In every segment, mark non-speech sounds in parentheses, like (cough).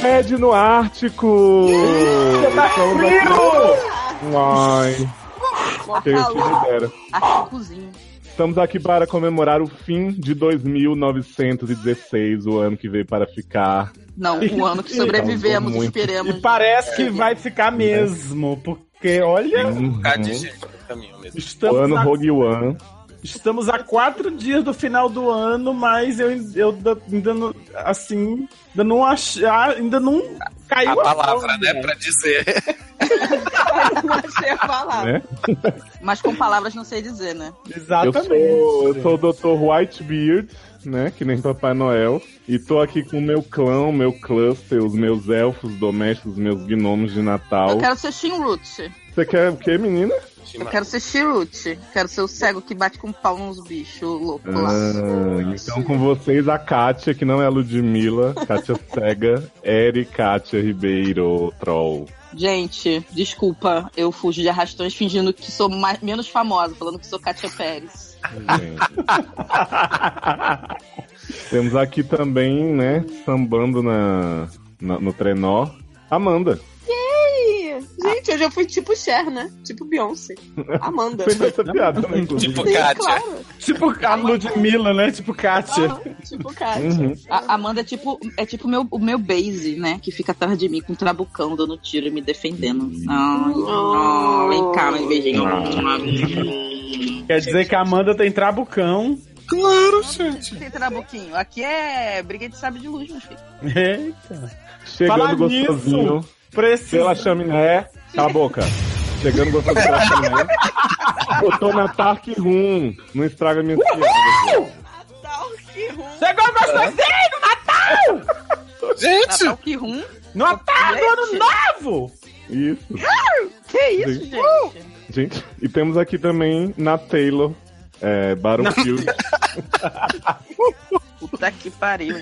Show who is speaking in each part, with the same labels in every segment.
Speaker 1: Sede no Ártico!
Speaker 2: tá
Speaker 1: Estamos aqui- Ai, quem te lidera.
Speaker 3: (laughs) Articozinho.
Speaker 1: Estamos aqui para comemorar o fim de 2916, o ano que veio para ficar.
Speaker 3: Não, o um ano que
Speaker 1: Então,
Speaker 3: sobrevivemos,
Speaker 1: muito.
Speaker 3: esperemos.
Speaker 2: E parece que vai ficar mesmo, porque olha,
Speaker 1: Uhum.
Speaker 4: Cá de gente no caminho mesmo.
Speaker 1: O
Speaker 2: estamos
Speaker 1: ano
Speaker 2: a,
Speaker 1: Rogue One.
Speaker 2: estamos a quatro dias do final do ano, mas eu, eu da- ainda não, assim, ainda não ach, ah, ainda não caiu
Speaker 4: A palavra,
Speaker 2: folga.
Speaker 4: né, pra dizer. (laughs)
Speaker 3: Não achei a palavra.
Speaker 1: Né?
Speaker 3: Mas com palavras não sei dizer, né?
Speaker 1: Eu,
Speaker 2: Exatamente.
Speaker 1: sou, eu sou o Dr. Whitebeard, né? Que nem Papai Noel. E tô aqui com o meu clã, o meu cluster, os meus elfos domésticos, os meus gnomos de Natal.
Speaker 3: Eu quero ser Shinrut.
Speaker 1: Você quer o quê, menina?
Speaker 3: Eu quero ser Shirut. Quero ser o cego que bate com pau nos bichos louco lá.
Speaker 1: Ah, então com vocês a Kátia, que não é a Ludmilla, Kátia Cega, Eri Kátia Ribeiro, Troll.
Speaker 3: Gente, desculpa, eu fujo de arrastões fingindo que sou mais, menos famosa, falando que sou Katia Pérez.
Speaker 1: Gente. Temos aqui também, né, sambando na, na- no trenó, Amanda.
Speaker 5: Gente, (laughs) hoje eu fui tipo Cher, né? Tipo Beyoncé.
Speaker 1: (laughs)
Speaker 5: Amanda.
Speaker 1: Fez essa piada, né, inclusive.
Speaker 4: Tipo
Speaker 5: Sim,
Speaker 4: Kátia.
Speaker 5: claro.
Speaker 2: (laughs) Tipo a Ludmilla, né? Tipo Kátia.
Speaker 5: Aham, tipo Kátia.
Speaker 1: Uhum.
Speaker 3: A Amanda é tipo, é tipo meu, o meu base, né? Que fica atrás de mim com um trabucão dando tiro e me defendendo. Ai, ai, vem cá, meu beijinho.
Speaker 1: Ah.
Speaker 3: Ah,
Speaker 2: Quer dizer que a Amanda tem trabucão.
Speaker 4: Claro, gente.
Speaker 3: Tem trabuquinho. Aqui é briga de sabre de luz, meu filho.
Speaker 2: Eita.
Speaker 1: Chegando
Speaker 2: Falar
Speaker 1: gostosinho
Speaker 2: né? Precisa.
Speaker 1: pela é. chaminé. Cala a boca. Chegando gostosinho pela chaminé. Botou na Tark Room. Não estraga minhas piadas.
Speaker 5: Natal, que ruim.
Speaker 2: Chegou gostosinho
Speaker 4: Gente,
Speaker 3: Natal que rum.
Speaker 2: no Natal do Ano Novo!
Speaker 1: Isso.
Speaker 3: Que isso,
Speaker 1: Sim.
Speaker 3: gente?
Speaker 1: Gente, e temos aqui também na Taylor, é, Battlefield.
Speaker 3: Puta que pariu.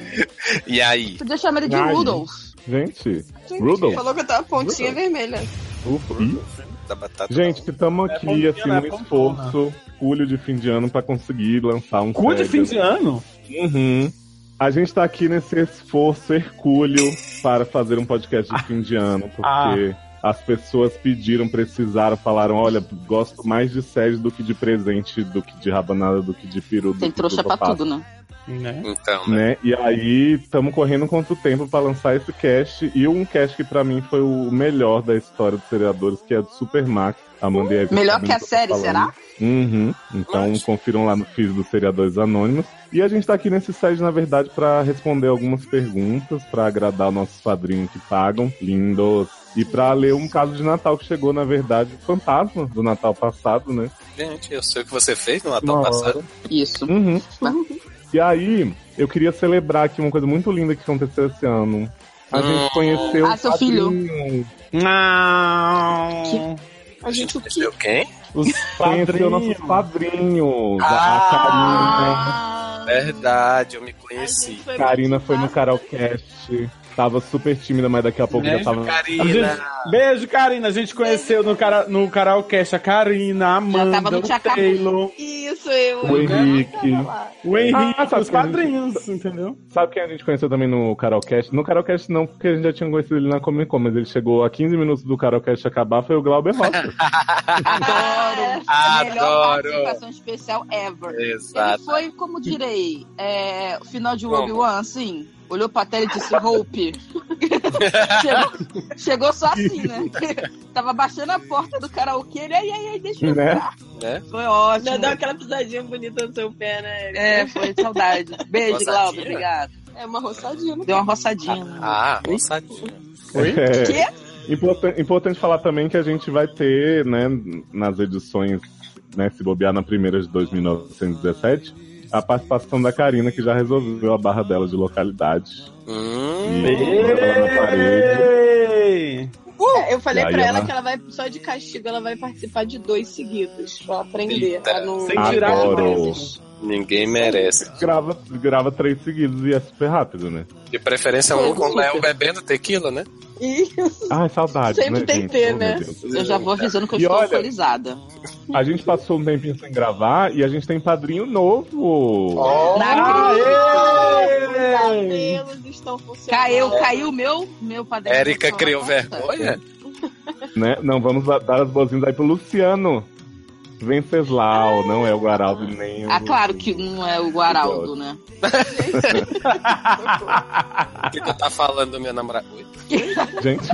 Speaker 4: e aí?
Speaker 3: Podia chamar ele de
Speaker 1: Ai.
Speaker 3: Rudolph.
Speaker 1: Gente,
Speaker 5: Gente,
Speaker 1: Rudolph.
Speaker 5: Falou que eu tava pontinha
Speaker 1: Rudolph.
Speaker 5: vermelha.
Speaker 1: ufa.
Speaker 4: Da batata.
Speaker 1: gente, estamos
Speaker 2: bom
Speaker 1: aqui,
Speaker 2: dia,
Speaker 1: assim,
Speaker 2: né?
Speaker 1: no
Speaker 2: É bom
Speaker 1: esforço, culho de fim de ano, para conseguir lançar um
Speaker 2: Cu de
Speaker 1: Sega.
Speaker 2: fim de ano?
Speaker 1: Uhum. A gente tá aqui nesse esforço hercúleo para fazer um podcast
Speaker 2: Ah.
Speaker 1: de fim de ano, porque as pessoas pediram, precisaram, falaram: olha, gosto mais de sede do que de presente, do que de rabanada, do que de peru. do
Speaker 3: Tem
Speaker 1: que
Speaker 3: trouxa
Speaker 1: do
Speaker 3: pra
Speaker 1: papato",
Speaker 3: tudo, né?
Speaker 2: Né?
Speaker 4: Então, né?
Speaker 1: Né? E aí, estamos correndo contra o tempo para lançar esse cast. E um cast que pra mim foi o melhor da história dos seriadores, que é do Super Max. Amanda e Eve
Speaker 3: Melhor
Speaker 1: sabem
Speaker 3: que a
Speaker 1: do eu tô
Speaker 3: série,
Speaker 1: falando.
Speaker 3: será?
Speaker 1: Uhum. Então
Speaker 4: Mas-
Speaker 1: confiram lá no feed dos Seriadores Anônimos. E a gente tá aqui nesse site, na verdade, pra responder algumas perguntas, pra agradar nossos padrinhos que pagam. Lindos. E pra ler um caso de Natal que chegou, na verdade, fantasma do Natal passado, né?
Speaker 4: Gente, eu sei o que você fez no Natal
Speaker 1: Uma
Speaker 4: passado.
Speaker 3: Isso.
Speaker 1: Uhum. E aí, eu queria celebrar aqui uma coisa muito linda que aconteceu esse ano. A gente conheceu
Speaker 3: Ah, seu filho.
Speaker 1: padrinhos.
Speaker 2: Não!
Speaker 5: A gente o quê?
Speaker 4: Entendeu quem?
Speaker 2: Os
Speaker 1: Conheceu nossos
Speaker 2: padrinhos.
Speaker 1: padrinhos.
Speaker 4: Ah!
Speaker 1: a Karina,
Speaker 4: Verdade, eu me
Speaker 5: A gente
Speaker 4: conheci.
Speaker 5: foi
Speaker 1: Karina
Speaker 5: muito
Speaker 1: foi no
Speaker 5: fácil.
Speaker 1: Carolcast. Tava super tímida, mas daqui a pouco já
Speaker 2: Beijo,
Speaker 1: tava.
Speaker 2: A
Speaker 4: Karina.
Speaker 2: gente- beijo, Karina. A gente conheceu no, cara, no Caralcast a Karina, a
Speaker 3: Já tava
Speaker 2: Amanda,
Speaker 3: no
Speaker 2: o
Speaker 3: Tchacabu.
Speaker 2: Taylor,
Speaker 5: Isso, eu.
Speaker 1: O Henrique.
Speaker 2: o Henrique,
Speaker 1: Ah, sabe
Speaker 2: os
Speaker 1: que a
Speaker 2: padrinhos, entendeu?
Speaker 1: Sabe quem a gente conheceu também no Carolcast? No Carolcast não, porque a gente já tinha conhecido ele na Comic Con, mas ele chegou a 15 minutos do Carolcast acabar, foi o Glauber Rocha.
Speaker 3: Adoro.
Speaker 4: Ah,
Speaker 3: é Melhor
Speaker 4: adoro.
Speaker 3: participação especial ever. Ele
Speaker 4: Exato.
Speaker 3: foi, como direi, é, o final de
Speaker 4: Como?
Speaker 3: Obi-Wan, assim. Olhou pra tela e disse, (laughs) Hope. chegou, chegou só assim, né? (laughs) Tava baixando a porta do karaokê, ele, ai, ai, ai, deixa eu
Speaker 1: Né?
Speaker 3: entrar.
Speaker 4: Né?
Speaker 3: Foi ótimo.
Speaker 5: Ainda deu aquela pisadinha bonita no seu pé, né?
Speaker 3: É, foi saudade. Beijo,
Speaker 4: Roçadinha?
Speaker 3: Glauber, obrigado.
Speaker 5: É uma roçadinha. não
Speaker 3: Deu uma roçadinha.
Speaker 4: Ah, moçadinho.
Speaker 1: É.
Speaker 3: Quê?
Speaker 1: Importan- importante falar também que a gente vai ter, né, nas edições, né, se bobear na primeira de 2917, a participação da Karina, que já resolveu a barra dela de localidade.
Speaker 4: Hum,
Speaker 1: Beijo. Ela na parede.
Speaker 5: É, eu falei
Speaker 1: E aí
Speaker 5: pra
Speaker 1: ela-
Speaker 5: ela, que ela vai, só de castigo, ela vai participar de dois seguidos. Pra aprender.
Speaker 4: Eita.
Speaker 5: Pra não...
Speaker 2: Sem tirar de
Speaker 1: Adoro.
Speaker 2: bases.
Speaker 4: ninguém merece.
Speaker 1: Grava, grava três seguidos e é super rápido, né?
Speaker 4: De preferência, um com o Léo bebendo tequila, né?
Speaker 5: Isso.
Speaker 1: Ai, saudade.
Speaker 5: Sempre
Speaker 1: né,
Speaker 5: tem
Speaker 1: gente?
Speaker 5: que ter,
Speaker 1: Oh,
Speaker 5: né?
Speaker 1: meu Deus.
Speaker 3: Eu já vou avisando que eu
Speaker 1: E
Speaker 3: estou
Speaker 1: olha-
Speaker 3: alcoolizada.
Speaker 1: A gente passou um tempinho sem gravar e a gente tem padrinho novo.
Speaker 3: Na-
Speaker 2: Aê!
Speaker 5: cabelos estão funcionando.
Speaker 3: Caiu, caiu o meu, meu padrão.
Speaker 4: Érica
Speaker 3: pessoal,
Speaker 4: criou
Speaker 3: nossa.
Speaker 4: vergonha?
Speaker 1: Né? Não, vamos lá- dar as boas-vindas aí pro Luciano. Venceslau, não é o Guaraldo nem o...
Speaker 3: Ah, claro que não é o Guaraldo, né?
Speaker 4: O que tu tá falando do meu namorado? Ui.
Speaker 1: (laughs) Gente.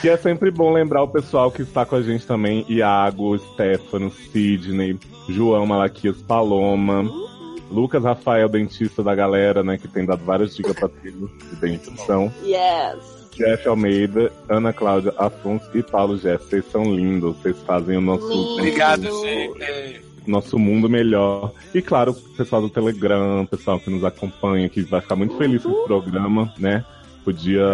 Speaker 1: que é sempre bom lembrar o pessoal que está com a gente também: Iago, Stefano, Sidney, João Malaquias Paloma, Lucas Rafael, dentista da galera, né? Que tem dado várias dicas pra tribo de dentição.
Speaker 5: Yes.
Speaker 1: Jeff Almeida, Ana Cláudia Afonso e Paulo Jeff. Vocês são lindos, vocês fazem o nosso,
Speaker 5: Lindo.
Speaker 4: Obrigado, gente.
Speaker 1: nosso mundo melhor. E claro, o pessoal do Telegram, o pessoal que nos acompanha, que vai ficar muito feliz com esse programa, né? Podia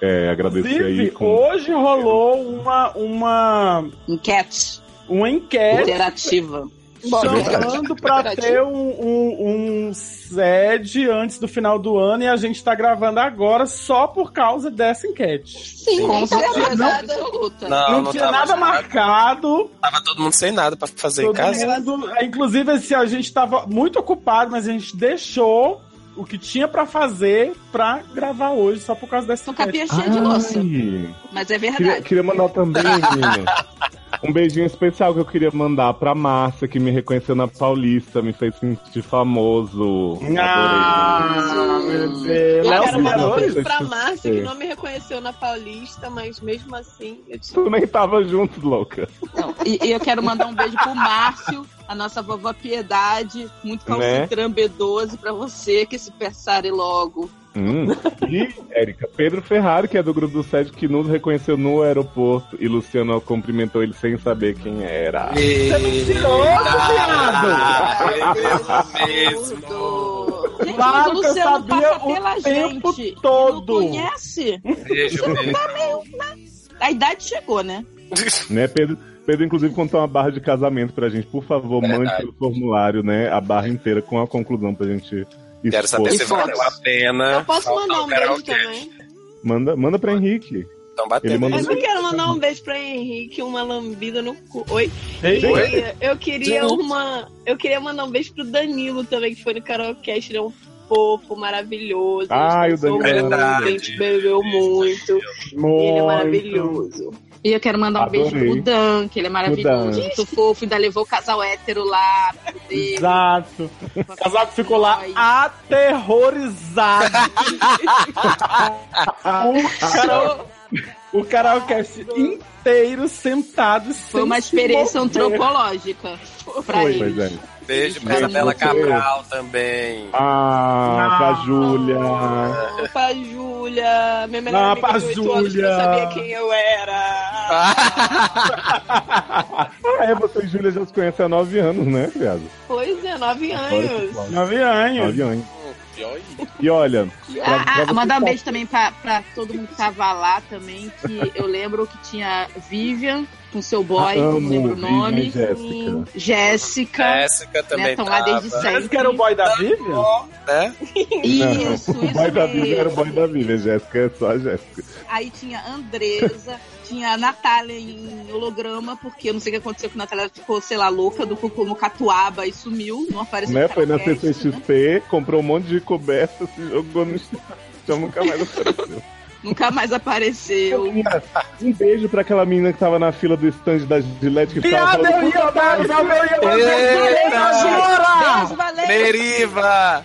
Speaker 1: é, agradecer aí
Speaker 2: Inclusive,
Speaker 1: com
Speaker 2: hoje rolou uma, uma,
Speaker 3: Enquete
Speaker 2: uma enquete
Speaker 3: interativa.
Speaker 5: Bora.
Speaker 2: chamando pra ter um, um, um sede antes do final do ano e a gente tá gravando agora só por causa dessa enquete.
Speaker 5: Sim,
Speaker 3: Com
Speaker 5: então,
Speaker 3: certeza
Speaker 5: não-
Speaker 3: é absoluta.
Speaker 4: Não,
Speaker 2: Não,
Speaker 4: não,
Speaker 2: tinha
Speaker 4: tava,
Speaker 2: nada marcado,
Speaker 4: tava todo mundo sem nada pra fazer em
Speaker 2: todo
Speaker 4: casa.
Speaker 2: mundo- inclusive assim, a gente tava muito ocupado, mas a gente deixou o que tinha pra fazer pra gravar hoje só por causa dessa
Speaker 3: São
Speaker 2: enquete.
Speaker 3: capinha cheia de louça.
Speaker 1: Ai,
Speaker 3: Mas é
Speaker 1: Queria,
Speaker 3: verdade.
Speaker 1: queria mandar também, menino, um beijinho especial que eu queria mandar pra Márcia, que me reconheceu na Paulista, me fez sentir famoso. Adorei.
Speaker 2: Ah, meu Deus.
Speaker 5: Eu
Speaker 2: Léo
Speaker 5: quero mandar um
Speaker 2: Salvador?
Speaker 5: beijo
Speaker 1: Salvador.
Speaker 5: pra Márcia, que
Speaker 1: É.
Speaker 5: não me reconheceu na Paulista, mas mesmo assim
Speaker 1: (laughs)
Speaker 5: eu te
Speaker 1: Tu nem tava junto, louca.
Speaker 3: Não, e, e eu quero mandar um beijo pro Márcio, a nossa vovó Piedade, muito
Speaker 2: Né?
Speaker 3: calcitran B12 pra você, que se pensare logo.
Speaker 1: Hum. E, Érica, Pedro Ferrari, que é do grupo do SED, que nos reconheceu no aeroporto e Luciano cumprimentou ele sem saber quem era.
Speaker 4: Você
Speaker 2: tirou,
Speaker 4: Ah, mesmo.
Speaker 3: Do... Gente, mas
Speaker 2: Claro
Speaker 3: o
Speaker 2: que eu
Speaker 3: Luciano
Speaker 2: sabia
Speaker 3: passa
Speaker 2: o
Speaker 3: pela
Speaker 2: tempo
Speaker 3: gente. Não
Speaker 2: todo.
Speaker 3: conhece?
Speaker 4: Beijo mesmo.
Speaker 3: A idade chegou, né?
Speaker 1: Né, Pedro? Pedro, inclusive, contou uma barra de casamento pra gente. Por favor, mande
Speaker 4: Verdade.
Speaker 1: o formulário, né? A barra inteira com a conclusão pra gente expor.
Speaker 4: Quero saber se
Speaker 3: Isso.
Speaker 4: valeu a pena.
Speaker 5: Eu posso
Speaker 4: faltar
Speaker 5: mandar
Speaker 4: o
Speaker 5: um beijo
Speaker 4: karaokê.
Speaker 5: também.
Speaker 1: Manda, manda pra Henrique.
Speaker 4: Então bateu.
Speaker 1: Ele mandou-
Speaker 5: Mas eu quero mandar um beijo pra Henrique, uma lambida no cu. Oi.
Speaker 2: Ei,
Speaker 5: Eu queria uma. Eu queria mandar um beijo pro Danilo também, que foi no karaokê. Ele é um fofo, maravilhoso.
Speaker 1: Ai, o
Speaker 5: Danilo.
Speaker 1: Danilo. é
Speaker 5: Muito, a gente bebeu muito. E ele é maravilhoso.
Speaker 3: E eu quero mandar um beijo
Speaker 1: Adorei.
Speaker 3: pro Dan, que ele é maravilhoso,
Speaker 1: Dan.
Speaker 3: muito fofo, ainda levou o casal hétero lá. pro dele.
Speaker 2: Exato. O casal ficou lá aterrorizado.
Speaker 3: (laughs)
Speaker 5: Ah,
Speaker 1: Ah,
Speaker 5: um
Speaker 2: o, karaokê, o karaokecast inteiro sentado.
Speaker 3: Foi uma experiência antropológica pra
Speaker 1: Foi,
Speaker 3: ele.
Speaker 1: pois é.
Speaker 4: Beijo pra
Speaker 1: Beijo,
Speaker 4: Isabela
Speaker 1: você.
Speaker 4: Cabral também.
Speaker 1: Ah, pra Júlia.
Speaker 5: Ah, Pra Júlia, minha melhor
Speaker 2: Ah,
Speaker 5: amiga
Speaker 2: pra
Speaker 5: de oito anos que não
Speaker 2: Júlia.
Speaker 5: sabia quem é eu era.
Speaker 1: Ah, é, você e Júlia já se conhecem há nove anos, né, viado?
Speaker 5: Pois é, nove anos.
Speaker 2: Nove anos.
Speaker 1: Nove anos. E olha, pra- pra
Speaker 3: Ah, ah,
Speaker 1: você
Speaker 3: mandar um
Speaker 1: tá-
Speaker 3: beijo também pra, pra todo mundo que tava lá também, que
Speaker 1: (laughs)
Speaker 3: eu lembro que tinha Vivian com seu boy, que eu não
Speaker 1: Ah, amo
Speaker 3: lembro o nome.
Speaker 1: Vivian e Jéssica.
Speaker 3: Jéssica,
Speaker 4: Jéssica
Speaker 3: né?
Speaker 4: É, também
Speaker 3: Estão lá
Speaker 4: tava.
Speaker 3: desde
Speaker 2: Parece que era o
Speaker 3: sempre.
Speaker 2: boy da Vivian?
Speaker 4: né?
Speaker 1: Não,
Speaker 3: Isso,
Speaker 1: o boy da
Speaker 3: isso
Speaker 1: Bíblia era o
Speaker 3: mesmo.
Speaker 1: boy da Bíblia, Jéssica é só a Jéssica.
Speaker 3: Aí tinha Andresa, (laughs) tinha a Natália em holograma, porque eu não sei o que aconteceu, que a Natália ficou, sei lá, louca do cucu no catuaba e sumiu, não apareceu.
Speaker 1: Né?
Speaker 3: no
Speaker 1: Foi na
Speaker 3: Caracast, né?
Speaker 1: CCXP, comprou um monte de coberta, se jogou no chão, nunca mais apareceu.
Speaker 3: Nunca mais (laughs) apareceu.
Speaker 1: Menina, Um beijo pra aquela menina que tava na fila do stand da Gillette que ficava
Speaker 2: Viado, eu
Speaker 1: falando.
Speaker 2: ia dar, eu ia dar.
Speaker 4: Eita!
Speaker 3: Beijo, Valéria!
Speaker 4: Meriva!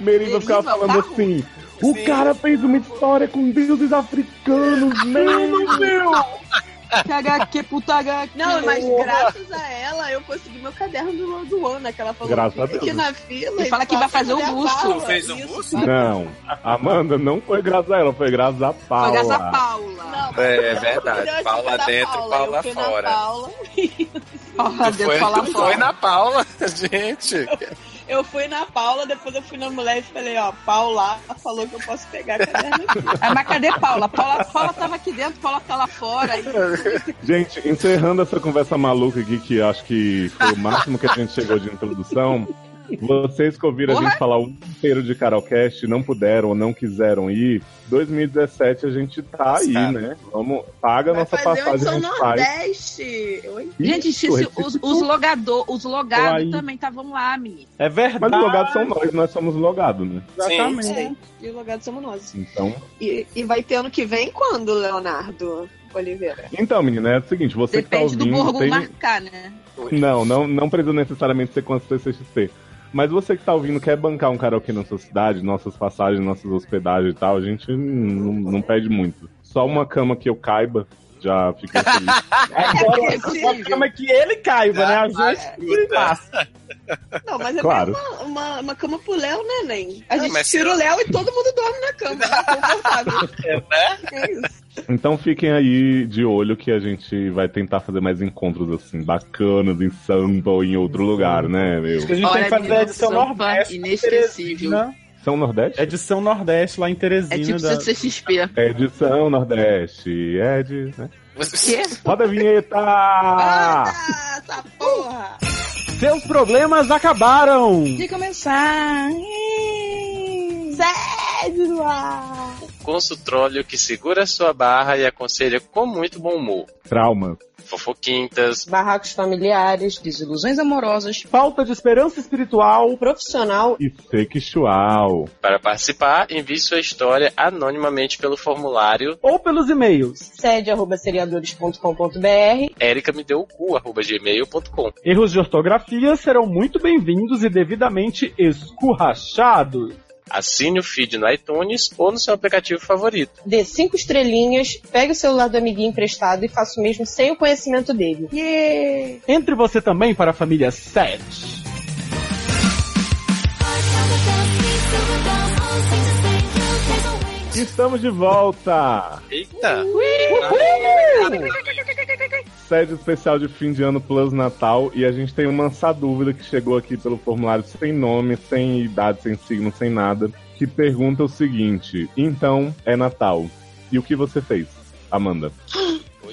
Speaker 1: Meriva ficava
Speaker 3: Meriva,
Speaker 1: falando
Speaker 3: barro.
Speaker 1: assim. O
Speaker 4: Sim.
Speaker 1: cara fez uma história com deuses africanos, né?" meu Deus!
Speaker 3: HQ, puta HQ!
Speaker 5: Não, mas graças a ela eu consegui meu caderno do, do ano, que ela falou
Speaker 1: Graças a
Speaker 5: que
Speaker 1: Deus.
Speaker 5: fique na fila. tá
Speaker 3: E fala que vai fazer o
Speaker 5: um
Speaker 3: busto.
Speaker 4: Tu fez o busto?
Speaker 1: Não, Amanda, não foi graças a ela, foi graças a Paula.
Speaker 3: Foi graças a Paula.
Speaker 4: É, é verdade. Paula dentro, Paula fora.
Speaker 3: Paula
Speaker 4: Tu
Speaker 3: dentro,
Speaker 4: foi,
Speaker 3: Paula
Speaker 4: tu
Speaker 3: fora.
Speaker 4: foi na Paula, (laughs) gente.
Speaker 5: Eu fui na Paula, depois eu fui na mulher e falei, ó, Paula falou que eu posso pegar né? caderno.
Speaker 3: Ah, mas cadê Paula? Paula? Paula tava aqui dentro, Paula tá lá fora. E-
Speaker 1: Gente, encerrando essa conversa maluca aqui, que acho que foi o máximo que a gente chegou de introdução. Vocês que ouviram a
Speaker 3: Porra.
Speaker 1: gente falar o dia inteiro de Carolcast, não puderam ou não quiseram ir, 2017 a gente tá aí,
Speaker 4: Sabe.
Speaker 1: né? Vamos, paga a
Speaker 5: Vai
Speaker 1: nossa
Speaker 5: fazer um
Speaker 1: passagem, a
Speaker 5: São
Speaker 1: gente faz.
Speaker 5: Nordeste. Gente, oi?
Speaker 3: Gente,
Speaker 1: Isso,
Speaker 3: se- se-
Speaker 1: esse
Speaker 3: os,
Speaker 1: tipo-
Speaker 3: os logador, os logados
Speaker 2: Aí.
Speaker 3: também estavam lá, menino.
Speaker 2: É verdade.
Speaker 1: Mas logados são nós, nós somos logados, né?
Speaker 2: Exatamente.
Speaker 5: É, e o lugar somos nós.
Speaker 1: Então,
Speaker 5: E, e vai ter ano que vem quando, Leonardo Oliveira?
Speaker 1: então menina, é o seguinte, você que tá
Speaker 3: Depende do
Speaker 1: ouvindo...
Speaker 3: Borgo
Speaker 1: tem-
Speaker 3: marcar, né?
Speaker 1: Não, não, não precisa necessariamente ser com a CCXP. Mas você que tá ouvindo, quer bancar um karaokê na sua cidade, nossas passagens, nossas hospedagens e tal, a gente não, não pede muito. Só uma cama que eu caiba, já fica feliz.
Speaker 2: Agora,
Speaker 5: possível.
Speaker 2: só como é que ele caiba, né? A gente que passa.
Speaker 5: Não, mas é
Speaker 1: Claro.
Speaker 5: mais uma, uma, uma cama pro Léo, né, Nen? A
Speaker 4: Não,
Speaker 5: gente
Speaker 4: mas-
Speaker 5: tira o Léo e todo mundo dorme na cama. tá
Speaker 4: (laughs)
Speaker 5: confortável.
Speaker 4: né?
Speaker 5: É isso.
Speaker 1: então fiquem aí de olho que a gente vai tentar fazer mais encontros assim, bacanas, em Sampa ou em outro lugar, né, meu?
Speaker 2: A gente tem que fazer a edição Nordeste.
Speaker 3: inesquecível.
Speaker 2: Né?
Speaker 1: São Nordeste?
Speaker 2: Edição Nordeste lá em Teresina.
Speaker 3: É tipo
Speaker 2: da-
Speaker 3: CCXP.
Speaker 1: É de São Nordeste, é de... né?
Speaker 3: Quê?
Speaker 1: Roda a vinheta!
Speaker 5: Ah, essa porra!
Speaker 2: Seus problemas acabaram!
Speaker 3: De começar.
Speaker 5: Sede no ar!
Speaker 4: Consultróleo que segura sua barra e aconselha com muito bom humor.
Speaker 1: Trauma.
Speaker 4: Fofoquintas,
Speaker 6: barracos familiares,
Speaker 3: Desilusões amorosas.
Speaker 2: Falta de esperança espiritual.
Speaker 6: profissional,
Speaker 1: E sexual.
Speaker 4: Para participar, envie sua história anonimamente pelo formulário
Speaker 2: Ou pelos e-mails.
Speaker 6: sede arroba seriadores.com.br,
Speaker 4: ericamedeucu.gmail.com
Speaker 2: Erros de ortografia serão muito bem-vindos e devidamente escurrachados.
Speaker 4: Assine o feed no iTunes ou no seu aplicativo favorito.
Speaker 6: dê cinco estrelinhas, pegue o celular do amiguinho emprestado e faça o mesmo sem o conhecimento dele.
Speaker 2: Entre você também para a família 7.
Speaker 1: Estamos de volta!
Speaker 4: Eita!
Speaker 1: Sede especial de fim de ano plus Natal e a gente tem uma essa dúvida que chegou aqui pelo formulário sem nome, sem idade, sem signo, sem nada, que pergunta o seguinte: então é Natal. E o que você fez, Amanda?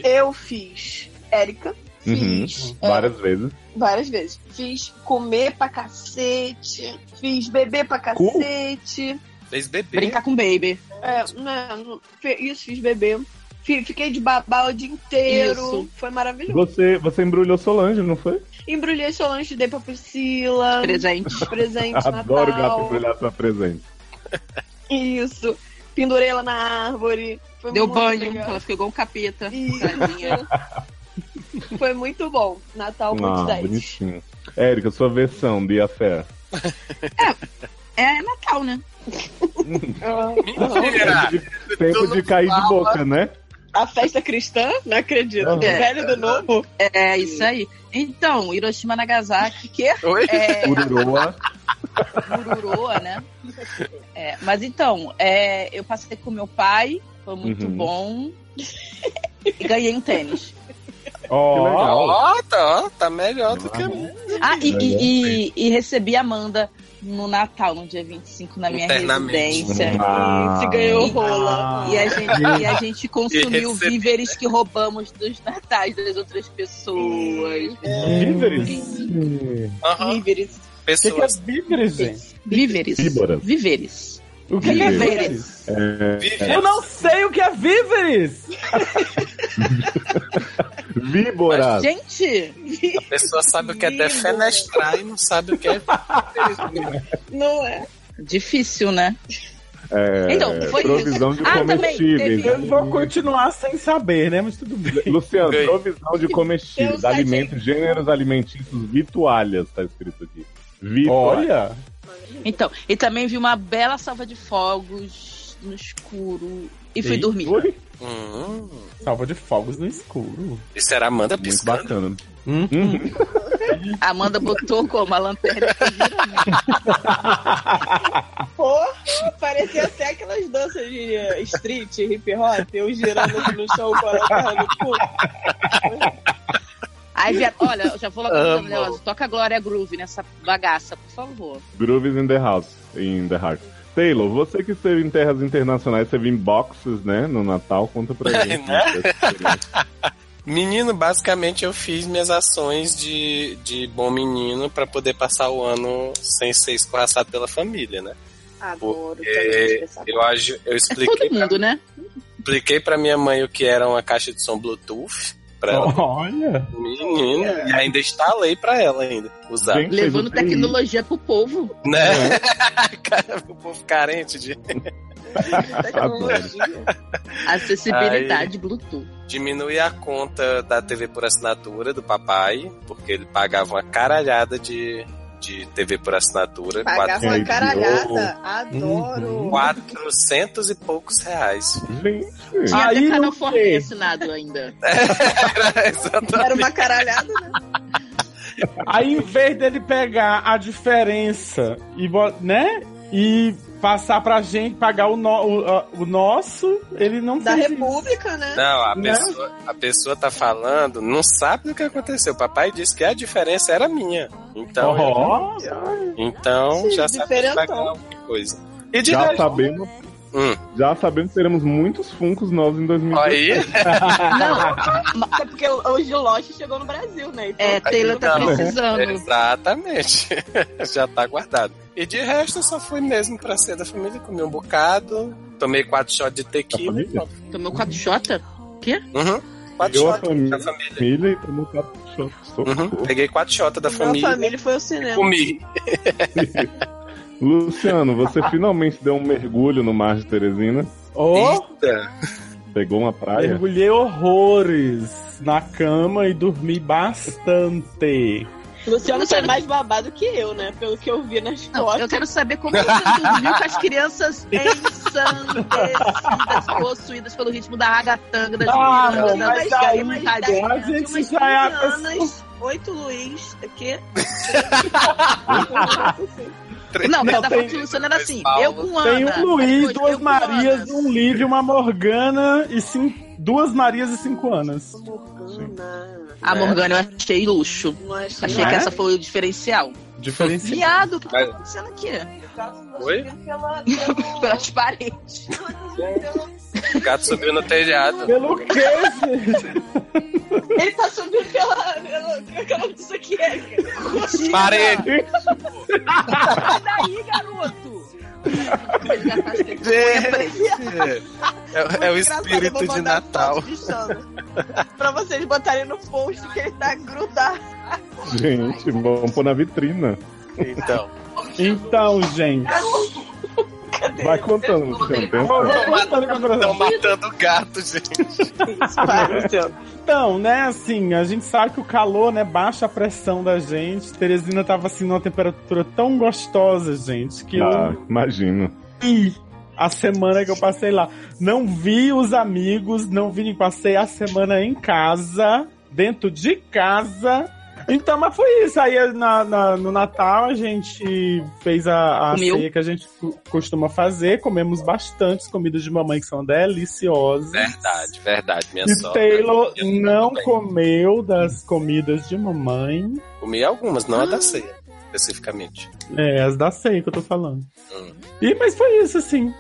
Speaker 5: Eu fiz Érica,
Speaker 1: Uhum.
Speaker 5: fiz
Speaker 1: Várias vezes.
Speaker 5: várias vezes. Fiz comer pra cacete, fiz beber pra
Speaker 1: Cu?
Speaker 5: cacete.
Speaker 4: Fez bebê.
Speaker 3: Brincar com baby.
Speaker 5: É, né, fe- isso, fiz beber. Fi- Fiquei de babá o dia inteiro. Foi maravilhoso.
Speaker 1: Você, você embrulhou Solange, não foi?
Speaker 5: Embrulhei seu lanche, dei pra Priscila.
Speaker 3: Presente.
Speaker 5: Presente
Speaker 1: Adoro gato
Speaker 5: Natal.
Speaker 1: embrulhar sua presente.
Speaker 5: Isso. Pendurei ela na árvore. Foi
Speaker 3: Deu
Speaker 5: muito
Speaker 3: banho.
Speaker 5: legal.
Speaker 3: Ela ficou igual um capeta. Tadinha.
Speaker 5: Isso. Foi muito bom. Natal muito
Speaker 1: Ah,
Speaker 5: 10.
Speaker 1: bonitinho. Érica, sua versão de A Fé.
Speaker 3: É Natal, né?
Speaker 4: Mentira!
Speaker 1: Tempo de, tempo de cair de boca, né?
Speaker 5: A festa cristã? Não acredito.
Speaker 1: Aham.
Speaker 5: Do velho e do novo?
Speaker 3: É isso aí. Então, Hiroshima Nagasaki, que
Speaker 4: Oi?
Speaker 3: é
Speaker 1: Ururoa.
Speaker 3: Mururoa, né? É, mas então, é, eu passei com meu pai, foi muito
Speaker 1: Uhum.
Speaker 3: bom. E ganhei um tênis.
Speaker 1: Que legal.
Speaker 4: Ó, tá, ó, tá melhor do que a minha.
Speaker 3: Ah, e, e, e- e recebi a Amanda no Natal, no dia 25, na minha
Speaker 4: Internamente.
Speaker 3: residência.
Speaker 1: Ah.
Speaker 5: Se ganhou rola.
Speaker 3: E a gente, e a gente consumiu
Speaker 4: E recebi.
Speaker 3: víveres que roubamos dos natais das outras pessoas.
Speaker 5: É.
Speaker 2: Hum.
Speaker 1: Víveres?
Speaker 4: Aham,
Speaker 5: Víveres.
Speaker 2: O que, que é
Speaker 4: pessoas
Speaker 2: víveres, gente?
Speaker 3: Víveres.
Speaker 1: Víboras.
Speaker 3: Víveres.
Speaker 2: O que, que é víveres?
Speaker 4: vivem.
Speaker 2: Eu não sei o que é víveres!
Speaker 1: Víboras!
Speaker 3: Gente,
Speaker 4: A pessoa sabe o que é
Speaker 5: Lindo.
Speaker 4: defenestrar e não sabe o que é.
Speaker 5: Não é?
Speaker 3: difícil, né?
Speaker 1: É,
Speaker 3: Então, foi
Speaker 1: provisão de
Speaker 3: Ah, também,
Speaker 1: comestíveis.
Speaker 3: teve- um
Speaker 2: Eu vou continuar sem saber, né? Mas tudo bem.
Speaker 1: Luciano,
Speaker 4: Ganhei.
Speaker 1: provisão de
Speaker 5: Tem um
Speaker 1: comestíveis,
Speaker 5: site
Speaker 1: alimentos, gêneros alimentícios, vitualhas, tá escrito aqui. Vitualhas.
Speaker 3: Então, e também vi uma bela salva de fogos no escuro e fui
Speaker 2: Ei,
Speaker 3: dormir.
Speaker 1: Ui,
Speaker 4: Hum,
Speaker 2: Salva de fogos no escuro.
Speaker 4: e será Amanda
Speaker 1: muito
Speaker 4: piscando?
Speaker 1: bacana.
Speaker 2: Hum?
Speaker 1: Uhum.
Speaker 3: A Amanda botou como a lanterna.
Speaker 5: Porra, parecia até aquelas danças de eh, street, hip hop, eu girando no chão com a lanterna no cu.
Speaker 3: Aí vi, olha, eu já vou logo
Speaker 4: Amo.
Speaker 3: avisando, Leoz, toca Glória Groove nessa bagaça, por favor.
Speaker 1: Grooves in the house, in the heart. Taylor, você que esteve em terras internacionais, esteve em boxes, né, no Natal, conta
Speaker 4: (laughs)
Speaker 1: pra
Speaker 4: É,
Speaker 1: gente.
Speaker 4: né?
Speaker 1: essa experiência.
Speaker 4: Menino, basicamente eu fiz minhas ações de, de bom menino pra poder passar o ano sem ser escorraçado pela família, né?
Speaker 5: Adoro.
Speaker 4: É, eu, aju- eu
Speaker 3: É
Speaker 4: expliquei,
Speaker 3: todo mundo, né?
Speaker 4: expliquei pra minha mãe o que era uma caixa de som Bluetooth. pra ela.
Speaker 2: Olha!
Speaker 4: Menina, e ainda instalei pra ela ainda usar.
Speaker 2: um
Speaker 1: Gente, vocês
Speaker 3: Levando
Speaker 1: não têm
Speaker 3: tecnologia pro povo.
Speaker 4: Né? (laughs) Cara, o povo carente de,
Speaker 1: Tá
Speaker 3: Tecnologia. (laughs) Acessibilidade Bluetooth.
Speaker 4: diminuir a conta da TV por assinatura do papai, porque ele pagava uma caralhada de, de TV por assinatura,
Speaker 5: Pagava
Speaker 1: Quatro.
Speaker 5: uma caralhada.
Speaker 1: Uhum.
Speaker 5: Adoro.
Speaker 4: quatro- 400 e poucos reais.
Speaker 1: Gente,
Speaker 4: Ah,
Speaker 3: Tinha
Speaker 2: Aí
Speaker 3: até
Speaker 2: não
Speaker 3: canal
Speaker 2: sei.
Speaker 3: Forte assinado ainda.
Speaker 4: Era exatamente.
Speaker 5: Era uma caralhada, né?
Speaker 2: Aí, em vez dele pegar a diferença e, bo- né? E passar pra gente pagar o, no- o- a- o nosso, ele não
Speaker 5: Da
Speaker 2: fez
Speaker 5: República, né?
Speaker 4: Não, a
Speaker 2: Né?
Speaker 4: pessoa, a pessoa tá falando, não sabe do que aconteceu. O papai disse que a diferença era minha.
Speaker 2: isso.
Speaker 4: Então,
Speaker 2: Ó,
Speaker 4: então
Speaker 5: Sim,
Speaker 4: já sabe que vai
Speaker 5: diferentão.
Speaker 4: ganhar alguma coisa. E de
Speaker 1: já
Speaker 4: resto,
Speaker 1: sabemos.
Speaker 4: Hum.
Speaker 1: Já sabemos que teremos muitos funcos novos em 2020.
Speaker 4: aí,
Speaker 3: Não,
Speaker 5: É porque hoje o Lost chegou no Brasil, né? Então,
Speaker 3: é, Taylor tá
Speaker 4: Não.
Speaker 3: precisando.
Speaker 4: Exatamente. (laughs) Já tá guardado. E de resto, só fui mesmo pra ser da família, comi um bocado, tomei quatro shots de tequila.
Speaker 1: Da
Speaker 4: e pronto.
Speaker 3: Tomou quatro shota?
Speaker 4: Uhum. Quatro
Speaker 1: Eu, a
Speaker 4: shots
Speaker 1: família,
Speaker 4: da família.
Speaker 1: família e todo mundo tá choque,
Speaker 4: Uhum.
Speaker 1: socorro.
Speaker 4: Peguei quatro shots da
Speaker 5: Minha
Speaker 4: família.
Speaker 5: família foi ao
Speaker 4: e
Speaker 5: cinema.
Speaker 4: Comi.
Speaker 1: Luciano,
Speaker 5: (laughs)
Speaker 1: você finalmente deu um mergulho no mar de Teresina.
Speaker 2: ó,
Speaker 4: Eita.
Speaker 1: Pegou uma praia.
Speaker 2: mergulhei horrores na cama e dormi bastante.
Speaker 5: Luciano foi mais babado que eu, né? Pelo que eu vi nas
Speaker 3: Não,
Speaker 5: fotos.
Speaker 3: eu quero saber como você dormiu com as crianças ensandecidas, possuídas pelo ritmo da ragatanga das
Speaker 2: Ah,
Speaker 3: meninas.
Speaker 2: não, mas
Speaker 3: das
Speaker 2: aí- tá
Speaker 3: vontade.
Speaker 5: aí-
Speaker 2: Mas isso
Speaker 5: Umas
Speaker 2: já é a
Speaker 5: 15
Speaker 2: pessoa.
Speaker 5: anos, oito Luiz,
Speaker 2: (laughs)
Speaker 5: aqui.
Speaker 3: Não, mas
Speaker 2: Não,
Speaker 3: da
Speaker 2: tem-
Speaker 3: parte do Luciano era assim,
Speaker 4: Paulo.
Speaker 3: eu com Ana.
Speaker 2: Tem um Luiz,
Speaker 3: depois eu
Speaker 2: duas
Speaker 3: com
Speaker 2: Marias,
Speaker 3: Ana.
Speaker 2: um Lívia, uma Morgana e cinco. Duas Marias e cinco Anas.
Speaker 5: Morgana.
Speaker 3: A Morgana eu achei luxo.
Speaker 5: Não achei
Speaker 3: Achei
Speaker 2: Não
Speaker 3: que
Speaker 2: é?
Speaker 3: essa foi o diferencial.
Speaker 2: Diferencial.
Speaker 3: Viado, o que tá
Speaker 4: Mas-
Speaker 3: acontecendo aqui?
Speaker 4: Oi?
Speaker 5: Pela,
Speaker 3: (laughs) Pelas paredes.
Speaker 4: O gato subiu no telhado.
Speaker 2: Pelo que, gente?
Speaker 5: Ele tá subindo pela. pela- Como é que é o nome disso aqui? Mentira.
Speaker 4: Parede.
Speaker 3: Sai daí, garoto! Ele já tá sem vergonha preta.
Speaker 4: (laughs) É, é o
Speaker 5: Engraçado, eu
Speaker 4: espírito
Speaker 5: vou
Speaker 4: de
Speaker 5: mandar
Speaker 4: Natal.
Speaker 5: foto de Xana. pra vocês botarem no post que ele tá grudado.
Speaker 1: Gente, vamos pôr na vitrina.
Speaker 4: Então,
Speaker 2: Então, gente.
Speaker 1: Vai contando, Luciano. Tem
Speaker 2: Vou,
Speaker 1: tempo.
Speaker 2: vou contando com a
Speaker 4: estão
Speaker 2: professora.
Speaker 4: matando o gato, gente.
Speaker 2: Ah,
Speaker 5: Para, Luciano.
Speaker 2: Então, né, assim, a gente sabe que o calor, né, baixa a pressão da gente. Teresina tava, assim, numa temperatura tão gostosa, gente, que
Speaker 1: Ah,
Speaker 5: Tá,
Speaker 2: eu
Speaker 1: imagino.
Speaker 2: vi a semana que eu passei lá. Não vi os amigos, não vi, passei a semana em casa, dentro de casa. Então, mas foi isso. Aí na- na- no Natal a gente fez a, a
Speaker 3: Comeu.
Speaker 2: ceia que a gente co- costuma fazer, comemos bastantes comidas de mamãe que são deliciosas.
Speaker 4: Verdade, verdade, minha
Speaker 2: E
Speaker 4: sogra.
Speaker 2: Taylor
Speaker 4: Eu
Speaker 2: não
Speaker 4: também.
Speaker 2: comeu das comidas de mamãe.
Speaker 4: Comi algumas, não a
Speaker 2: Ah.
Speaker 4: da ceia, especificamente.
Speaker 2: É, as da ceia que eu tô falando.
Speaker 4: Hum.
Speaker 2: E, mas foi isso, assim.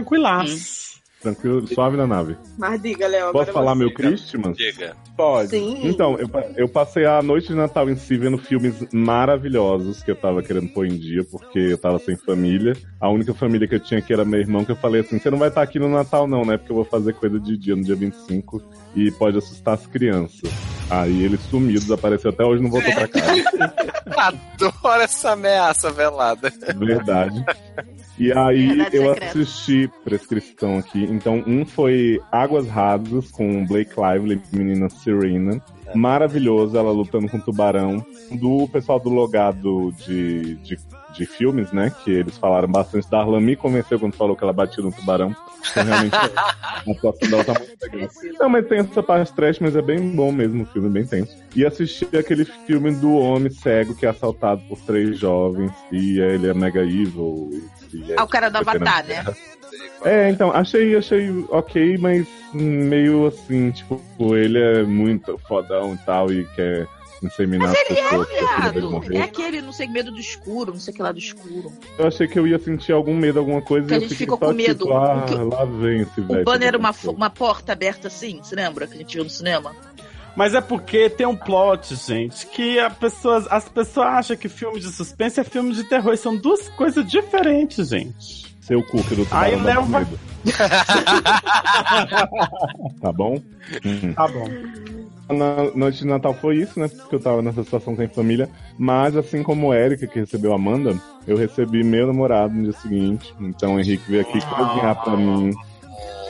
Speaker 2: Tranquilaço.
Speaker 1: Tranquilo, suave na nave.
Speaker 5: Mas diga, Léo. agora
Speaker 1: Posso falar
Speaker 5: você. tá
Speaker 1: meu Christmas?
Speaker 4: Diga.
Speaker 2: Pode.
Speaker 5: Sim.
Speaker 1: Então, eu, pa- eu passei a noite de Natal em si vendo filmes maravilhosos que eu tava querendo pôr em dia, porque eu tava sem família. A única família que eu tinha aqui era meu irmão, que eu falei assim, você não vai estar aqui no Natal não, né? Porque eu vou fazer coisa de dia no dia 25 e pode assustar as crianças. Aí ele sumiu, desapareceu até hoje, não voltou pra casa.
Speaker 4: Adoro essa ameaça velada.
Speaker 1: Verdade. E aí
Speaker 3: Verdade
Speaker 1: eu
Speaker 3: secreta.
Speaker 1: assisti prescrição aqui. Então, um foi Águas Rasas com Blake Lively, menina Serena. Maravilhoso, ela lutando com o tubarão. Do pessoal do Logado de, de, de filmes, né? Que eles falaram bastante. Darlan me convenceu quando falou que ela batia no tubarão. Então, realmente, a atuação dela tá muito legal. Não, mas tem essa parte trash, mas é bem bom mesmo o filme, é bem tenso. E assisti aquele filme do homem cego que é assaltado por três jovens e ele é mega evil. E é
Speaker 3: Ah, o cara do Avatar, né?
Speaker 1: é, então, achei, achei ok, mas meio assim, tipo, ele é muito fodão e tal, e quer inseminar as pessoas. porque o filho dele
Speaker 3: é, Viado,
Speaker 1: morreu.
Speaker 3: é aquele, não sei, medo do escuro, não sei o que lá do escuro.
Speaker 1: Eu achei que eu ia sentir algum medo, alguma coisa,
Speaker 3: Que
Speaker 1: e
Speaker 3: a
Speaker 1: eu
Speaker 3: gente
Speaker 1: fiquei
Speaker 3: ficou
Speaker 1: só,
Speaker 3: com medo.
Speaker 1: tipo, ah,
Speaker 3: O que-
Speaker 1: lá vem esse velho.
Speaker 3: O banner era uma,
Speaker 1: fodão.
Speaker 3: uma porta aberta assim, se lembra? Que a gente viu no cinema?
Speaker 2: Mas é porque tem um plot, gente, que a pessoas, as pessoas acham que filme de suspense é filme de terror. e São duas coisas diferentes, gente.
Speaker 1: Seu cu que do
Speaker 2: Aí
Speaker 1: tubarão dá
Speaker 2: leva-
Speaker 1: muito
Speaker 2: (laughs)
Speaker 1: medo. Tá bom? Hum.
Speaker 2: Tá bom.
Speaker 1: na noite de Natal foi isso, né? Porque eu tava nessa situação sem família. Mas assim como a Erika, que recebeu a Amanda, eu recebi meu namorado no dia seguinte. Então o Henrique veio aqui cozinhar pra mim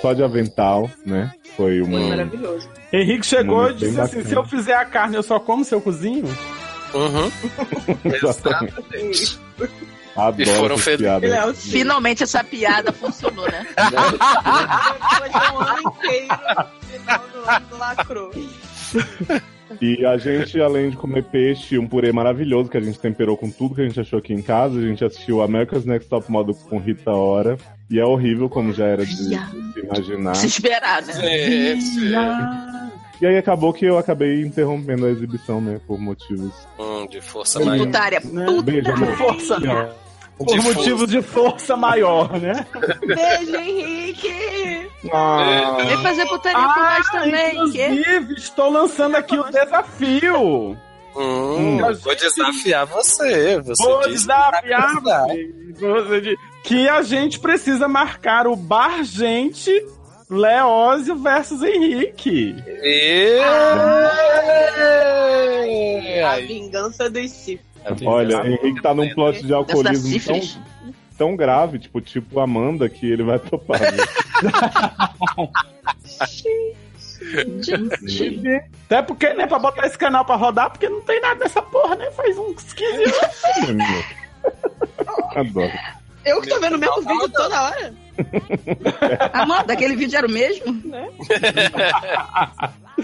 Speaker 1: só de avental, né? Foi uma.
Speaker 5: Foi maravilhoso.
Speaker 2: Henrique chegou
Speaker 1: Muito
Speaker 2: e disse
Speaker 1: bem
Speaker 2: assim:
Speaker 1: bacana.
Speaker 2: se eu fizer a carne, eu só como seu cozinho? (laughs)
Speaker 4: Uhum.
Speaker 1: Exatamente.
Speaker 4: Exatamente.
Speaker 1: Adoro
Speaker 4: tá? E foram
Speaker 1: essas
Speaker 4: fel-
Speaker 1: piadas.
Speaker 5: Ele é o
Speaker 3: Finalmente essa piada funcionou, né?
Speaker 5: Depois de um ano inteiro, no final do ano lacrou.
Speaker 1: E a gente, além de comer peixe, um purê maravilhoso que a gente temperou com tudo que a gente achou aqui em casa, a gente assistiu America's Next Top Model com Rita Ora. E é horrível, como já era de, de se imaginar.
Speaker 3: Se esperar, né?
Speaker 4: Gente.
Speaker 2: Né?
Speaker 1: E aí acabou que eu acabei interrompendo a exibição, né? Por motivos.
Speaker 4: Hum, de força
Speaker 2: Ele-
Speaker 4: maior.
Speaker 3: Putária.
Speaker 1: Beijo, amor.
Speaker 2: Força. Por
Speaker 4: De
Speaker 2: motivo de força maior, né?
Speaker 5: Beijo, Henrique!
Speaker 1: Ah.
Speaker 3: Vem fazer putaria com nós
Speaker 2: Ah, então
Speaker 3: também. Que?
Speaker 2: inclusive, estou lançando aqui o desafio.
Speaker 4: Hum,
Speaker 2: Hum.
Speaker 4: vou desafiar você. Você
Speaker 2: Vou
Speaker 4: disse que tá
Speaker 2: desafiar
Speaker 4: casado.
Speaker 2: Você diz Que a gente precisa marcar o Bar Gente Leózio versus Henrique.
Speaker 4: E...
Speaker 3: Ah.
Speaker 5: A
Speaker 4: Aí,
Speaker 5: vingança dos Sif.
Speaker 1: Olha, Henrique tá num plot de alcoolismo
Speaker 3: Dessa
Speaker 1: tão,
Speaker 3: sífilis.
Speaker 1: tão grave, tipo, tipo Amanda, que ele vai topar. né?
Speaker 2: Até porque, né, pra botar esse canal pra rodar, porque não tem nada dessa porra, né? Faz uns 15 anos.
Speaker 1: Adoro.
Speaker 5: Eu que tô vendo o mesmo vídeo toda hora.
Speaker 3: Amanda, aquele vídeo era o mesmo?
Speaker 5: Né?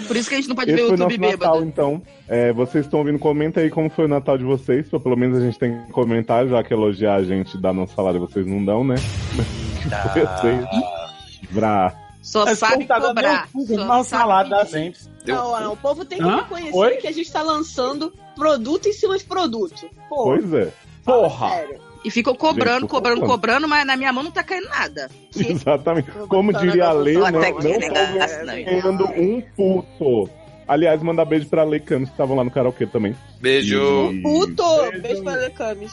Speaker 3: Por isso que a gente não pode
Speaker 1: Esse
Speaker 3: ver o
Speaker 1: foi
Speaker 3: YouTube
Speaker 1: nosso Natal,
Speaker 3: bêbado.
Speaker 1: então. É, vocês estão ouvindo, comenta aí como foi o Natal de vocês. pra Pelo menos a gente tem que comentar, já que elogiar a gente dá nosso salário, vocês não dão, né? (laughs)
Speaker 4: Tá.
Speaker 3: (laughs)
Speaker 1: Eu sei. Pra...
Speaker 3: Só
Speaker 2: Mas um
Speaker 3: sabe
Speaker 2: contador,
Speaker 3: cobrar.
Speaker 2: meu filho,
Speaker 3: Só
Speaker 2: Mal
Speaker 3: sabe
Speaker 2: salário da
Speaker 3: pedir.
Speaker 2: gente.
Speaker 4: Deu-
Speaker 5: Não, não, o povo tem que
Speaker 2: Hã?
Speaker 5: reconhecer
Speaker 2: Oi?
Speaker 5: que a gente tá lançando produto em cima de produto. Pô,
Speaker 1: Pois é.
Speaker 2: Porra.
Speaker 5: sério.
Speaker 3: E ficou cobrando,
Speaker 1: Gente,
Speaker 3: cobrando,
Speaker 1: pô.
Speaker 3: cobrando, mas na minha mão não tá caindo nada. Que?
Speaker 1: Exatamente. Como diria a Lê,
Speaker 3: Só
Speaker 1: né?
Speaker 3: até
Speaker 1: Não
Speaker 3: que
Speaker 1: tô
Speaker 3: negasse, não.
Speaker 1: ganhando um puto. Aliás, mandar beijo pra Lei Camus, que estavam lá no karaokê também.
Speaker 4: Beijo.
Speaker 2: (laughs)
Speaker 3: Um
Speaker 1: E-
Speaker 5: Puto! Beijo pra Lecames.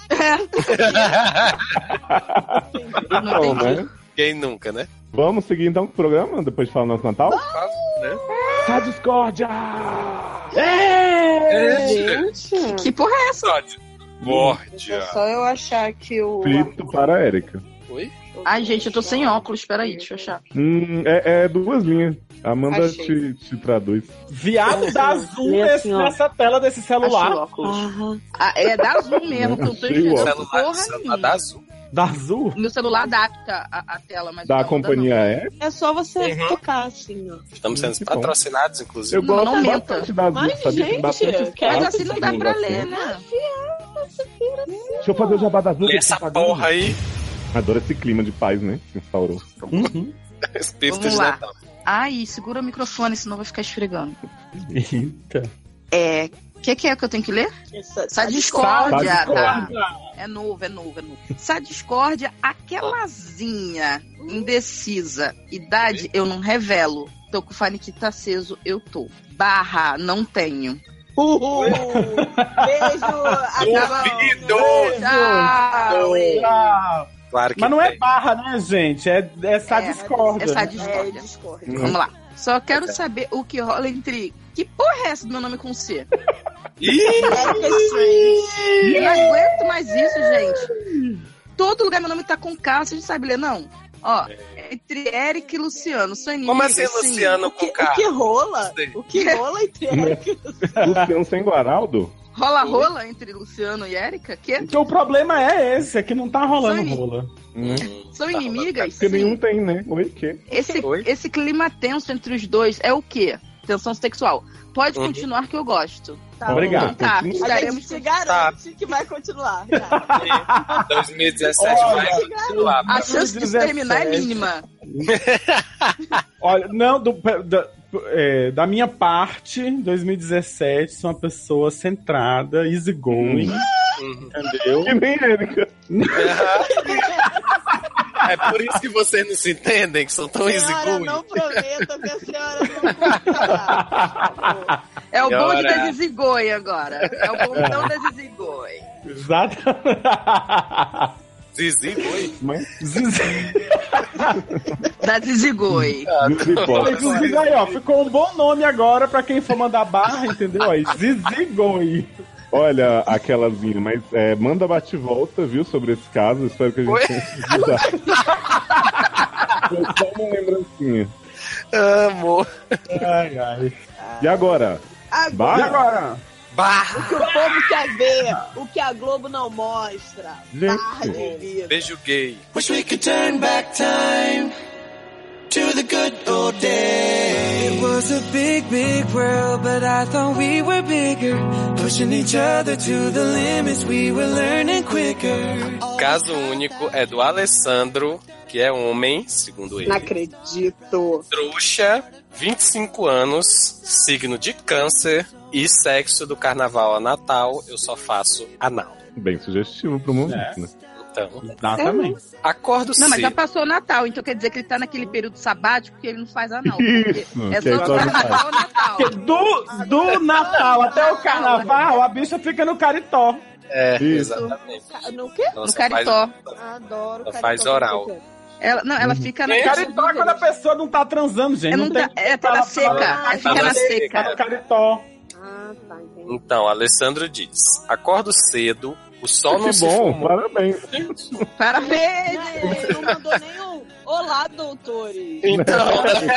Speaker 3: Não
Speaker 1: Então,
Speaker 3: entendi.
Speaker 1: né?
Speaker 4: Quem nunca, né?
Speaker 1: Vamos seguir então com o programa, depois de falar do nosso Natal?
Speaker 2: Tá discórdia!
Speaker 5: Gente,
Speaker 3: Que porra é essa?
Speaker 4: Sódio. Mórdia.
Speaker 5: só eu achar que o.
Speaker 1: Flito para a Érica.
Speaker 4: Oi?
Speaker 3: Ai, gente, eu tô sem óculos, peraí, deixa eu achar.
Speaker 1: Hum, é, é duas linhas. Amanda
Speaker 5: Achei.
Speaker 1: te, te traduz.
Speaker 2: Viado dá zoom
Speaker 7: Lê
Speaker 2: nesse-
Speaker 7: assim, ó.
Speaker 2: nessa tela desse
Speaker 3: Achei o
Speaker 2: celular.
Speaker 3: óculos. Ah, é da Zoom mesmo, que eu não tô
Speaker 1: Achei o
Speaker 3: entendendo
Speaker 1: óculos.
Speaker 4: Celular,
Speaker 3: porra
Speaker 4: celular
Speaker 3: nenhuma.
Speaker 4: da Azul.
Speaker 2: Dá zoom?
Speaker 3: Meu celular adapta a, a tela, mas.
Speaker 1: Da
Speaker 3: não,
Speaker 1: companhia Érica.
Speaker 5: É só você
Speaker 4: Uhum.
Speaker 5: tocar assim, ó.
Speaker 4: Estamos
Speaker 1: Que
Speaker 4: sendo
Speaker 1: bom.
Speaker 4: patrocinados,
Speaker 1: Eu
Speaker 4: inclusive.
Speaker 3: Não,
Speaker 1: gosto
Speaker 3: não menta.
Speaker 1: bastante da Azul,
Speaker 5: Mas,
Speaker 1: sabia? Tem
Speaker 5: gente,
Speaker 1: bastante
Speaker 5: quero
Speaker 3: Mas
Speaker 1: espaço
Speaker 3: assim não dá
Speaker 1: segundo
Speaker 3: pra
Speaker 1: assim.
Speaker 3: ler, né?
Speaker 1: Deixa eu fazer o jabá da Azul.
Speaker 4: Lê
Speaker 1: que
Speaker 4: essa
Speaker 1: tá pagando.
Speaker 3: (laughs)
Speaker 4: porra aí.
Speaker 1: Adoro esse clima de paz, né? Que instaurou.
Speaker 2: Uhum.
Speaker 4: Espírito
Speaker 3: Vamos
Speaker 4: de
Speaker 3: lá.
Speaker 4: Natal.
Speaker 3: Ai, segura o microfone, senão eu vou ficar esfregando.
Speaker 2: Eita.
Speaker 3: É. O que, que é que eu tenho que ler?
Speaker 5: Essa-
Speaker 3: Sai discórdia, tá?
Speaker 1: discórdia.
Speaker 3: É novo, é novo, é novo. Essa discórdia, aquelazinha, indecisa, idade eu não revelo. Tô com o faniquito aceso, eu tô. Barra, não tenho.
Speaker 5: Uhul! Beijo! Acaba-
Speaker 4: Duvido!
Speaker 3: Tchau!
Speaker 2: Tchau.
Speaker 4: Claro que
Speaker 2: Mas não é
Speaker 4: tem.
Speaker 2: barra, né, gente? É, é essa
Speaker 3: É,
Speaker 2: discórdia.
Speaker 3: Essa
Speaker 5: É,
Speaker 3: discórdia.
Speaker 5: discórdia.
Speaker 1: Hum.
Speaker 3: Vamos lá. Só quero saber o que rola entre. Que porra é essa do meu nome com C?
Speaker 4: Ih,
Speaker 5: Erica Strange.
Speaker 3: Eu não aguento mais isso, gente. Todo lugar meu nome tá com K, você sabe ler, não? Ó, entre Eric e Luciano, sou inimigo.
Speaker 4: como assim,
Speaker 3: sim.
Speaker 4: Luciano,
Speaker 5: O que,
Speaker 4: com
Speaker 5: o
Speaker 4: K?
Speaker 5: que rola?
Speaker 4: Sei.
Speaker 3: (laughs)
Speaker 5: O que rola
Speaker 1: (laughs)
Speaker 5: entre Erica
Speaker 1: Luciano sem Guaraldo?
Speaker 3: Rola rola entre Luciano e Érica? Que?
Speaker 2: Então o problema é esse, é que não tá rolando
Speaker 3: Sony.
Speaker 2: rola.
Speaker 1: Hum.
Speaker 4: tá
Speaker 3: São inimigas?
Speaker 1: Porque
Speaker 3: Sim.
Speaker 1: nenhum tem, né? Oi, que?
Speaker 3: Esse,
Speaker 4: Oi?
Speaker 3: esse clima tenso entre os dois é o quê? Tensão sexual. Pode
Speaker 4: Uhum. Um
Speaker 3: continuar que eu gosto.
Speaker 5: tá?
Speaker 2: Obrigado.
Speaker 3: Tá,
Speaker 1: Continua.
Speaker 5: A
Speaker 3: estaremos
Speaker 5: gente te garante que vai continuar.
Speaker 4: Tá.
Speaker 5: cara.
Speaker 4: 2017 vai continuar.
Speaker 3: A chance de
Speaker 2: 17.
Speaker 3: terminar é mínima.
Speaker 2: Olha, não, do- da, é, da minha parte, 2017, sou uma pessoa centrada, easygoing,
Speaker 4: Uhum.
Speaker 2: entendeu?
Speaker 1: Que nem Érica.
Speaker 4: É por isso que vocês não se entendem, que são tão
Speaker 5: senhora,
Speaker 4: easygoing.
Speaker 5: não prometa que a senhora não vai falar.
Speaker 3: É o bom de
Speaker 4: Ora.
Speaker 3: desizigoi agora. É o bom da desizigoi.
Speaker 2: Exato.
Speaker 4: Zizi, oi.
Speaker 1: Mas
Speaker 2: Zizi.
Speaker 3: Da Zizigoi.
Speaker 4: Tá.
Speaker 2: Olha,
Speaker 1: Zizibox.
Speaker 2: Inclusive, aí, ó, ficou um bom nome agora pra quem for mandar barra, entendeu? Aí, Zizigoi.
Speaker 1: Olha, aquelazinha, mas é, manda bate-volta, viu, sobre esse caso. Espero que a gente
Speaker 4: Oi?
Speaker 1: tenha te
Speaker 4: (laughs)
Speaker 1: ajudado. Foi só uma lembrancinha.
Speaker 4: Amor.
Speaker 2: Ai, ai.
Speaker 1: E agora?
Speaker 5: Agora,
Speaker 2: E
Speaker 1: Barra?
Speaker 2: agora?
Speaker 4: Barra.
Speaker 5: o que o povo quer ver, o que a Globo não mostra.
Speaker 1: Gente.
Speaker 5: Barra de vida.
Speaker 4: Beijo gay.
Speaker 7: Wish we could turn back time to the good old days. It was a big, big world, but I thought we were bigger. Pushing each other to the limits, we were learning quicker.
Speaker 4: Caso único é do Alessandro, que é homem, segundo ele.
Speaker 5: Não acredito.
Speaker 4: Trouxa, 25 anos, signo de câncer e sexo do carnaval a Natal, eu só faço anal.
Speaker 1: Bem sugestivo pro momento, né?
Speaker 4: Então,
Speaker 2: Exatamente.
Speaker 4: acordo
Speaker 3: Não, mas já
Speaker 4: cedo.
Speaker 3: passou o Natal, então quer dizer que ele tá naquele período sabático que ele não faz
Speaker 1: (laughs)
Speaker 3: anal. porque
Speaker 1: Isso,
Speaker 3: É
Speaker 1: que aí
Speaker 3: só
Speaker 1: só
Speaker 3: do
Speaker 1: não faz.
Speaker 3: Natal ao Natal.
Speaker 2: Porque do, do Natal até o Carnaval, a bicha fica no caritó.
Speaker 4: É,
Speaker 1: Isso.
Speaker 4: exatamente.
Speaker 5: No quê?
Speaker 4: Ela
Speaker 3: No
Speaker 4: só faz-
Speaker 3: caritó.
Speaker 5: Adoro.
Speaker 4: Ela
Speaker 5: cara,
Speaker 4: faz
Speaker 5: tô
Speaker 4: oral.
Speaker 5: brincando.
Speaker 3: Ela, não, ela fica na
Speaker 4: É,
Speaker 3: casa
Speaker 2: Caritó é
Speaker 3: dos
Speaker 2: quando a
Speaker 3: outros.
Speaker 2: pessoa não tá transando, gente.
Speaker 3: É,
Speaker 2: Não
Speaker 3: não
Speaker 2: tem
Speaker 3: dá- é, tá na seca.
Speaker 5: Ah,
Speaker 3: Ela fica
Speaker 4: tá
Speaker 3: na
Speaker 4: na seca.
Speaker 2: Tá no
Speaker 3: seca.
Speaker 2: caritó.
Speaker 5: Ah, tá, entendi.
Speaker 4: Então, Alessandro diz: acordo cedo, o sol não
Speaker 1: Que
Speaker 4: se
Speaker 1: bom,
Speaker 4: formou.
Speaker 1: parabéns.
Speaker 3: Parabéns!
Speaker 5: Não, ele não mandou nenhum.
Speaker 3: um,
Speaker 5: Olá, doutores.
Speaker 4: Então,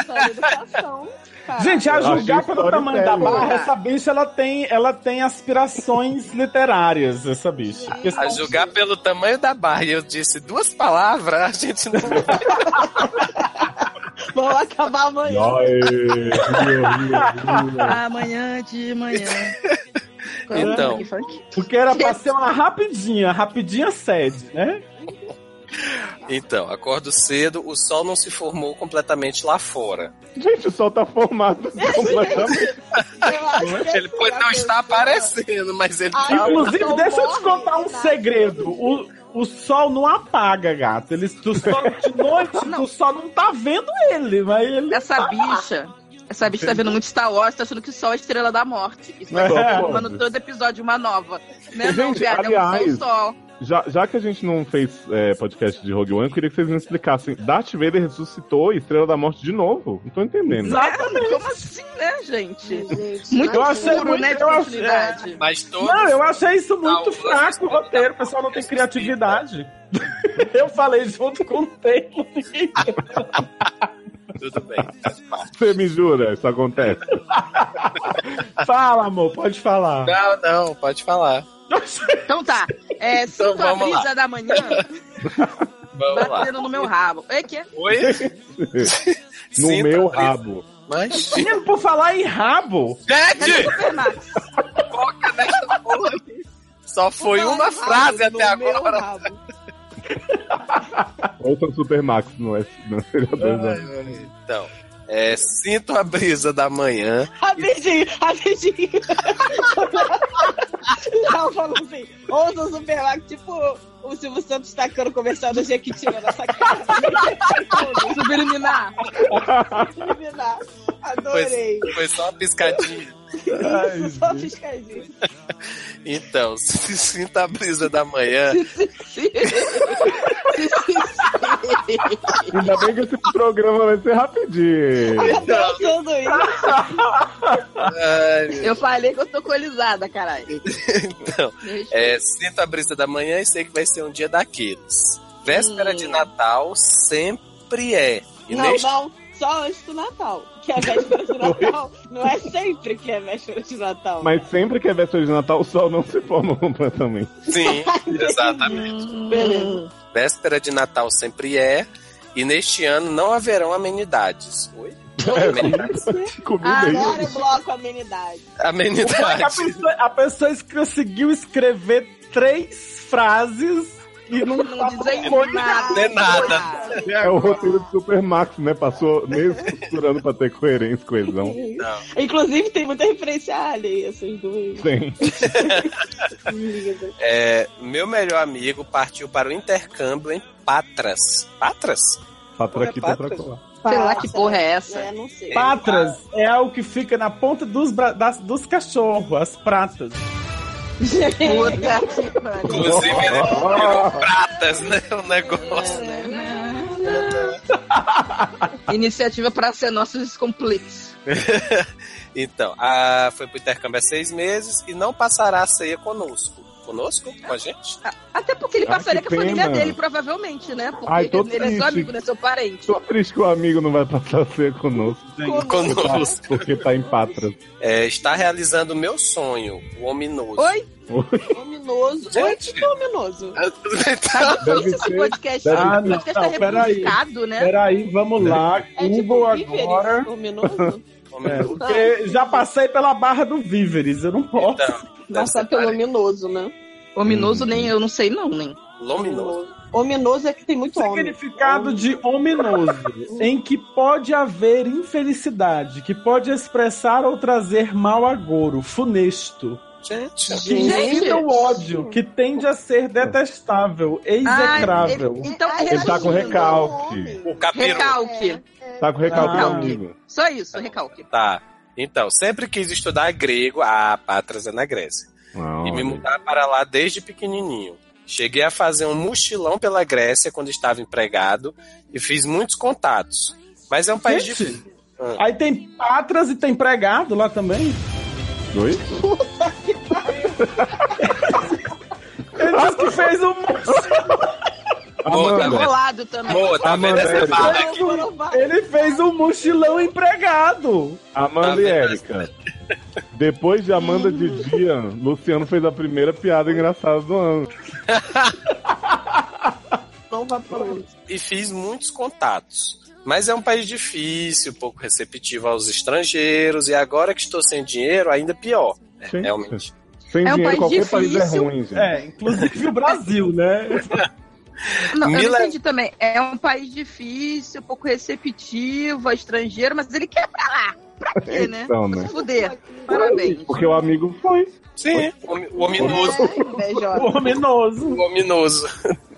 Speaker 5: Só educação, cara.
Speaker 2: Gente, a
Speaker 1: Eu acho
Speaker 2: julgar pelo
Speaker 1: história
Speaker 2: tamanho da
Speaker 1: pérola.
Speaker 2: barra, essa bicha ela tem, ela tem aspirações literárias, essa bicha.
Speaker 4: (laughs) a julgar pelo tamanho da barra, e eu disse duas palavras, a gente não.
Speaker 1: (laughs)
Speaker 5: vamos acabar amanhã.
Speaker 1: Ai, meu Deus.
Speaker 3: Amanhã de manhã. Qual é o
Speaker 4: Então.
Speaker 3: nome? Funk?
Speaker 2: Porque era pra ser uma rapidinha, rapidinha sede, né?
Speaker 4: Então, acordo cedo, o sol não se formou completamente lá fora.
Speaker 1: Gente, o sol tá (laughs) formado completamente.
Speaker 5: Eu acho que
Speaker 4: Ele pode
Speaker 5: a
Speaker 4: não estar
Speaker 5: pessoa-
Speaker 4: aparecendo, mas ele
Speaker 2: Ah,
Speaker 5: Ai,
Speaker 4: tá.
Speaker 2: Inclusive,
Speaker 5: então
Speaker 2: deixa eu te
Speaker 5: morre,
Speaker 2: contar um
Speaker 5: tá?
Speaker 2: segredo. O, o sol não apaga, gato. Ele, tu só, de noite, tu só não tá vendo ele, mas
Speaker 3: (laughs)
Speaker 2: ele.
Speaker 3: Essa bicha. Essa bicha tá vendo muito Star Wars, tá achando que o sol é a estrela da morte. Isso vai
Speaker 1: tá
Speaker 2: É.
Speaker 3: formando todo episódio uma nova. Né, não,
Speaker 1: Gente,
Speaker 3: viado? É um
Speaker 1: aliás,
Speaker 3: sol só.
Speaker 1: Já, já que a gente não fez é, podcast de Rogue One, eu queria que vocês me explicassem. Darth Vader ressuscitou e Estrela da Morte de novo? Não tô entendendo.
Speaker 2: Exatamente.
Speaker 3: Como assim, né, gente?
Speaker 1: Então,
Speaker 5: Gente,
Speaker 3: Muito
Speaker 2: Eu
Speaker 1: é
Speaker 2: achei
Speaker 3: escuro,
Speaker 2: muito-
Speaker 3: né, de
Speaker 2: eu achei-
Speaker 3: continuidade.
Speaker 4: Mas todo
Speaker 2: Não, eu achei isso muito
Speaker 4: Não,
Speaker 2: fraco o
Speaker 4: vocês-
Speaker 2: roteiro. O pessoal não tem criatividade. (laughs) Eu falei junto com o tempo.
Speaker 4: tudo bem. faz parte.
Speaker 1: Você me jura, isso acontece.
Speaker 2: Fala, amor, pode falar.
Speaker 4: Não, não, pode falar.
Speaker 3: Então tá. É,
Speaker 4: Então
Speaker 3: sinto a
Speaker 4: vamos lá.
Speaker 3: brisa da manhã
Speaker 4: Vamos lá.
Speaker 3: batendo no meu rabo. É que é?
Speaker 4: Oi?
Speaker 1: (laughs) No
Speaker 4: Sinta
Speaker 1: meu
Speaker 4: a brisa.
Speaker 1: rabo.
Speaker 4: Mas.
Speaker 2: Menino, é por falar em rabo,
Speaker 3: Cadê o
Speaker 4: Gente,
Speaker 3: Supermax?
Speaker 4: foca nessa porra aqui. Só foi
Speaker 5: Vou
Speaker 4: uma
Speaker 5: falar
Speaker 4: frase
Speaker 5: no
Speaker 4: até
Speaker 5: meu
Speaker 4: agora.
Speaker 5: rabo.
Speaker 1: Ouça o Supermax no S. No seriador, né?
Speaker 4: Então, é, sinto a brisa da manhã.
Speaker 5: Rapidinho, rapidinho. Não, falou assim. Ouça o Supermax, tipo o Silvio Santos tacando o comercial da Jequitinha nessa cara.
Speaker 3: (laughs) Subliminar.
Speaker 5: Eliminar. Adorei.
Speaker 4: Foi só uma piscadinha.
Speaker 2: Ai,
Speaker 5: Isso, só fiscalizinho.
Speaker 4: Então, (laughs) se sinta a brisa da manhã.
Speaker 1: Ainda bem que esse programa vai ser rapidinho.
Speaker 4: Então,
Speaker 5: Tudo isso.
Speaker 4: ai, meu
Speaker 3: Eu falei que eu tô colisada, caralho.
Speaker 4: Então, É, sinto a brisa da manhã e sei que vai ser um dia daqueles. Véspera
Speaker 3: Hum.
Speaker 4: de Natal sempre é. E
Speaker 5: Não,
Speaker 4: neste
Speaker 5: não. Só antes do Natal. Que é véspera de Natal. Não é sempre que é véspera de Natal.
Speaker 1: Mas sempre que é véspera de Natal, o sol não se forma completamente.
Speaker 4: (laughs) sim, exatamente.
Speaker 5: Hum. Beleza.
Speaker 4: Véspera de Natal sempre é. E neste ano não haverão amenidades. Oi?
Speaker 1: É,
Speaker 4: Amenidades?
Speaker 1: Comida aí.
Speaker 5: Agora eu bloco amenidade.
Speaker 2: a,
Speaker 4: Amenidades.
Speaker 2: pessoa, a pessoa es- conseguiu escrever três frases e não um
Speaker 3: Não dizem nada.
Speaker 4: (laughs) Não é nada.
Speaker 1: É o roteiro do Supermax, né? Passou meses costurando pra ter coerência, coesão.
Speaker 4: Não.
Speaker 5: Inclusive, tem muita referência alheia, essas duas.
Speaker 1: Tem.
Speaker 5: amigas.
Speaker 4: É, meu melhor amigo partiu para o intercâmbio em Patras. Patras?
Speaker 1: Patra Tá aqui,
Speaker 4: Porra,
Speaker 1: patra
Speaker 4: patra.
Speaker 1: colar.
Speaker 3: Sei lá que porra é essa.
Speaker 5: É, não sei.
Speaker 2: Patras é o que fica na ponta dos, bra- das- dos cachorros, as pratas.
Speaker 3: Puta que pariu.
Speaker 4: É um Inclusive, ele virou pratas, né? O negócio.
Speaker 3: Iniciativa para ser nossos descomplites.
Speaker 4: Então, a, foi pro intercâmbio há seis meses e não passará a ceia conosco. Conosco? Com a gente?
Speaker 3: Até porque ele
Speaker 1: Ah,
Speaker 3: passaria
Speaker 1: que
Speaker 3: com a família
Speaker 1: pena.
Speaker 3: dele, provavelmente, né? Porque
Speaker 1: Ai, tô
Speaker 3: ele é seu
Speaker 1: triste.
Speaker 3: amigo, né? Seu parente.
Speaker 1: Tô triste que o amigo não vai passar a ser conosco,
Speaker 4: Ah, Conosco.
Speaker 1: porque tá em Patras.
Speaker 4: É, está realizando o meu sonho, o ominoso.
Speaker 3: Oi?
Speaker 5: Ominoso.
Speaker 4: Gente.
Speaker 5: Oi, que que é ominoso?
Speaker 4: Então,
Speaker 1: Deve
Speaker 3: Esse
Speaker 1: ser-
Speaker 3: podcast,
Speaker 1: deve-
Speaker 2: Ah,
Speaker 3: esse podcast
Speaker 2: não, não,
Speaker 3: é
Speaker 2: peraí.
Speaker 3: republicado, né?
Speaker 2: Peraí, vamos lá.
Speaker 5: É
Speaker 2: Google
Speaker 5: víveres,
Speaker 2: agora.
Speaker 5: Ominoso?
Speaker 2: É,
Speaker 4: (laughs) ominoso.
Speaker 2: porque já passei pela barra do víveres, eu não posso.
Speaker 4: Então, deve
Speaker 5: Passar
Speaker 4: ser
Speaker 5: pelo
Speaker 4: parente.
Speaker 5: ominoso, né?
Speaker 1: É.
Speaker 3: Ominoso nem, eu não sei não, nem.
Speaker 4: Luminoso.
Speaker 5: Ominoso é que tem muito homem.
Speaker 2: Significado de ominoso, em que pode haver infelicidade, que pode expressar ou trazer mau agouro, funesto,
Speaker 4: Gente,
Speaker 2: que incita o ódio, que tende a ser detestável, execrável.
Speaker 3: ele- então, é
Speaker 1: Ele tá com
Speaker 3: resumindo.
Speaker 1: recalque.
Speaker 4: o capiru.
Speaker 3: Recalque.
Speaker 1: Tá com recalque do
Speaker 2: Ah.
Speaker 1: amigo.
Speaker 3: Só isso, recalque.
Speaker 4: Tá. Então, sempre quis estudar grego, a Patras é na Grécia,
Speaker 1: Não,
Speaker 4: e me
Speaker 1: olha.
Speaker 4: mudar para lá desde pequenininho. Cheguei a fazer um mochilão pela Grécia quando estava empregado e fiz muitos contatos. Mas é um país
Speaker 2: Gente.
Speaker 4: difícil.
Speaker 2: Aí tem patras e tem pregado lá também.
Speaker 1: Oi?
Speaker 2: Ele disse que fez um
Speaker 4: Boa,
Speaker 1: Amanda,
Speaker 4: galera.
Speaker 3: Enrolado também.
Speaker 4: Pô, tá vendo
Speaker 1: Amanda,
Speaker 4: essa barra?
Speaker 5: Não, foram vários.
Speaker 2: ele fez um mochilão empregado.
Speaker 1: Amanda e
Speaker 4: Tá
Speaker 1: Érica. Depois de Amanda de dia, Luciano fez a primeira piada engraçada do ano.
Speaker 5: Não vá pra outro.
Speaker 4: e fiz muitos contatos. Mas é um país difícil, pouco receptivo aos estrangeiros, e agora que estou sem dinheiro, ainda pior. É,
Speaker 1: Gente.
Speaker 4: realmente.
Speaker 1: Sem
Speaker 3: É um
Speaker 1: dinheiro,
Speaker 3: país
Speaker 1: qualquer país é
Speaker 3: difícil.
Speaker 1: ruim, gente.
Speaker 2: É, inclusive o Brasil, né?
Speaker 3: Não, eu
Speaker 4: Mila-
Speaker 3: não entendi também. É um país difícil, pouco receptivo, a estrangeiro, mas ele quer pra lá. Pra quê, né?
Speaker 1: Então,
Speaker 3: Pra
Speaker 1: né?
Speaker 3: se fuder. Parabéns.
Speaker 1: Porque o amigo foi.
Speaker 4: Sim, o, homi- o ominoso.
Speaker 5: Invejosa.
Speaker 2: O ominoso.
Speaker 4: O ominoso.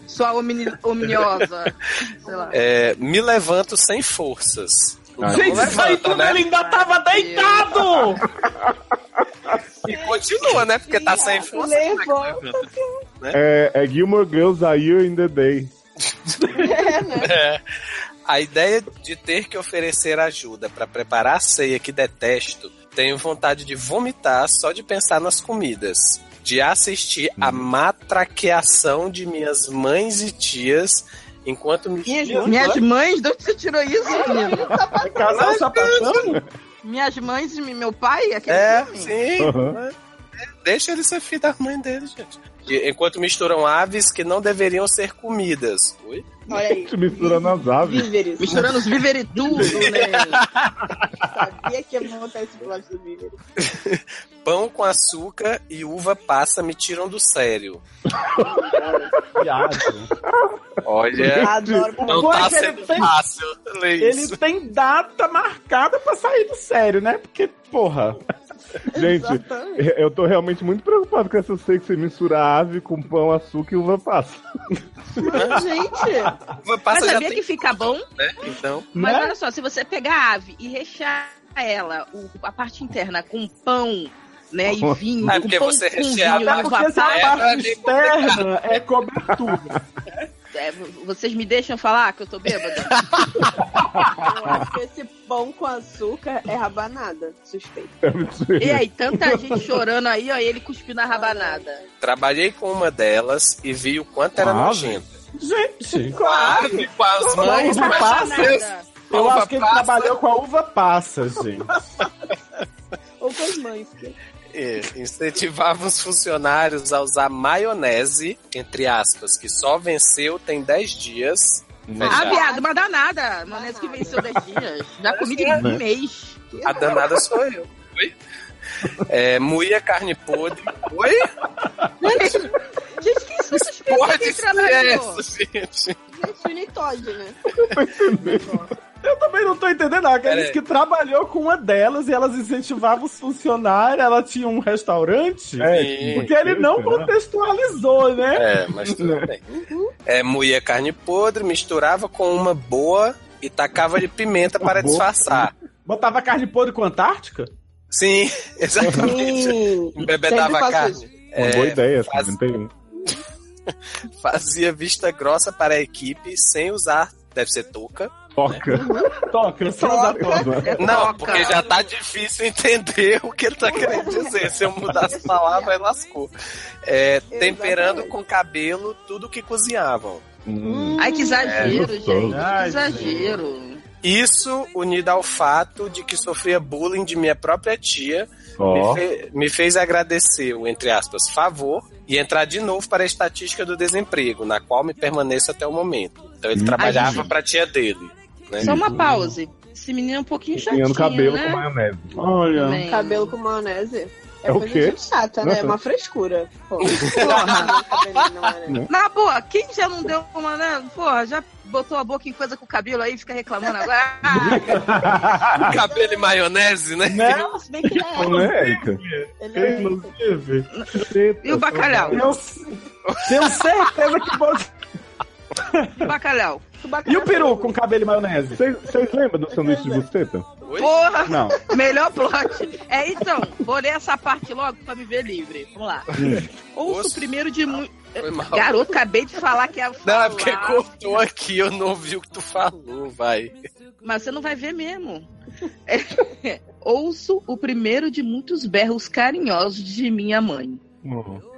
Speaker 3: Sua omni omniosa. Sei lá.
Speaker 4: É, me levanto sem forças.
Speaker 1: Ah,
Speaker 4: Não
Speaker 2: Gente, isso aí
Speaker 4: levanta,
Speaker 2: tudo
Speaker 4: né?
Speaker 2: ele ainda tava deitado!
Speaker 4: E continua, né? Porque tá sem força.
Speaker 5: Levou.
Speaker 1: É, é Gilmore Girls A Year in the Day.
Speaker 5: É, né?
Speaker 4: A ideia de ter que oferecer ajuda para preparar a ceia que detesto, tenho vontade de vomitar só de pensar nas comidas, de assistir a matraqueação de minhas mães e tias enquanto me
Speaker 5: Minhas
Speaker 4: né?
Speaker 3: Minhas mães, é de onde você tirou isso, menino?
Speaker 2: Casal sapatão?
Speaker 3: Minhas mães e meu pai? Aquele
Speaker 4: É,
Speaker 3: filme?
Speaker 4: sim.
Speaker 1: Aham.
Speaker 4: Deixa ele ser filho da mãe dele, gente. E Enquanto misturam aves que não deveriam ser comidas. Oi?
Speaker 5: Olha aí.
Speaker 1: Te misturando as aves.
Speaker 5: Víveres.
Speaker 3: Misturando os viveres tudo, né?
Speaker 5: Sabia que ia montar esse plot do víveres.
Speaker 4: Pão com açúcar e uva passa me tiram do sério. Olha.
Speaker 5: Adoro.
Speaker 4: Não
Speaker 2: Pô,
Speaker 4: tá
Speaker 2: que ele
Speaker 4: sendo
Speaker 2: tem-
Speaker 4: fácil ler isso.
Speaker 2: Ele tem data marcada pra sair do sério, né? Porque,
Speaker 3: (laughs)
Speaker 2: porra.
Speaker 1: Gente,
Speaker 5: Exatamente.
Speaker 1: eu tô realmente muito preocupado com essa ceia que você mistura ave com pão, açúcar e uva passa.
Speaker 5: Gente,
Speaker 4: Uva
Speaker 3: Mas
Speaker 4: passa já
Speaker 3: sabia
Speaker 4: tem,
Speaker 3: que fica bom?
Speaker 4: né? Então,
Speaker 3: Mas
Speaker 2: Né?
Speaker 3: olha só, se você pegar a ave e rechear ela, o- a parte interna com pão, né, e vinho,
Speaker 4: É
Speaker 3: com
Speaker 4: porque
Speaker 3: pão
Speaker 4: você
Speaker 3: com
Speaker 4: rechear
Speaker 3: vinho,
Speaker 4: a
Speaker 2: Até
Speaker 3: uva
Speaker 2: porque essa
Speaker 4: é, é
Speaker 2: parte
Speaker 4: meio
Speaker 2: externa é cobertura.
Speaker 3: É, vocês me deixam falar que eu tô bêbada?
Speaker 5: eu acho que esse pão com açúcar é rabanada. Suspeito.
Speaker 3: e aí, tanta gente chorando aí, ó, e ele cuspindo a rabanada.
Speaker 4: trabalhei com uma delas e vi o quanto era
Speaker 1: Claro.
Speaker 4: nojenta.
Speaker 2: Gente,
Speaker 4: Claro, com as mãos,
Speaker 2: Uva
Speaker 4: mas né?
Speaker 2: passa.
Speaker 3: Rabanada.
Speaker 2: eu
Speaker 4: uva
Speaker 2: acho que ele
Speaker 3: tá-
Speaker 4: passa.
Speaker 2: trabalhou com a uva passa, gente.
Speaker 5: Ou com as mães. que-
Speaker 4: É, incentivava os funcionários a usar maionese, entre aspas, que só venceu tem 10 dias.
Speaker 3: Ah,
Speaker 4: Fechado.
Speaker 3: viado, mas danada. Manese que venceu 10 dias. Já comi de
Speaker 1: Né?
Speaker 3: um mês.
Speaker 4: A danada sou eu. Oi? É, moía carne podre. Oi?
Speaker 3: Gente, que suspeita
Speaker 4: Porra
Speaker 3: que
Speaker 4: de
Speaker 3: trabalhou.
Speaker 4: sucesso, é gente.
Speaker 5: Gente, unitode, né?
Speaker 2: Eu também não tô entendendo nada. Que ele
Speaker 4: Pera
Speaker 2: disse que
Speaker 4: aí.
Speaker 2: trabalhou com uma delas e elas incentivavam os funcionários, ela tinha um restaurante.
Speaker 1: É,
Speaker 2: Porque ele não
Speaker 1: Será?
Speaker 2: contextualizou, né?
Speaker 4: É, mas tudo bem. É, moía carne podre, misturava com uma boa e tacava-lhe pimenta para
Speaker 1: Boa.
Speaker 4: disfarçar.
Speaker 2: Botava carne podre com Antártica?
Speaker 4: Sim, exatamente.
Speaker 5: Sim.
Speaker 4: Embebedava
Speaker 5: Sempre
Speaker 4: a
Speaker 5: faço
Speaker 4: carne.
Speaker 1: Uma boa
Speaker 4: É,
Speaker 1: ideia, assim,
Speaker 4: faz-
Speaker 1: 71.
Speaker 4: fazia vista grossa para a equipe sem usar deve ser Tuca.
Speaker 1: Toca.
Speaker 2: Toca, só dá toca.
Speaker 3: É
Speaker 4: Não,
Speaker 3: toca.
Speaker 4: porque já tá difícil entender o que ele tá querendo dizer. Se eu mudar as palavras, lascou. É, temperando com cabelo tudo que cozinhavam.
Speaker 1: Hum.
Speaker 3: Ai, que exagero,
Speaker 1: É,
Speaker 3: gente.
Speaker 1: gostoso.
Speaker 2: Ai,
Speaker 3: que exagero.
Speaker 4: Isso, unido ao fato de que sofria bullying de minha própria tia,
Speaker 1: Ó.
Speaker 4: Hum, me, fe- me fez agradecer o, entre aspas, favor e entrar de novo para a estatística do desemprego, na qual me permaneço até o momento. Então ele
Speaker 1: Hum.
Speaker 4: trabalhava
Speaker 3: Ai,
Speaker 4: pra tia dele. né?
Speaker 3: Só um uma pause. Esse menino é um pouquinho chatinho,
Speaker 1: Cozinhando cabelo com
Speaker 3: né?
Speaker 1: maionese.
Speaker 2: Olha.
Speaker 3: Também.
Speaker 5: Cabelo com maionese. É,
Speaker 1: É o
Speaker 5: coisa
Speaker 1: quê?
Speaker 5: de chata, né? É uma frescura. Pô, Porra. Cabelinho, maionese.
Speaker 1: né?
Speaker 3: Na boa, quem já não deu uma, né? Porra, já botou a boca em coisa com o cabelo aí, fica reclamando agora.
Speaker 1: (laughs)
Speaker 3: Ah,
Speaker 4: Cabelo e maionese, né?
Speaker 2: Né?
Speaker 5: Se bem que ele é.
Speaker 1: Né, Erika?
Speaker 5: Ele é
Speaker 2: Inclusive.
Speaker 3: e o bacalhau?
Speaker 2: Eu s- tenho certeza que pode.
Speaker 3: E o bacalhau?
Speaker 5: tubacará.
Speaker 2: E o peru com cabelo e maionese?
Speaker 1: Vocês vocês lembram do sanduíche de buceta?
Speaker 4: Oi?
Speaker 3: Porra,
Speaker 1: Não.
Speaker 3: melhor plot. É, então, vou ler essa parte logo pra me ver livre. Vamos lá. Ouço
Speaker 4: Ouço.
Speaker 3: primeiro de muito.
Speaker 4: Foi mal.
Speaker 3: Garoto, acabei de falar que é.
Speaker 4: Não, é porque
Speaker 3: falar.
Speaker 4: cortou aqui, eu não ouvi o que tu falou, vai.
Speaker 3: Mas você não vai ver mesmo. É, (laughs) Ouço o primeiro de muitos berros carinhosos de minha mãe.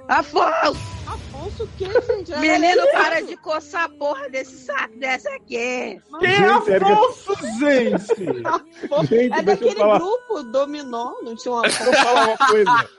Speaker 3: Afonso,
Speaker 5: Afonso, que gente? Olha
Speaker 3: menino,
Speaker 5: isso.
Speaker 3: para de coçar a porra desse saco dessa aqui.
Speaker 2: Que
Speaker 1: Gente, Erika-
Speaker 2: Afonso, gente!
Speaker 1: Gente, deixa
Speaker 5: É
Speaker 1: eu
Speaker 5: daquele
Speaker 1: falar.
Speaker 5: grupo Dominó, não tinha uma.
Speaker 1: Vou falar uma coisa.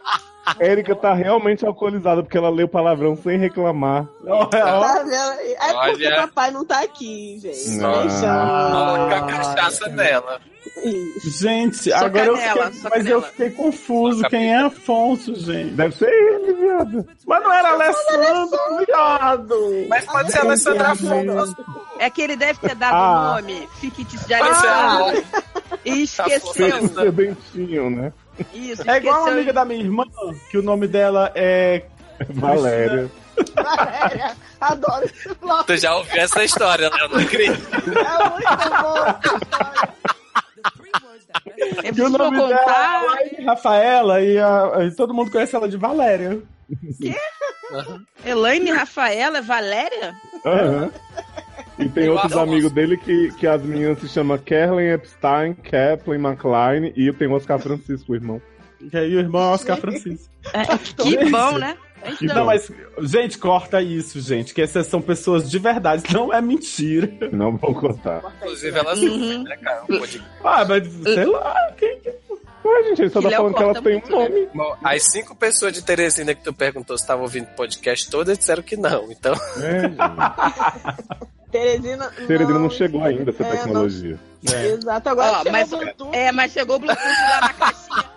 Speaker 1: Érica tá realmente alcoolizada porque ela leu palavrão sem reclamar.
Speaker 5: Tá vendo aí? É porque
Speaker 4: Olha.
Speaker 5: papai não tá aqui, gente.
Speaker 1: Não.
Speaker 4: Com
Speaker 5: Deixa.
Speaker 4: a cachaça dela.
Speaker 5: Isso.
Speaker 2: Gente,
Speaker 3: Só
Speaker 2: agora
Speaker 3: canela,
Speaker 2: eu fiquei,
Speaker 3: só
Speaker 2: mas eu
Speaker 3: canela.
Speaker 2: fiquei confuso.
Speaker 4: Só
Speaker 2: Quem é Afonso, gente?
Speaker 1: Deve ser ele, viado.
Speaker 2: Mas não era Alessandro, viado!
Speaker 4: Mas pode ser a Alessandra Afonso.
Speaker 3: É que ele deve ter dado o
Speaker 1: Ah.
Speaker 3: nome Fiquites de
Speaker 4: Pode ser a
Speaker 2: Ah.
Speaker 3: Alessandro
Speaker 4: Lore.
Speaker 3: e
Speaker 1: Tem
Speaker 3: esqueceu.
Speaker 1: que ser dentinho, né?
Speaker 3: Isso,
Speaker 2: Tá É igual uma
Speaker 3: esqueceu.
Speaker 2: amiga da minha irmã, que o nome dela é.
Speaker 1: Valéria.
Speaker 5: Valéria, adoro esse bloco.
Speaker 4: Tu já ouviu essa história, né? Eu não acredito.
Speaker 5: É muito bom.
Speaker 3: É
Speaker 2: Que o
Speaker 3: preciso
Speaker 2: nome
Speaker 3: contar.
Speaker 2: dela é Rafaela e, a- e todo mundo conhece ela de Valéria.
Speaker 3: Elaine, Rafaela, Valéria?
Speaker 1: Aham. E tem
Speaker 4: Eu
Speaker 1: outros
Speaker 4: adoro.
Speaker 1: amigos dele que, que as meninas se chamam Kerlen Epstein, Kathleen McLean e tem o Oscar Francisco, o irmão.
Speaker 2: E aí o irmão é Oscar Francisco.
Speaker 3: É, Que bom, né?
Speaker 1: Que
Speaker 2: Não,
Speaker 1: bom.
Speaker 2: mas, gente, corta isso, gente, que essas são pessoas de verdade, não é mentira.
Speaker 1: Não vou contar.
Speaker 4: Inclusive, ela
Speaker 3: Uhum.
Speaker 4: se (laughs) né, cara? Um podcast.
Speaker 2: Ah, mas sei lá, quem que.
Speaker 1: Ué, gente, ele só tá
Speaker 3: Léo
Speaker 1: falando que elas
Speaker 3: corta
Speaker 1: têm um
Speaker 3: muito, né?
Speaker 1: nome.
Speaker 4: Bom, As cinco pessoas de Teresina que tu perguntou se estavam ouvindo podcast todas disseram que não. Então,
Speaker 1: É, gente.
Speaker 5: Teresina. não,
Speaker 1: Teresina não chegou ainda essa
Speaker 5: é, não.
Speaker 1: tecnologia.
Speaker 5: Exato, agora
Speaker 3: Ó,
Speaker 5: chegou
Speaker 3: mas-
Speaker 5: o Bluetooth.
Speaker 3: É, mas chegou o Bluetooth lá na caixinha.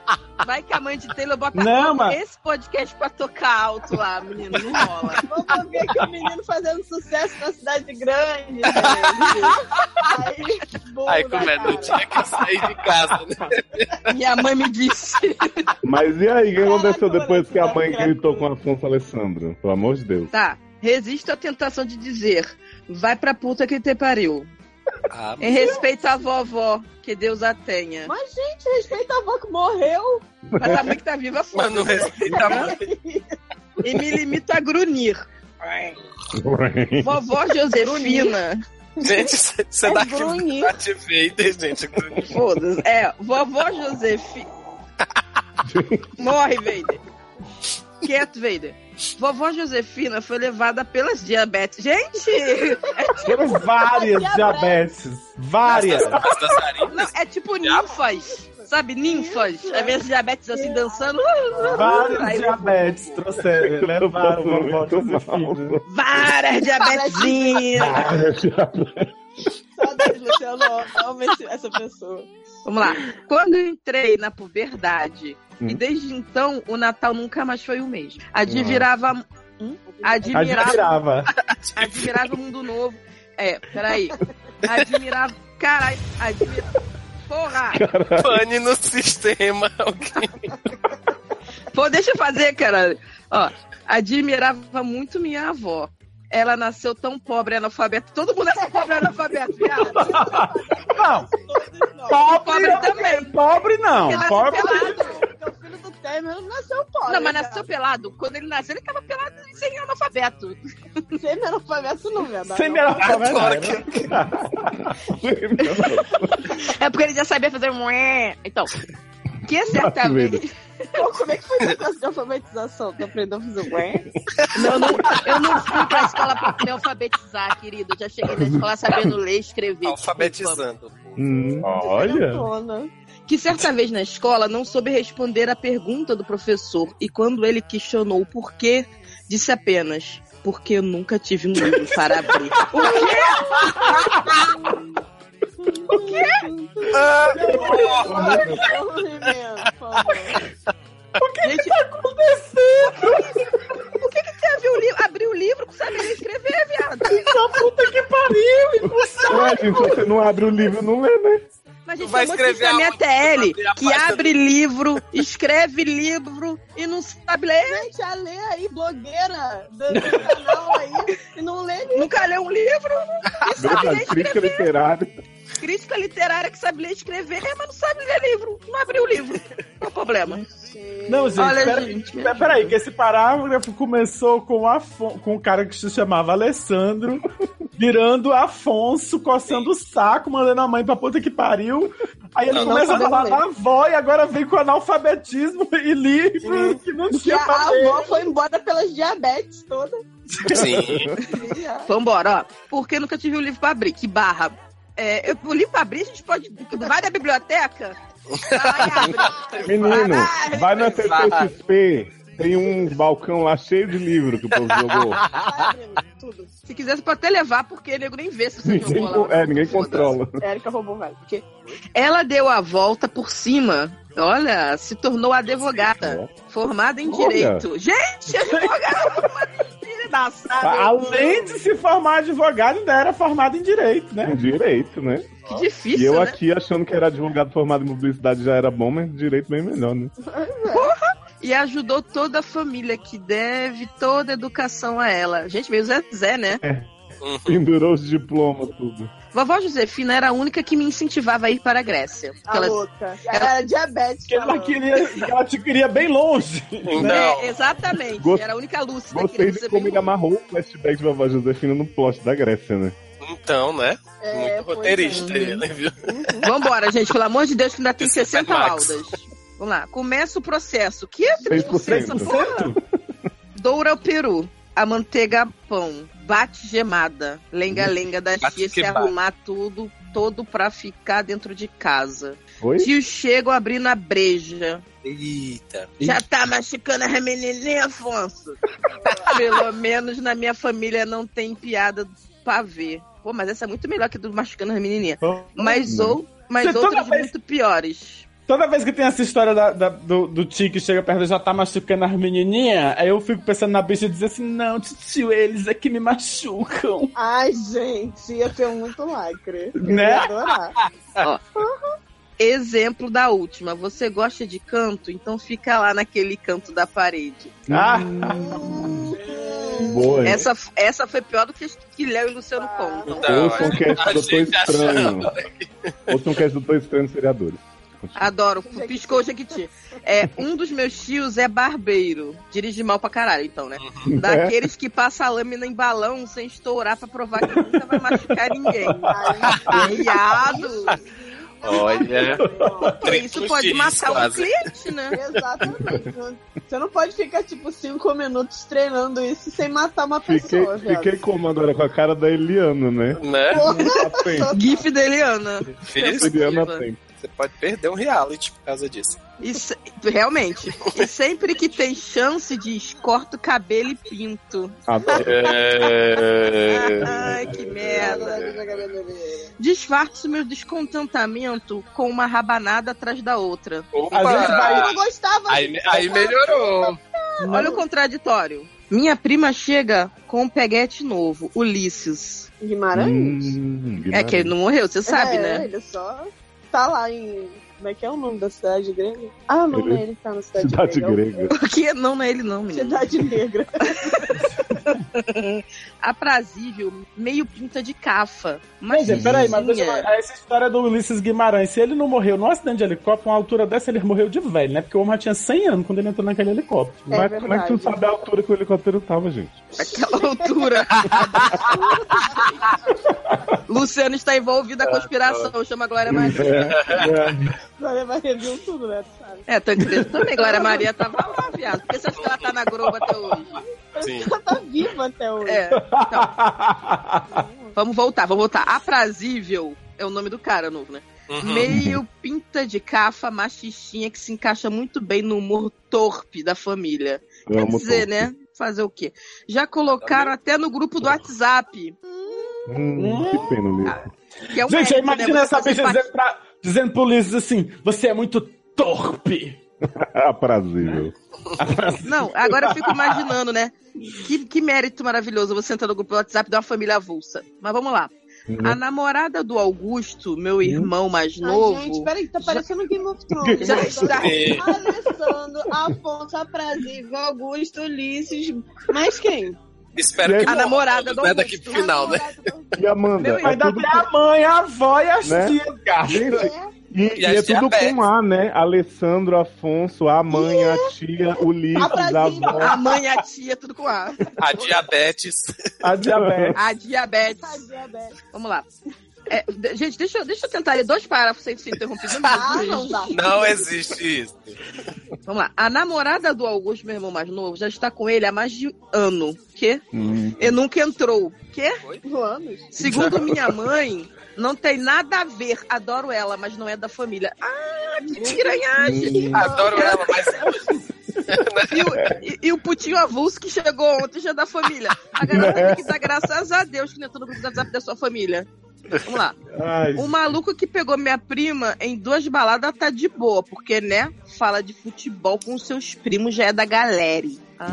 Speaker 3: Vai que a mãe de Taylor bota
Speaker 2: Não, mas-
Speaker 3: esse podcast pra tocar alto lá, menino. Não rola.
Speaker 5: Vamos ver que o menino fazendo sucesso na cidade grande. gente. Aí, bom,
Speaker 4: aí como é, não tinha que sair de casa, né?
Speaker 3: Minha mãe me disse.
Speaker 1: Mas e aí, o que aconteceu
Speaker 5: Caraca,
Speaker 1: depois que a
Speaker 5: moleque,
Speaker 1: mãe
Speaker 5: tá
Speaker 1: gritou com Afonso Alessandro? Pelo amor de Deus.
Speaker 3: (laughs) Tá, resisto à tentação de dizer. Vai pra puta que te pariu.
Speaker 4: Ah,
Speaker 3: Em respeito à vovó, que Deus a tenha.
Speaker 5: Mas, gente, respeita a avó que morreu.
Speaker 3: Mas a mãe que tá viva foda.
Speaker 4: mas não respeita muito.
Speaker 3: E me limito a grunir. Vovó Josefina.
Speaker 4: Gente, você
Speaker 5: É
Speaker 4: dá que
Speaker 5: grunhido.
Speaker 4: ativei, gente.
Speaker 3: Foda-se. É, vovó Josefina. Morre, Vader. Quieto, Vader. Vovó Josefina foi levada pelas diabetes. Gente!
Speaker 2: Foram várias diabetes. Várias.
Speaker 4: As dançarinas.
Speaker 3: Não, é tipo ninfas. Sabe, ninfas? Às vezes diabetes assim dançando.
Speaker 2: Várias
Speaker 3: Aí,
Speaker 2: diabetes trouxeram, levaram
Speaker 1: passando
Speaker 2: vovó
Speaker 1: muito
Speaker 2: Josefina.
Speaker 3: Várias diabetesinhas.
Speaker 5: Saudade, Luciano. Eu Amo esse- essa pessoa.
Speaker 3: Vamos lá. Quando eu entrei na puberdade, e desde então o Natal nunca mais foi o mesmo. Admirava. Hum? Admirava
Speaker 2: Admirava.
Speaker 3: Admirava o mundo novo. É, peraí. Admirava. Caralho, admirava. Porra!
Speaker 4: pane no sistema. (laughs)
Speaker 3: Pô, deixa eu fazer, caralho. Ó, admirava muito minha avó. Ela nasceu tão pobre, analfabeta. Todo mundo nasceu pobre, analfabeto, viado.
Speaker 2: Não,
Speaker 5: Todos nós.
Speaker 2: pobre,
Speaker 3: Pobre também.
Speaker 2: Pobre não.
Speaker 3: Porque nasce
Speaker 2: Pobre
Speaker 3: pelado.
Speaker 5: Porque é o filho do velho, mas não nasceu pobre.
Speaker 3: Não, mas nasceu pelado. Quando ele nasceu, ele tava pelado e sem analfabeto.
Speaker 5: Sem analfabeto não, meu
Speaker 2: Sem melhor
Speaker 4: Adoro
Speaker 2: palavra.
Speaker 4: que...
Speaker 3: É porque ele já sabia fazer um. é. Então.
Speaker 4: Tá
Speaker 3: Que certamente. (laughs)
Speaker 5: Pô, como é que foi esse processo de alfabetização? Tu aprendeu a
Speaker 3: um
Speaker 5: fazer ué?
Speaker 3: Não, não, eu não fui pra escola pra me alfabetizar, querido. Eu já cheguei na escola sabendo ler e escrever.
Speaker 4: alfabetizando.
Speaker 1: Hum, olha.
Speaker 5: Tentona.
Speaker 3: que certa vez na escola não soube responder a pergunta do professor e quando ele questionou o porquê, disse apenas: Porque eu nunca tive um livro para abrir. (laughs) o quê?
Speaker 4: Ah,
Speaker 5: Porra, Ribeiro, por favor.
Speaker 3: Gente, o que, que tem a ver o livro? Abrir o livro com saber ler e escrever, viado?
Speaker 1: Ué, gente, você não abre o livro, não lê, né?
Speaker 3: Mas a
Speaker 4: Tu
Speaker 3: gente
Speaker 4: vai
Speaker 3: vai escrever
Speaker 4: escrever
Speaker 3: na minha
Speaker 4: aonde? Tu
Speaker 3: TL,
Speaker 4: vai abrir a
Speaker 3: que
Speaker 4: pasta
Speaker 3: abre livro, escreve livro e não sabe ler.
Speaker 5: Gente, a Lê aí, blogueira do do canal aí, e não lê nem
Speaker 3: Nunca leu um livro. E sabe
Speaker 1: Verdade,
Speaker 3: ler e
Speaker 1: crítica
Speaker 3: escrever.
Speaker 1: literária.
Speaker 3: Crítica literária que sabe ler e escrever, mas não sabe ler livro. Não abriu o livro. Qual o problema?
Speaker 2: Não, gente,
Speaker 3: Olha,
Speaker 2: pera-
Speaker 3: gente.
Speaker 2: pera- peraí, que esse parágrafo começou com, Afon com o cara que se chamava Alessandro, virando Afonso, coçando o saco, mandando a mãe pra puta que pariu. Aí ele
Speaker 4: Não, não
Speaker 2: começa a
Speaker 5: sabe
Speaker 2: falar
Speaker 5: ler.
Speaker 2: da avó e agora vem com analfabetismo e livros que não
Speaker 5: que
Speaker 2: tinha
Speaker 5: a
Speaker 2: pra ler.
Speaker 5: avó foi embora pelas diabetes toda.
Speaker 4: Sim.
Speaker 3: Vambora, ó. Porque nunca tive um livro pra abrir. Que barra. É, eu, o livro pra abrir, a gente pode. Vai da biblioteca? Vai,
Speaker 1: (laughs)
Speaker 3: abre.
Speaker 1: Menino, vai
Speaker 3: Vai,
Speaker 1: na
Speaker 4: vai.
Speaker 1: CCXP, tem um balcão lá cheio de livro que o povo jogou.
Speaker 5: Abre tudo.
Speaker 3: Se quiser, você pode até levar, porque nego nem vê se você
Speaker 1: Ninguém,
Speaker 3: jogou
Speaker 1: con-
Speaker 3: lá.
Speaker 1: é, ninguém
Speaker 3: Foda-se.
Speaker 1: controla.
Speaker 5: Érica roubou mais. Porque...
Speaker 3: Ela deu a volta por cima. Olha, se tornou advogada. Formada em
Speaker 1: Olha.
Speaker 3: direito.
Speaker 1: (laughs)
Speaker 3: Gente, advogada formada em direito. sabe?
Speaker 2: Além de se formar advogado, ainda era formado em direito, né?
Speaker 1: É direito, né? E
Speaker 3: Que
Speaker 1: eu
Speaker 3: difícil, né?
Speaker 1: aqui achando que era advogado formado em publicidade já era bom, mas direito bem melhor, né?
Speaker 3: E ajudou toda a família, que deve toda a educação a ela. Gente, meio Zé, Zé né?
Speaker 1: É. Pendurou os diplomas, tudo.
Speaker 3: Vovó Josefina era a única que me incentivava a ir para a Grécia.
Speaker 5: A
Speaker 3: Ela-
Speaker 5: louca. Ela era diabetes.
Speaker 2: Porque ela, queria, ela te queria bem longe.
Speaker 4: Não.
Speaker 3: É, exatamente.
Speaker 1: Gost-
Speaker 3: Era a única lúcida que
Speaker 1: Gostei de como ele
Speaker 3: recebeu.
Speaker 1: amarrou o flashback de vovó Josefina no plot da Grécia, né?
Speaker 4: Então, né? Muito
Speaker 5: pois
Speaker 4: roteirista ele, viu?
Speaker 3: Vambora, gente. Pelo amor de Deus, que ainda tem
Speaker 4: Esse é
Speaker 3: 60
Speaker 4: Max.
Speaker 3: laudas. Vamos lá. Começa o processo. Que
Speaker 1: 6%.
Speaker 3: 3%? Porra! Doura o peru. A manteiga pão. Bate gemada. Lenga-lenga da
Speaker 4: Bate
Speaker 3: tia se
Speaker 4: que bate.
Speaker 3: arrumar tudo, todo pra ficar dentro de casa.
Speaker 1: Oi?
Speaker 3: Tio chega abrindo a breja.
Speaker 4: Eita.
Speaker 3: Já tá machucando a menininha, Afonso? (laughs) Pelo menos na minha família não tem piada pra ver. Pô, mas essa é muito melhor que do machucando a menininha. Mas,
Speaker 1: Não.
Speaker 3: ou, mas
Speaker 2: Você toda
Speaker 3: outras
Speaker 2: vez-
Speaker 3: muito piores.
Speaker 2: Toda vez que tem essa história da- da- do, do tio que chega perto e já tá machucando as menininhas, aí eu fico pensando na bicha e dizer assim, não, tio, eles é que me (laughs) machucam.
Speaker 5: Ai, gente, ia ser muito lacre. Eu
Speaker 2: Né?
Speaker 5: ia adorar.
Speaker 3: Exemplo da última. Você gosta de canto? Então fica lá naquele canto da parede.
Speaker 2: Ah,
Speaker 1: Boa, hein?
Speaker 3: Hum. Essa, essa foi pior do que, que Léo e Luciano
Speaker 5: Ah.
Speaker 3: contam.
Speaker 4: Não, é
Speaker 1: Ouçam o um cast do Tô
Speaker 4: gente né?
Speaker 1: Estranho. Ouçam o cast do Tô Estranho dos Seriadores.
Speaker 3: Adoro. Piscou o Jequiti. É, um dos meus tios é barbeiro. Dirige mal pra caralho, então, né? Daqueles que passa a lâmina em balão sem estourar pra provar que nunca vai machucar ninguém. Viado!
Speaker 4: Olha.
Speaker 3: Porque isso pode
Speaker 4: Triplo X,
Speaker 3: matar um
Speaker 4: quase.
Speaker 3: cliente, né?
Speaker 5: Exatamente. Você não pode ficar, tipo, cinco minutos treinando isso sem matar uma
Speaker 1: Fiquei,
Speaker 5: pessoa, velho.
Speaker 1: fiquei como agora com a cara da Eliana,
Speaker 3: (laughs)
Speaker 1: né?
Speaker 4: Né?
Speaker 1: A tempo.
Speaker 3: GIF da Eliana.
Speaker 4: Filho,
Speaker 1: Eliana a tempo.
Speaker 4: você pode perder um reality por causa disso.
Speaker 3: E se- realmente. E sempre que tem chance, diz: corta o cabelo e pinto.
Speaker 1: Adoro.
Speaker 4: É.
Speaker 3: Ai, que merda. Disfarço meu descontentamento com uma rabanada atrás da outra.
Speaker 4: Opa!
Speaker 2: A gente vai-
Speaker 5: Eu não gostava
Speaker 4: Aí, aí melhorou.
Speaker 3: Olha o contraditório. Minha prima chega com um peguete novo, Ulisses.
Speaker 5: Guimarães?
Speaker 1: Hum,
Speaker 3: É que ele não morreu, você sabe,
Speaker 5: é,
Speaker 3: né? (laughs)
Speaker 5: Ele só tá lá em. Como é que é o nome da cidade grega? Ah, não,
Speaker 1: Grega.
Speaker 5: é ele que tá na cidade,
Speaker 1: Cidade
Speaker 5: grega.
Speaker 1: grega.
Speaker 3: Porque não, não é ele não, menino.
Speaker 5: Cidade negra.
Speaker 3: aprazível, meio pinta de cafa. Uma
Speaker 2: Mas, gente, peraí, mas deixa eu
Speaker 3: vizinha.
Speaker 2: falar. Essa história do Ulisses Guimarães, se ele não morreu num acidente de helicóptero, uma altura dessa ele morreu de velho, né? Porque o homem já tinha 100 anos quando ele entrou naquele helicóptero.
Speaker 5: É
Speaker 1: Mas como é que tu
Speaker 5: verdade.
Speaker 1: sabe a altura que o helicóptero tava, gente?
Speaker 3: Aquela altura. (laughs) Luciano está envolvido na conspiração, chama Glória
Speaker 1: É, Uhum.
Speaker 3: Maria.
Speaker 5: Glória Maria viu tudo, né? Tu sabe?
Speaker 3: É, Tancredo também. Glória Maria tava lá, viado. Por que você acha que ela tá na Globo até hoje?
Speaker 4: Sim.
Speaker 5: Ela tá viva até hoje.
Speaker 3: É,
Speaker 2: (laughs)
Speaker 3: então. Vamos voltar, vamos voltar. Aprazível é o nome do cara novo, né?
Speaker 4: Uhum.
Speaker 3: Meio pinta de cafa, machistinha, que se encaixa muito bem no humor torpe da família.
Speaker 2: É
Speaker 1: Eu
Speaker 3: Quer
Speaker 1: amo
Speaker 3: dizer,
Speaker 1: todos.
Speaker 3: né? Fazer o quê? Já colocaram até no grupo do WhatsApp.
Speaker 1: Hum, que pena, Ulisses.
Speaker 3: Que é um
Speaker 2: Gente, aí
Speaker 3: mérito, né? Você
Speaker 2: imagina essa
Speaker 3: fazer
Speaker 2: bicha
Speaker 3: parte-
Speaker 2: dizendo, pra, dizendo pro Ulisses assim: você é muito torpe.
Speaker 1: (laughs)
Speaker 3: Ah.
Speaker 1: Aprazível.
Speaker 2: assim.
Speaker 3: Não, agora eu fico imaginando, né? Que, que mérito maravilhoso você entrar no grupo do WhatsApp de uma família avulsa. Mas vamos lá.
Speaker 2: Uhum.
Speaker 3: A namorada do Augusto, meu irmão mais
Speaker 5: Ai,
Speaker 3: novo.
Speaker 5: gente, peraí, tá parecendo Game of Thrones. né?
Speaker 3: (laughs) Já é está.
Speaker 5: Alessandro, Afonso, Aprazível, Augusto, Ulisses. Mas quem?
Speaker 4: Espero que
Speaker 1: A
Speaker 4: não,
Speaker 3: namorada do
Speaker 4: né, daqui pro
Speaker 3: Augusto.
Speaker 4: final, né?
Speaker 1: E Amanda?
Speaker 3: Meu
Speaker 1: é
Speaker 2: Vai dar
Speaker 1: tudo-
Speaker 2: até a mãe, a avó e as
Speaker 1: Né?
Speaker 2: tias, cara.
Speaker 1: E,
Speaker 4: E
Speaker 1: e
Speaker 4: as
Speaker 1: é tudo
Speaker 4: diabetes.
Speaker 1: com A, né? Alessandro, Afonso, a mãe, a tia, Ulisses, a
Speaker 5: Aprazível.
Speaker 1: avó.
Speaker 3: A mãe e a tia, tudo com A.
Speaker 4: A diabetes.
Speaker 2: A
Speaker 4: Tá
Speaker 2: diabetes.
Speaker 3: A diabetes.
Speaker 5: Tadinha, Beth.
Speaker 3: Vamos lá. É, de- gente, deixa, eu- deixa eu tentar ler dois parágrafos sem ser interrompido.
Speaker 5: Ah, não dá.
Speaker 4: Não existe isso.
Speaker 3: Vamos lá. A namorada do Augusto, meu irmão mais novo, já está com ele há mais de ano. Quê? E nunca entrou. Quê?
Speaker 5: Anos.
Speaker 3: Segundo minha mãe, não tem nada a ver. Adoro ela, mas não é da família. Ah, que tiranhagem!
Speaker 4: Adoro ela, mas
Speaker 3: E o, e- e o putinho avulso que chegou ontem já é da família. A garota
Speaker 1: Né?
Speaker 3: tem que dar graças a Deus que não entrou no grupo do WhatsApp da sua família. Vamos lá.
Speaker 1: Ai,
Speaker 3: O maluco que pegou minha prima em duas baladas tá de boa, porque, né? Fala de futebol com seus primos, já é da galera.
Speaker 4: Ah.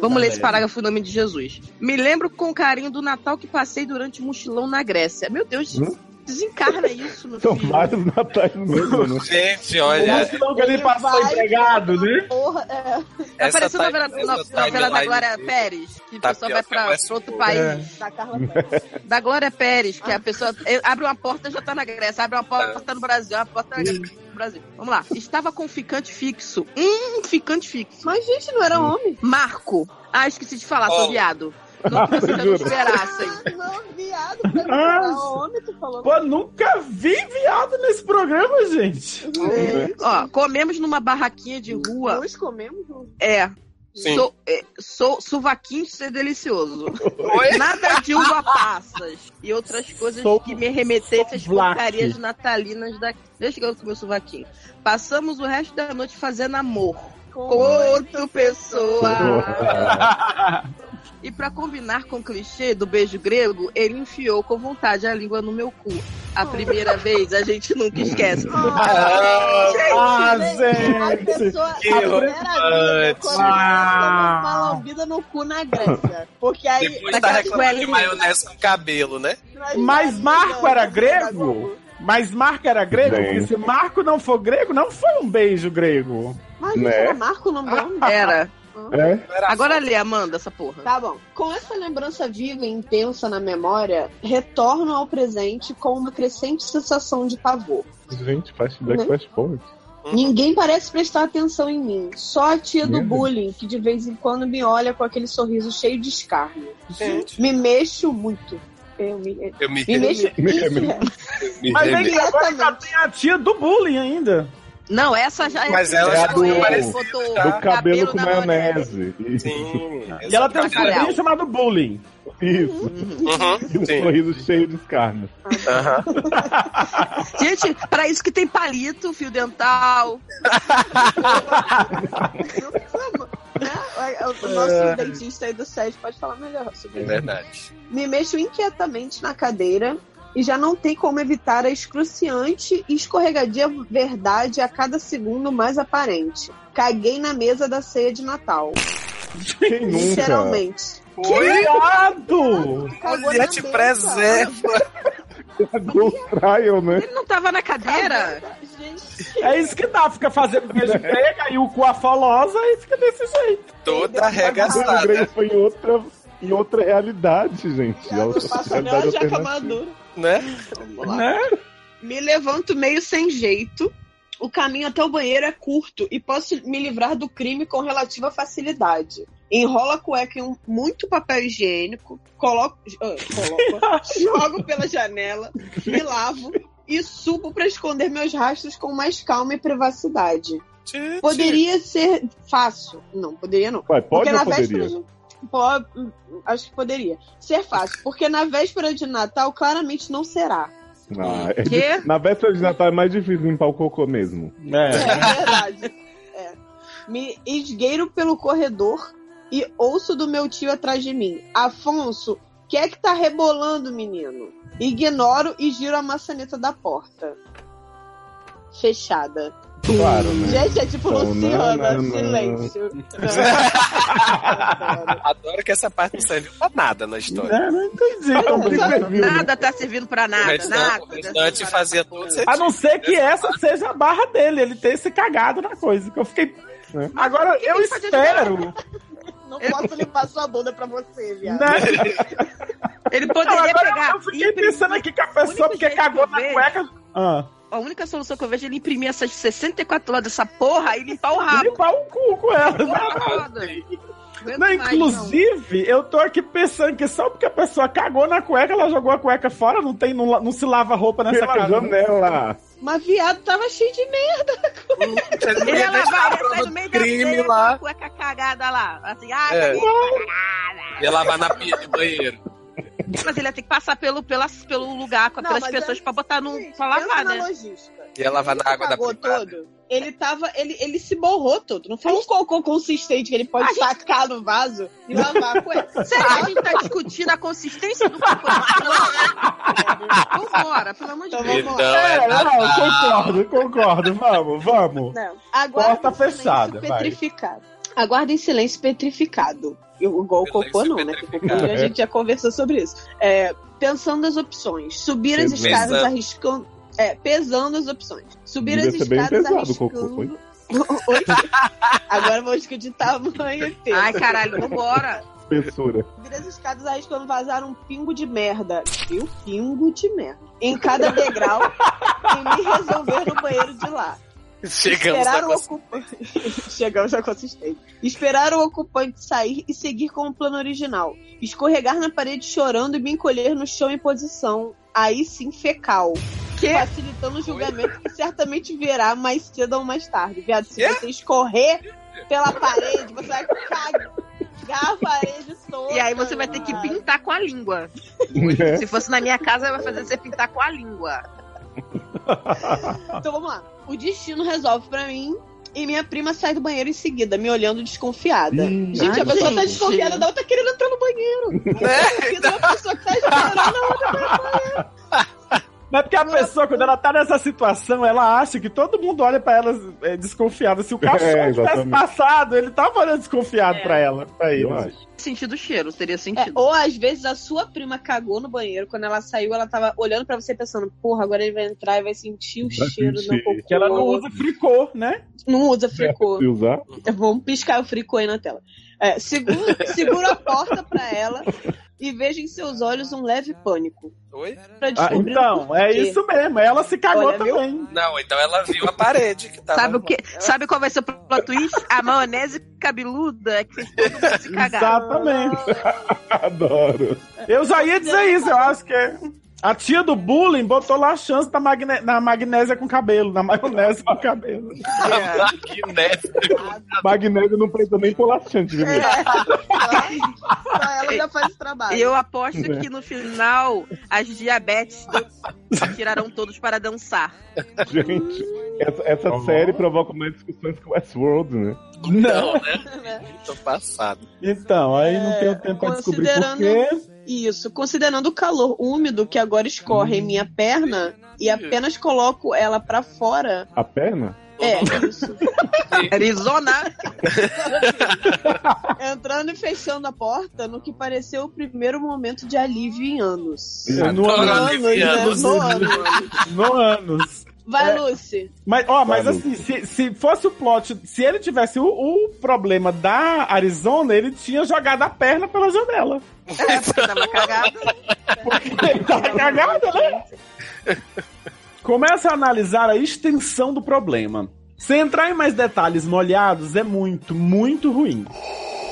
Speaker 3: Vamos ler esse parágrafo em nome de Jesus. Me lembro com carinho do Natal que passei durante o mochilão na Grécia. Meu Deus,
Speaker 1: Hum? Então
Speaker 3: desencarna isso, meu
Speaker 1: são
Speaker 3: filho. Tá
Speaker 1: vários natais mesmo, né?
Speaker 4: gente,
Speaker 2: O
Speaker 4: olha.
Speaker 2: vacilão que ele passou
Speaker 5: Vai.
Speaker 2: empregado, né?
Speaker 5: Porra, é.
Speaker 3: Tá
Speaker 4: essa
Speaker 3: parecendo
Speaker 4: tá
Speaker 3: a novela,
Speaker 4: time-
Speaker 3: no-
Speaker 4: essa timeline
Speaker 3: novela da Glória
Speaker 4: de-
Speaker 3: Pérez, que
Speaker 4: Tá
Speaker 3: a pessoa
Speaker 4: pior
Speaker 3: vai
Speaker 4: que
Speaker 3: pra,
Speaker 4: o
Speaker 3: pra outro
Speaker 4: Westworld.
Speaker 3: país.
Speaker 1: É.
Speaker 5: Da Carla Pérez.
Speaker 3: Da Glória Pérez, que a pessoa é, abre uma porta já tá na Grécia, abre uma porta tá no Brasil, abre uma porta na Grécia, no Brasil. Vamos lá. Estava com um ficante fixo. Hum, ficante fixo.
Speaker 5: Mas, gente, não é era homem?
Speaker 3: Marco. Ah, esqueci de falar,
Speaker 4: Oh.
Speaker 3: sou viado. Não que vocês não
Speaker 1: Juro.
Speaker 3: esperassem.
Speaker 5: Ah, não, viado. pra mim
Speaker 1: Ah,
Speaker 5: Era homem, tu falou.
Speaker 2: Pô, nunca vi viado nesse programa,
Speaker 1: é
Speaker 2: gente.
Speaker 5: é?
Speaker 3: Ó, comemos numa barraquinha de rua.
Speaker 5: Nós comemos juntos.
Speaker 3: É.
Speaker 4: Sim.
Speaker 3: Sou, é, sou suvaquinho de ser delicioso.
Speaker 4: Oi?
Speaker 3: Nada de uva passas e outras coisas
Speaker 2: Sou-
Speaker 3: que me remetessem às
Speaker 2: sou black.
Speaker 3: porcarias natalinas daqui. Deixa que eu comer o sovaquinho. Passamos o resto da noite fazendo amor com outra pessoa. E pra combinar com o clichê do beijo grego, ele enfiou com vontade a língua no meu cu. A primeira vez a gente nunca esquece.
Speaker 4: Ah,
Speaker 2: Ah,
Speaker 5: A
Speaker 2: gente.
Speaker 5: pessoa,
Speaker 4: que
Speaker 5: a primeira
Speaker 4: romântico.
Speaker 5: vez, quando ela tomou uma lambida no cu na Grécia. Porque aí...
Speaker 4: Depois tá
Speaker 3: daquela
Speaker 4: reclamando de
Speaker 3: coelhinha.
Speaker 4: maionese com cabelo, né?
Speaker 2: Mas Marco era grego? Mas Marco era grego?
Speaker 1: Bem.
Speaker 2: Porque se Marco não for grego, não foi um beijo grego.
Speaker 5: Mas
Speaker 1: Né?
Speaker 5: não um era Marco o nome do homem?
Speaker 3: Era.
Speaker 1: É?
Speaker 4: Era
Speaker 3: Agora lê, Amanda, essa porra.
Speaker 5: Tá bom. Com essa lembrança viva e intensa na memória, retorno ao presente com uma crescente sensação de pavor.
Speaker 1: Gente, flashback,
Speaker 5: Né?
Speaker 1: flashpoint.
Speaker 5: Ninguém parece prestar atenção em mim. Só a tia do
Speaker 1: Mesmo?
Speaker 5: bullying, que de vez em quando me olha com aquele sorriso cheio de escárnio.
Speaker 4: Gente.
Speaker 5: Me mexo muito. Eu me, me
Speaker 4: Eu me
Speaker 5: mexo.
Speaker 1: me-
Speaker 5: Isso,
Speaker 1: me-
Speaker 5: é.
Speaker 4: me
Speaker 2: Mas
Speaker 4: remeto.
Speaker 2: é que agora já tem a tia do bullying ainda.
Speaker 3: Não, essa já é.
Speaker 4: Mas ela
Speaker 1: já
Speaker 3: Botou-
Speaker 1: do-
Speaker 3: botou
Speaker 1: Do cabelo com
Speaker 3: na
Speaker 1: maionese.
Speaker 3: maionese.
Speaker 1: Isso.
Speaker 4: Tá. Sim.
Speaker 2: E ela tem um
Speaker 3: Bacalhau.
Speaker 2: sobrinho chamado bullying.
Speaker 1: (laughs) Isso.
Speaker 4: Uhum,
Speaker 1: E um
Speaker 4: Sim.
Speaker 1: sorriso cheio de escárnio.
Speaker 4: Aham.
Speaker 3: Gente, pra isso que tem palito, fio dental.
Speaker 5: Né? O o nosso dentista aí do SED pode falar melhor sobre
Speaker 4: É
Speaker 5: isso.
Speaker 4: verdade.
Speaker 5: Me mexo inquietamente na cadeira e já não tem como evitar a excruciante e escorregadia verdade a cada segundo mais aparente. Caguei na mesa da ceia de Natal.
Speaker 1: Quem nunca?
Speaker 5: Literalmente.
Speaker 2: Viado!
Speaker 5: Cagou na
Speaker 4: Mulher te
Speaker 5: mesa.
Speaker 4: preserva.
Speaker 1: Ghost É Trial, né?
Speaker 3: Ele não tava na cadeira?
Speaker 5: Gente,
Speaker 2: É isso que dá, fica fazendo beijo pega e o cu afolosa e fica desse jeito.
Speaker 4: Toda
Speaker 1: Dorian
Speaker 4: arregaçada.
Speaker 1: Gray foi em outra, em outra realidade, gente. Ela
Speaker 5: eu
Speaker 1: tá
Speaker 5: faço a
Speaker 1: realidade
Speaker 5: minha jaca
Speaker 1: alternativa.
Speaker 5: madura.
Speaker 4: Né?
Speaker 5: Vamos lá.
Speaker 2: Né?
Speaker 5: Me levanto meio sem jeito. O caminho até o banheiro é curto e posso me livrar do crime com relativa facilidade. Enrola a cueca em um- muito papel higiênico, coloco, ah,
Speaker 2: (laughs)
Speaker 5: coloco- jogo pela janela, me lavo e subo para esconder meus rastros com mais calma e privacidade.
Speaker 4: Tchê,
Speaker 5: Poderia ser fácil. Não, poderia não.
Speaker 1: Ué, pode
Speaker 5: Porque na
Speaker 1: ou poderia?
Speaker 5: véspera de... Pode, acho que poderia ser fácil, porque na véspera de Natal claramente não será.
Speaker 1: Ah, é
Speaker 3: Quê?
Speaker 1: Na véspera de Natal é mais difícil limpar o cocô mesmo.
Speaker 2: É.
Speaker 5: É verdade. É. Me esgueiro pelo corredor e ouço do meu tio atrás de mim. Afonso, que é que tá rebolando, menino? Ignoro e giro a maçaneta da porta. Fechada.
Speaker 1: Claro, né?
Speaker 5: Gente, é tipo
Speaker 1: Então,
Speaker 5: Luciana,
Speaker 1: não, não, não.
Speaker 5: (laughs) silêncio. Não.
Speaker 4: Adoro que essa parte não serviu pra nada na história.
Speaker 2: Né? Não entendi.
Speaker 1: Não tem perfil, né?
Speaker 3: Nada tá servindo pra
Speaker 4: O
Speaker 3: nada,
Speaker 4: restante,
Speaker 3: nada.
Speaker 4: o restante fazia todo
Speaker 2: A
Speaker 4: sentido.
Speaker 2: não ser que essa seja a barra dele, ele ter se cagado na coisa. Que eu fiquei. né?
Speaker 1: É.
Speaker 2: Agora eu
Speaker 3: ele fazia de
Speaker 2: espero.
Speaker 5: Não posso limpar sua bunda pra você, viado.
Speaker 2: Né?
Speaker 3: Ele
Speaker 2: Não,
Speaker 3: poderia
Speaker 2: agora
Speaker 3: pegar.
Speaker 2: eu fiquei
Speaker 3: imprimir-
Speaker 2: pensando aqui que a
Speaker 3: O
Speaker 2: pessoa
Speaker 3: único
Speaker 2: porque
Speaker 3: jeito
Speaker 2: cagou
Speaker 3: que eu
Speaker 2: na
Speaker 3: vejo-
Speaker 2: cueca. Ah.
Speaker 3: A única solução que eu vejo é ele imprimir essas 64 horas dessa porra e limpar o rabo.
Speaker 2: Limpar o cu com ela.
Speaker 3: Foda. Aguento
Speaker 2: Não,
Speaker 3: mais,
Speaker 2: inclusive, eu tô aqui pensando que só porque a pessoa cagou na cueca, ela jogou a cueca fora, não tem, não, la- não se lava roupa nessa
Speaker 1: Pela
Speaker 2: casa.
Speaker 3: né?
Speaker 1: janela.
Speaker 5: Mas viado tava cheio de merda.
Speaker 3: Ele ia lavar, ia sair no meio
Speaker 5: é
Speaker 3: da
Speaker 4: crime
Speaker 3: ceia com
Speaker 4: lá.
Speaker 3: a cueca cagada lá. Assim, ah,
Speaker 4: É.
Speaker 3: caguei.
Speaker 4: Ia lavar na pia de banheiro.
Speaker 3: mas ele ia ter que passar pelo, pela, pelo lugar com
Speaker 5: Não,
Speaker 3: aquelas
Speaker 5: mas
Speaker 3: pessoas
Speaker 5: é-
Speaker 3: pra botar no.
Speaker 5: Gente,
Speaker 3: pra
Speaker 5: pensa
Speaker 3: lavar,
Speaker 5: na
Speaker 3: né?
Speaker 5: logística.
Speaker 4: Ia lavar na
Speaker 5: Ele
Speaker 4: água da
Speaker 5: cagou
Speaker 4: privada.
Speaker 5: todo. Ele tava. Ele, ele se borrou todo. Não foi um cocô consistente que ele pode sacar no vaso e lavar a (laughs) cueca.
Speaker 3: Será que a gente tá discutindo a consistência do cocô? Vambora, pelo amor de
Speaker 5: Então
Speaker 3: Deus.
Speaker 5: vamos lá.
Speaker 4: Então é
Speaker 1: Ah,
Speaker 2: É, não,
Speaker 4: Natal.
Speaker 5: tá.
Speaker 2: concordo, concordo. Vamos, vamos.
Speaker 5: Não. Aguarda
Speaker 2: Porta
Speaker 5: em silêncio
Speaker 2: fechada, vai.
Speaker 5: petrificado. Aguarda em silêncio petrificado. Eu- Igual o
Speaker 4: Silêncio
Speaker 5: cocô, não, né? Que o cocô
Speaker 4: petrificado.
Speaker 5: a gente já conversou sobre isso. É, pensando as opções. Subir as
Speaker 1: Pesando.
Speaker 5: escadas arriscando. É, pesando as opções. Subir
Speaker 1: Devia
Speaker 5: as
Speaker 1: ser bem
Speaker 5: escadas
Speaker 1: pesado o
Speaker 5: arriscando.
Speaker 1: cocô, hein?
Speaker 5: (laughs) Oi? Agora vamos discutir tamanho (laughs) e peso.
Speaker 3: Ai, caralho, vambora.
Speaker 1: É, Espessura.
Speaker 5: Subir as escadas arriscando vazar um pingo de merda. E o pingo de merda. Em cada degrau e me resolver no banheiro de lá.
Speaker 4: Chegamos na
Speaker 5: Esperar o
Speaker 4: consciência.
Speaker 5: ocupante. (laughs) Chegamos ao consistente. Esperar o ocupante sair e seguir com o plano original. Escorregar na parede chorando e me encolher no chão em posição. Aí sim, fecal. Facilitando o julgamento que certamente virá mais cedo ou mais tarde. Viado, se
Speaker 4: Quê?
Speaker 5: você escorrer pela parede, você vai cagar a parede toda.
Speaker 3: E aí você vai ter que
Speaker 5: mano.
Speaker 3: pintar com a língua.
Speaker 1: Né?
Speaker 3: Se fosse na minha casa, eu ia fazer você pintar com a língua.
Speaker 5: Então vamos lá. O destino resolve pra mim e minha prima sai do banheiro em seguida, me olhando desconfiada.
Speaker 1: Ih,
Speaker 5: Gente,
Speaker 3: Ai,
Speaker 5: a pessoa tá
Speaker 3: gente.
Speaker 5: desconfiada da outra querendo entrar no banheiro.
Speaker 4: É.
Speaker 5: Desconfiada da pessoa que tá esperando.
Speaker 2: Mas é porque a pessoa, quando ela tá nessa situação, ela acha que todo mundo olha pra ela é, desconfiado.
Speaker 3: (laughs)
Speaker 2: Se o cachorro
Speaker 1: É,
Speaker 2: tivesse
Speaker 1: exatamente.
Speaker 2: passado, ele tava olhando desconfiado pra ela. É Pra ele.
Speaker 1: Eu acho.
Speaker 3: Sentido cheiro, teria
Speaker 5: É,
Speaker 3: sentido.
Speaker 5: ou às vezes a sua prima cagou no banheiro, quando ela saiu, ela tava olhando pra você pensando, porra, agora ele vai entrar e vai sentir o
Speaker 1: Vai
Speaker 5: cheiro
Speaker 1: sentir.
Speaker 5: do cocô.
Speaker 2: Que ela não usa É. fricô, né?
Speaker 5: Não usa fricô.
Speaker 1: Se usar,
Speaker 5: Vamos piscar o fricô aí na tela. É, seguro, seguro a porta pra ela e vejo em seus olhos um leve pânico.
Speaker 4: Oi?
Speaker 5: Pra
Speaker 2: Ah,
Speaker 5: descobrir o
Speaker 2: então, é
Speaker 5: porquê.
Speaker 2: isso mesmo. Ela se cagou
Speaker 5: Olha, viu?
Speaker 2: também.
Speaker 4: Não, então ela viu a parede
Speaker 2: É,
Speaker 4: que tava.
Speaker 3: Sabe, o que, sabe qual vai ser o plot twist? A maionese cabeluda que fez todo mundo se cagar.
Speaker 2: Exatamente.
Speaker 1: adoro.
Speaker 2: Eu já ia dizer isso, eu acho que é. A tia do bullying botou lá a chance da magne- na magnésia com cabelo, na maionese com cabelo.
Speaker 4: (laughs) Que neve.
Speaker 1: Magnésio não precisa nem pôr laxante, viu?
Speaker 5: É, só, só ela já faz o trabalho.
Speaker 3: E eu aposto que no final as diabetes (laughs) tirarão todos para dançar.
Speaker 5: É.
Speaker 1: Gente, essa,
Speaker 2: Tá
Speaker 1: essa série provoca mais discussões que Westworld, né?
Speaker 4: Não, né? Tô passado.
Speaker 2: Então, aí não tem o tempo pra descobrir por quê.
Speaker 5: É, Isso, considerando o calor úmido que agora escorre em minha perna e apenas coloco ela pra fora,
Speaker 1: A perna?
Speaker 5: É,
Speaker 2: (laughs)
Speaker 3: Arizona. (laughs)
Speaker 5: entrando e fechando a porta no que pareceu o primeiro momento de alívio em anos.
Speaker 2: Eu não
Speaker 4: Adoro
Speaker 2: amo.
Speaker 4: alívio em anos.
Speaker 5: No ano.
Speaker 2: No anos.
Speaker 5: Vai,
Speaker 2: É.
Speaker 5: Lucy.
Speaker 2: Mas, ó, mas
Speaker 1: Claro.
Speaker 2: assim, se, se fosse o plot, se ele tivesse o, o problema da Arizona, ele tinha jogado a perna pela janela.
Speaker 3: É, porque tava cagado.
Speaker 2: Ele (laughs) tava Tá cagado, né? Começa a analisar a extensão do problema. Sem entrar em mais detalhes molhados, é muito, muito ruim.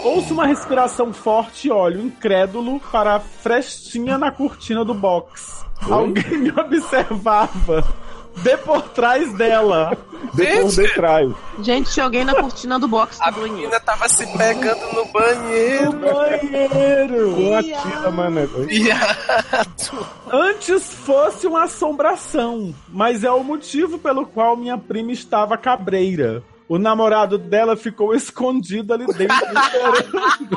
Speaker 2: Ouça uma respiração forte e olho incrédulo para a frestinha na cortina do box. Alguém me observava. De por trás dela.
Speaker 1: Por
Speaker 4: Gente,
Speaker 1: detrás.
Speaker 3: Gente, tinha alguém na cortina do box
Speaker 4: a
Speaker 3: do banheiro.
Speaker 4: menina tava se pegando no banheiro.
Speaker 2: No banheiro.
Speaker 1: Com a tira, mano.
Speaker 2: Antes fosse uma assombração, mas é o motivo pelo qual minha prima estava cabreira. O namorado dela ficou escondido ali dentro, esperando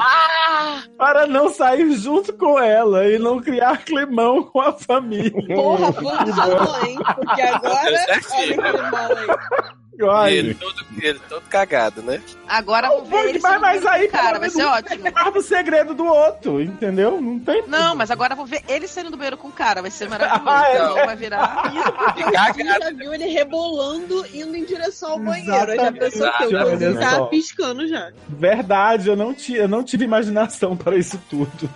Speaker 2: para não sair junto com ela e não criar climão com a família.
Speaker 5: Porra, funcionou, hein?
Speaker 4: (laughs)
Speaker 5: Porque agora.
Speaker 4: Deu É certinho.
Speaker 5: Olha que mal, hein?
Speaker 4: E
Speaker 2: Ai,
Speaker 4: ele todo, ele todo cagado, né? (laughs)
Speaker 3: Agora vou ver ele
Speaker 2: mas, mas
Speaker 3: sendo
Speaker 2: aí,
Speaker 3: do
Speaker 2: pelo
Speaker 3: cara, vai
Speaker 2: menos,
Speaker 3: ser
Speaker 2: um
Speaker 3: ótimo.
Speaker 2: guarda o segredo do outro, entendeu? Não tem.
Speaker 3: Não, mas agora eu vou ver ele saindo do banheiro com o cara, vai ser
Speaker 2: (laughs)
Speaker 3: maravilhoso.
Speaker 2: Ah, é.
Speaker 3: Então vai virar.
Speaker 5: Isso porque o
Speaker 4: Cagado.
Speaker 5: Cozinho já viu ele rebolando indo em direção ao banheiro. Aí Já
Speaker 2: Exatamente.
Speaker 5: pensou que o
Speaker 2: Olha
Speaker 5: Cozinho
Speaker 2: só.
Speaker 5: tá piscando já.
Speaker 2: Verdade, eu não, ti, eu não tive imaginação (laughs) para isso tudo.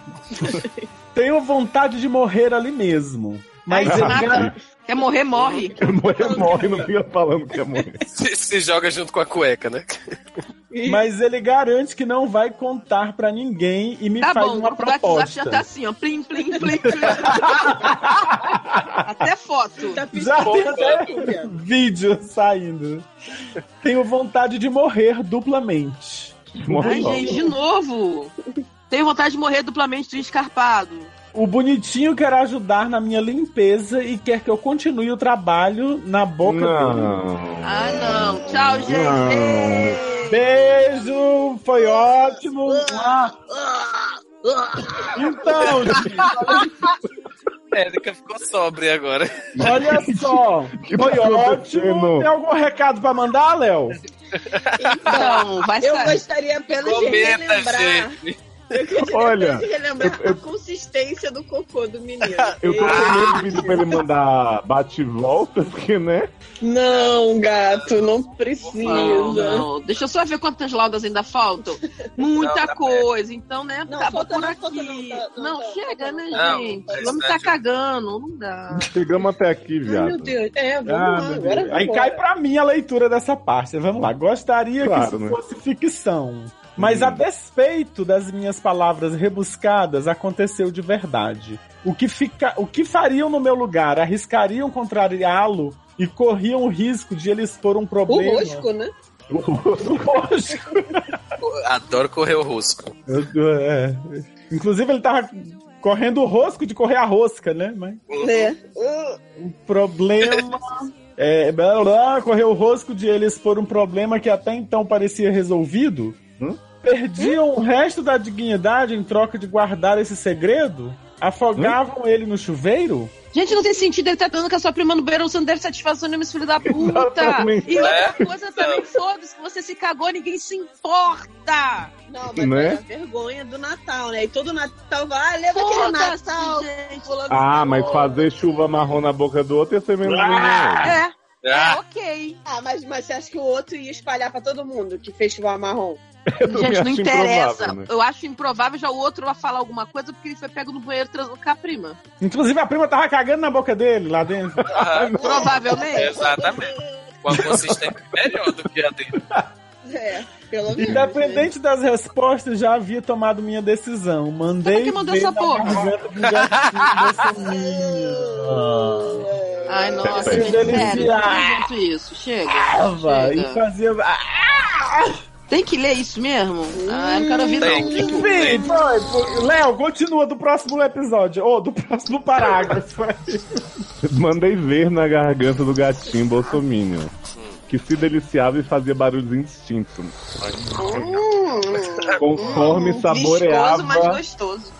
Speaker 2: Tenho vontade de morrer ali mesmo.
Speaker 1: (laughs)
Speaker 2: Mas
Speaker 3: Ai,
Speaker 2: eu
Speaker 3: mata.
Speaker 2: garanto.
Speaker 3: Quer morrer, morre.
Speaker 1: Morre, morre, não fica falando que é morrer.
Speaker 4: Se, se joga junto com a cueca, né?
Speaker 2: Mas ele garante que não vai contar pra ninguém e me
Speaker 3: Tá
Speaker 2: faz
Speaker 3: bom, o
Speaker 2: uma
Speaker 3: grupo do WhatsApp
Speaker 2: proposta.
Speaker 3: já tá assim, ó. Plim, plim, plim, (laughs) plim. Até foto.
Speaker 5: Tá
Speaker 2: Já tem até
Speaker 5: piscando.
Speaker 2: vídeo saindo. Tenho vontade de morrer duplamente.
Speaker 1: Morre
Speaker 3: Ai,
Speaker 1: logo.
Speaker 3: gente, de novo. Tenho vontade de morrer duplamente do escarpado.
Speaker 2: O bonitinho quer ajudar na minha limpeza e quer que eu continue o trabalho na boca dele.
Speaker 1: Não.
Speaker 3: Ah, não. Tchau, gente.
Speaker 1: Não.
Speaker 3: Ei.
Speaker 2: Beijo, foi ótimo. Então, gente,
Speaker 4: Érica ficou sóbria agora.
Speaker 2: olha só.
Speaker 1: (laughs) Que
Speaker 2: Foi
Speaker 1: tá
Speaker 2: ótimo.
Speaker 1: acontecendo?
Speaker 2: Tem algum recado pra mandar, Léo?
Speaker 3: Então, vai
Speaker 5: Eu
Speaker 3: sair.
Speaker 5: gostaria apenas de
Speaker 4: Comenta,
Speaker 5: relembrar.
Speaker 4: gente.
Speaker 5: Eu queria
Speaker 1: Olha,
Speaker 5: apenas de
Speaker 3: É.
Speaker 5: relembrar
Speaker 1: eu- eu-
Speaker 5: a consistência do cocô do
Speaker 4: (laughs)
Speaker 5: menino.
Speaker 1: Eu tô
Speaker 5: Ele-
Speaker 1: com medo de pedir pra ele mandar bate e volta, porque, né?
Speaker 5: Não, gato, não precisa.
Speaker 3: Não, não. Deixa eu só ver quantas laudas ainda faltam. Muita
Speaker 4: Não, tá
Speaker 3: coisa. Então, né?
Speaker 5: Não,
Speaker 3: acabou
Speaker 5: falta
Speaker 3: por
Speaker 5: não,
Speaker 3: aqui.
Speaker 5: falta não, tá- não,
Speaker 3: não,
Speaker 5: tá-
Speaker 3: chega, né,
Speaker 4: Não,
Speaker 3: gente?
Speaker 4: tá
Speaker 3: O homem tá
Speaker 4: estático.
Speaker 3: cagando. Não dá.
Speaker 1: Chegamos até aqui,
Speaker 5: Ai,
Speaker 1: viado.
Speaker 5: meu Deus. É, vamos
Speaker 1: Ah,
Speaker 5: lá,
Speaker 1: meu
Speaker 5: agora.
Speaker 1: Deus.
Speaker 2: Aí
Speaker 5: vambora.
Speaker 2: cai pra mim a leitura dessa parte. Vamos lá. Gostaria
Speaker 1: Claro,
Speaker 2: que isso
Speaker 1: né?
Speaker 2: fosse ficção. Mas
Speaker 1: Hum.
Speaker 2: a despeito das minhas palavras rebuscadas, aconteceu de verdade. O que, fica... o que fariam no meu lugar? Arriscariam contrariá-lo e corriam o risco de ele expor um
Speaker 5: O
Speaker 2: problema?
Speaker 5: rosco, né?
Speaker 2: (laughs) O rosco.
Speaker 4: Adoro correr o rusco.
Speaker 2: Eu- é. Inclusive, ele tava correndo o rosco de correr a rosca, né? Mas...
Speaker 5: É. Uh,
Speaker 2: um problema. É, blá, blá, blá, correu o rosco de eles por um problema que até então parecia resolvido.
Speaker 1: Hum?
Speaker 2: Perdiam o resto da dignidade em troca de guardar esse segredo? Afogavam ele no chuveiro?
Speaker 3: Gente, não tem sentido ele tá dando com a sua prima no banheiro, você não deve satisfação nenhuma, esse filho da puta.
Speaker 1: Exatamente.
Speaker 3: E outra
Speaker 4: É.
Speaker 3: coisa também, foda-se, que você se cagou, ninguém se importa.
Speaker 5: Não, mas
Speaker 1: Né?
Speaker 5: é a vergonha do Natal, né? E todo Natal vai, ah, leva aquele
Speaker 3: Foda-se,
Speaker 5: Natal.
Speaker 3: gente.
Speaker 5: fulano
Speaker 1: Ah,
Speaker 5: falou.
Speaker 1: mas fazer chuva marrom na boca do outro ia ser menos
Speaker 2: Ah!
Speaker 1: ruim, né?
Speaker 3: É, é
Speaker 4: Ah,
Speaker 3: ok.
Speaker 5: Ah, mas, mas você acha que o outro ia espalhar pra todo mundo que festival marrom?
Speaker 1: Eu também
Speaker 3: Gente, não
Speaker 1: acho
Speaker 3: interessa.
Speaker 1: improvável, né?
Speaker 3: Eu acho improvável já o outro vai falar alguma coisa porque ele foi pego no banheiro transando com a prima.
Speaker 2: Inclusive a prima tava cagando na boca dele lá
Speaker 5: É
Speaker 2: dentro.
Speaker 4: ah,
Speaker 3: Provavelmente.
Speaker 4: exatamente. Com a consistência melhor do que a dele.
Speaker 5: É, (laughs) pelo menos. né?
Speaker 2: Independente das respostas, já havia tomado minha decisão. Mandei.
Speaker 3: Como é que mandou
Speaker 2: ver
Speaker 3: essa
Speaker 2: na
Speaker 3: porra?
Speaker 2: garganta do gatinho dessa menina.
Speaker 3: Ai, nossa,
Speaker 1: Pera,
Speaker 3: gente,
Speaker 2: pera.
Speaker 3: sério, não faz muito isso. Chega.
Speaker 2: Tava E
Speaker 3: chega.
Speaker 2: fazia. Ah,
Speaker 3: Tem que ler isso mesmo? Ah, não quero ouvir,
Speaker 4: Tem
Speaker 3: não.
Speaker 4: que-
Speaker 2: Enfim, foi, foi. Léo, continua do próximo episódio. Ou do próximo parágrafo.
Speaker 1: Mandei ver na garganta do gatinho Bolsominion. Que se deliciava e fazia barulhos instintos.
Speaker 3: Hum.
Speaker 1: Conforme
Speaker 5: Viscoso, mas
Speaker 1: saboreava.
Speaker 5: gostoso.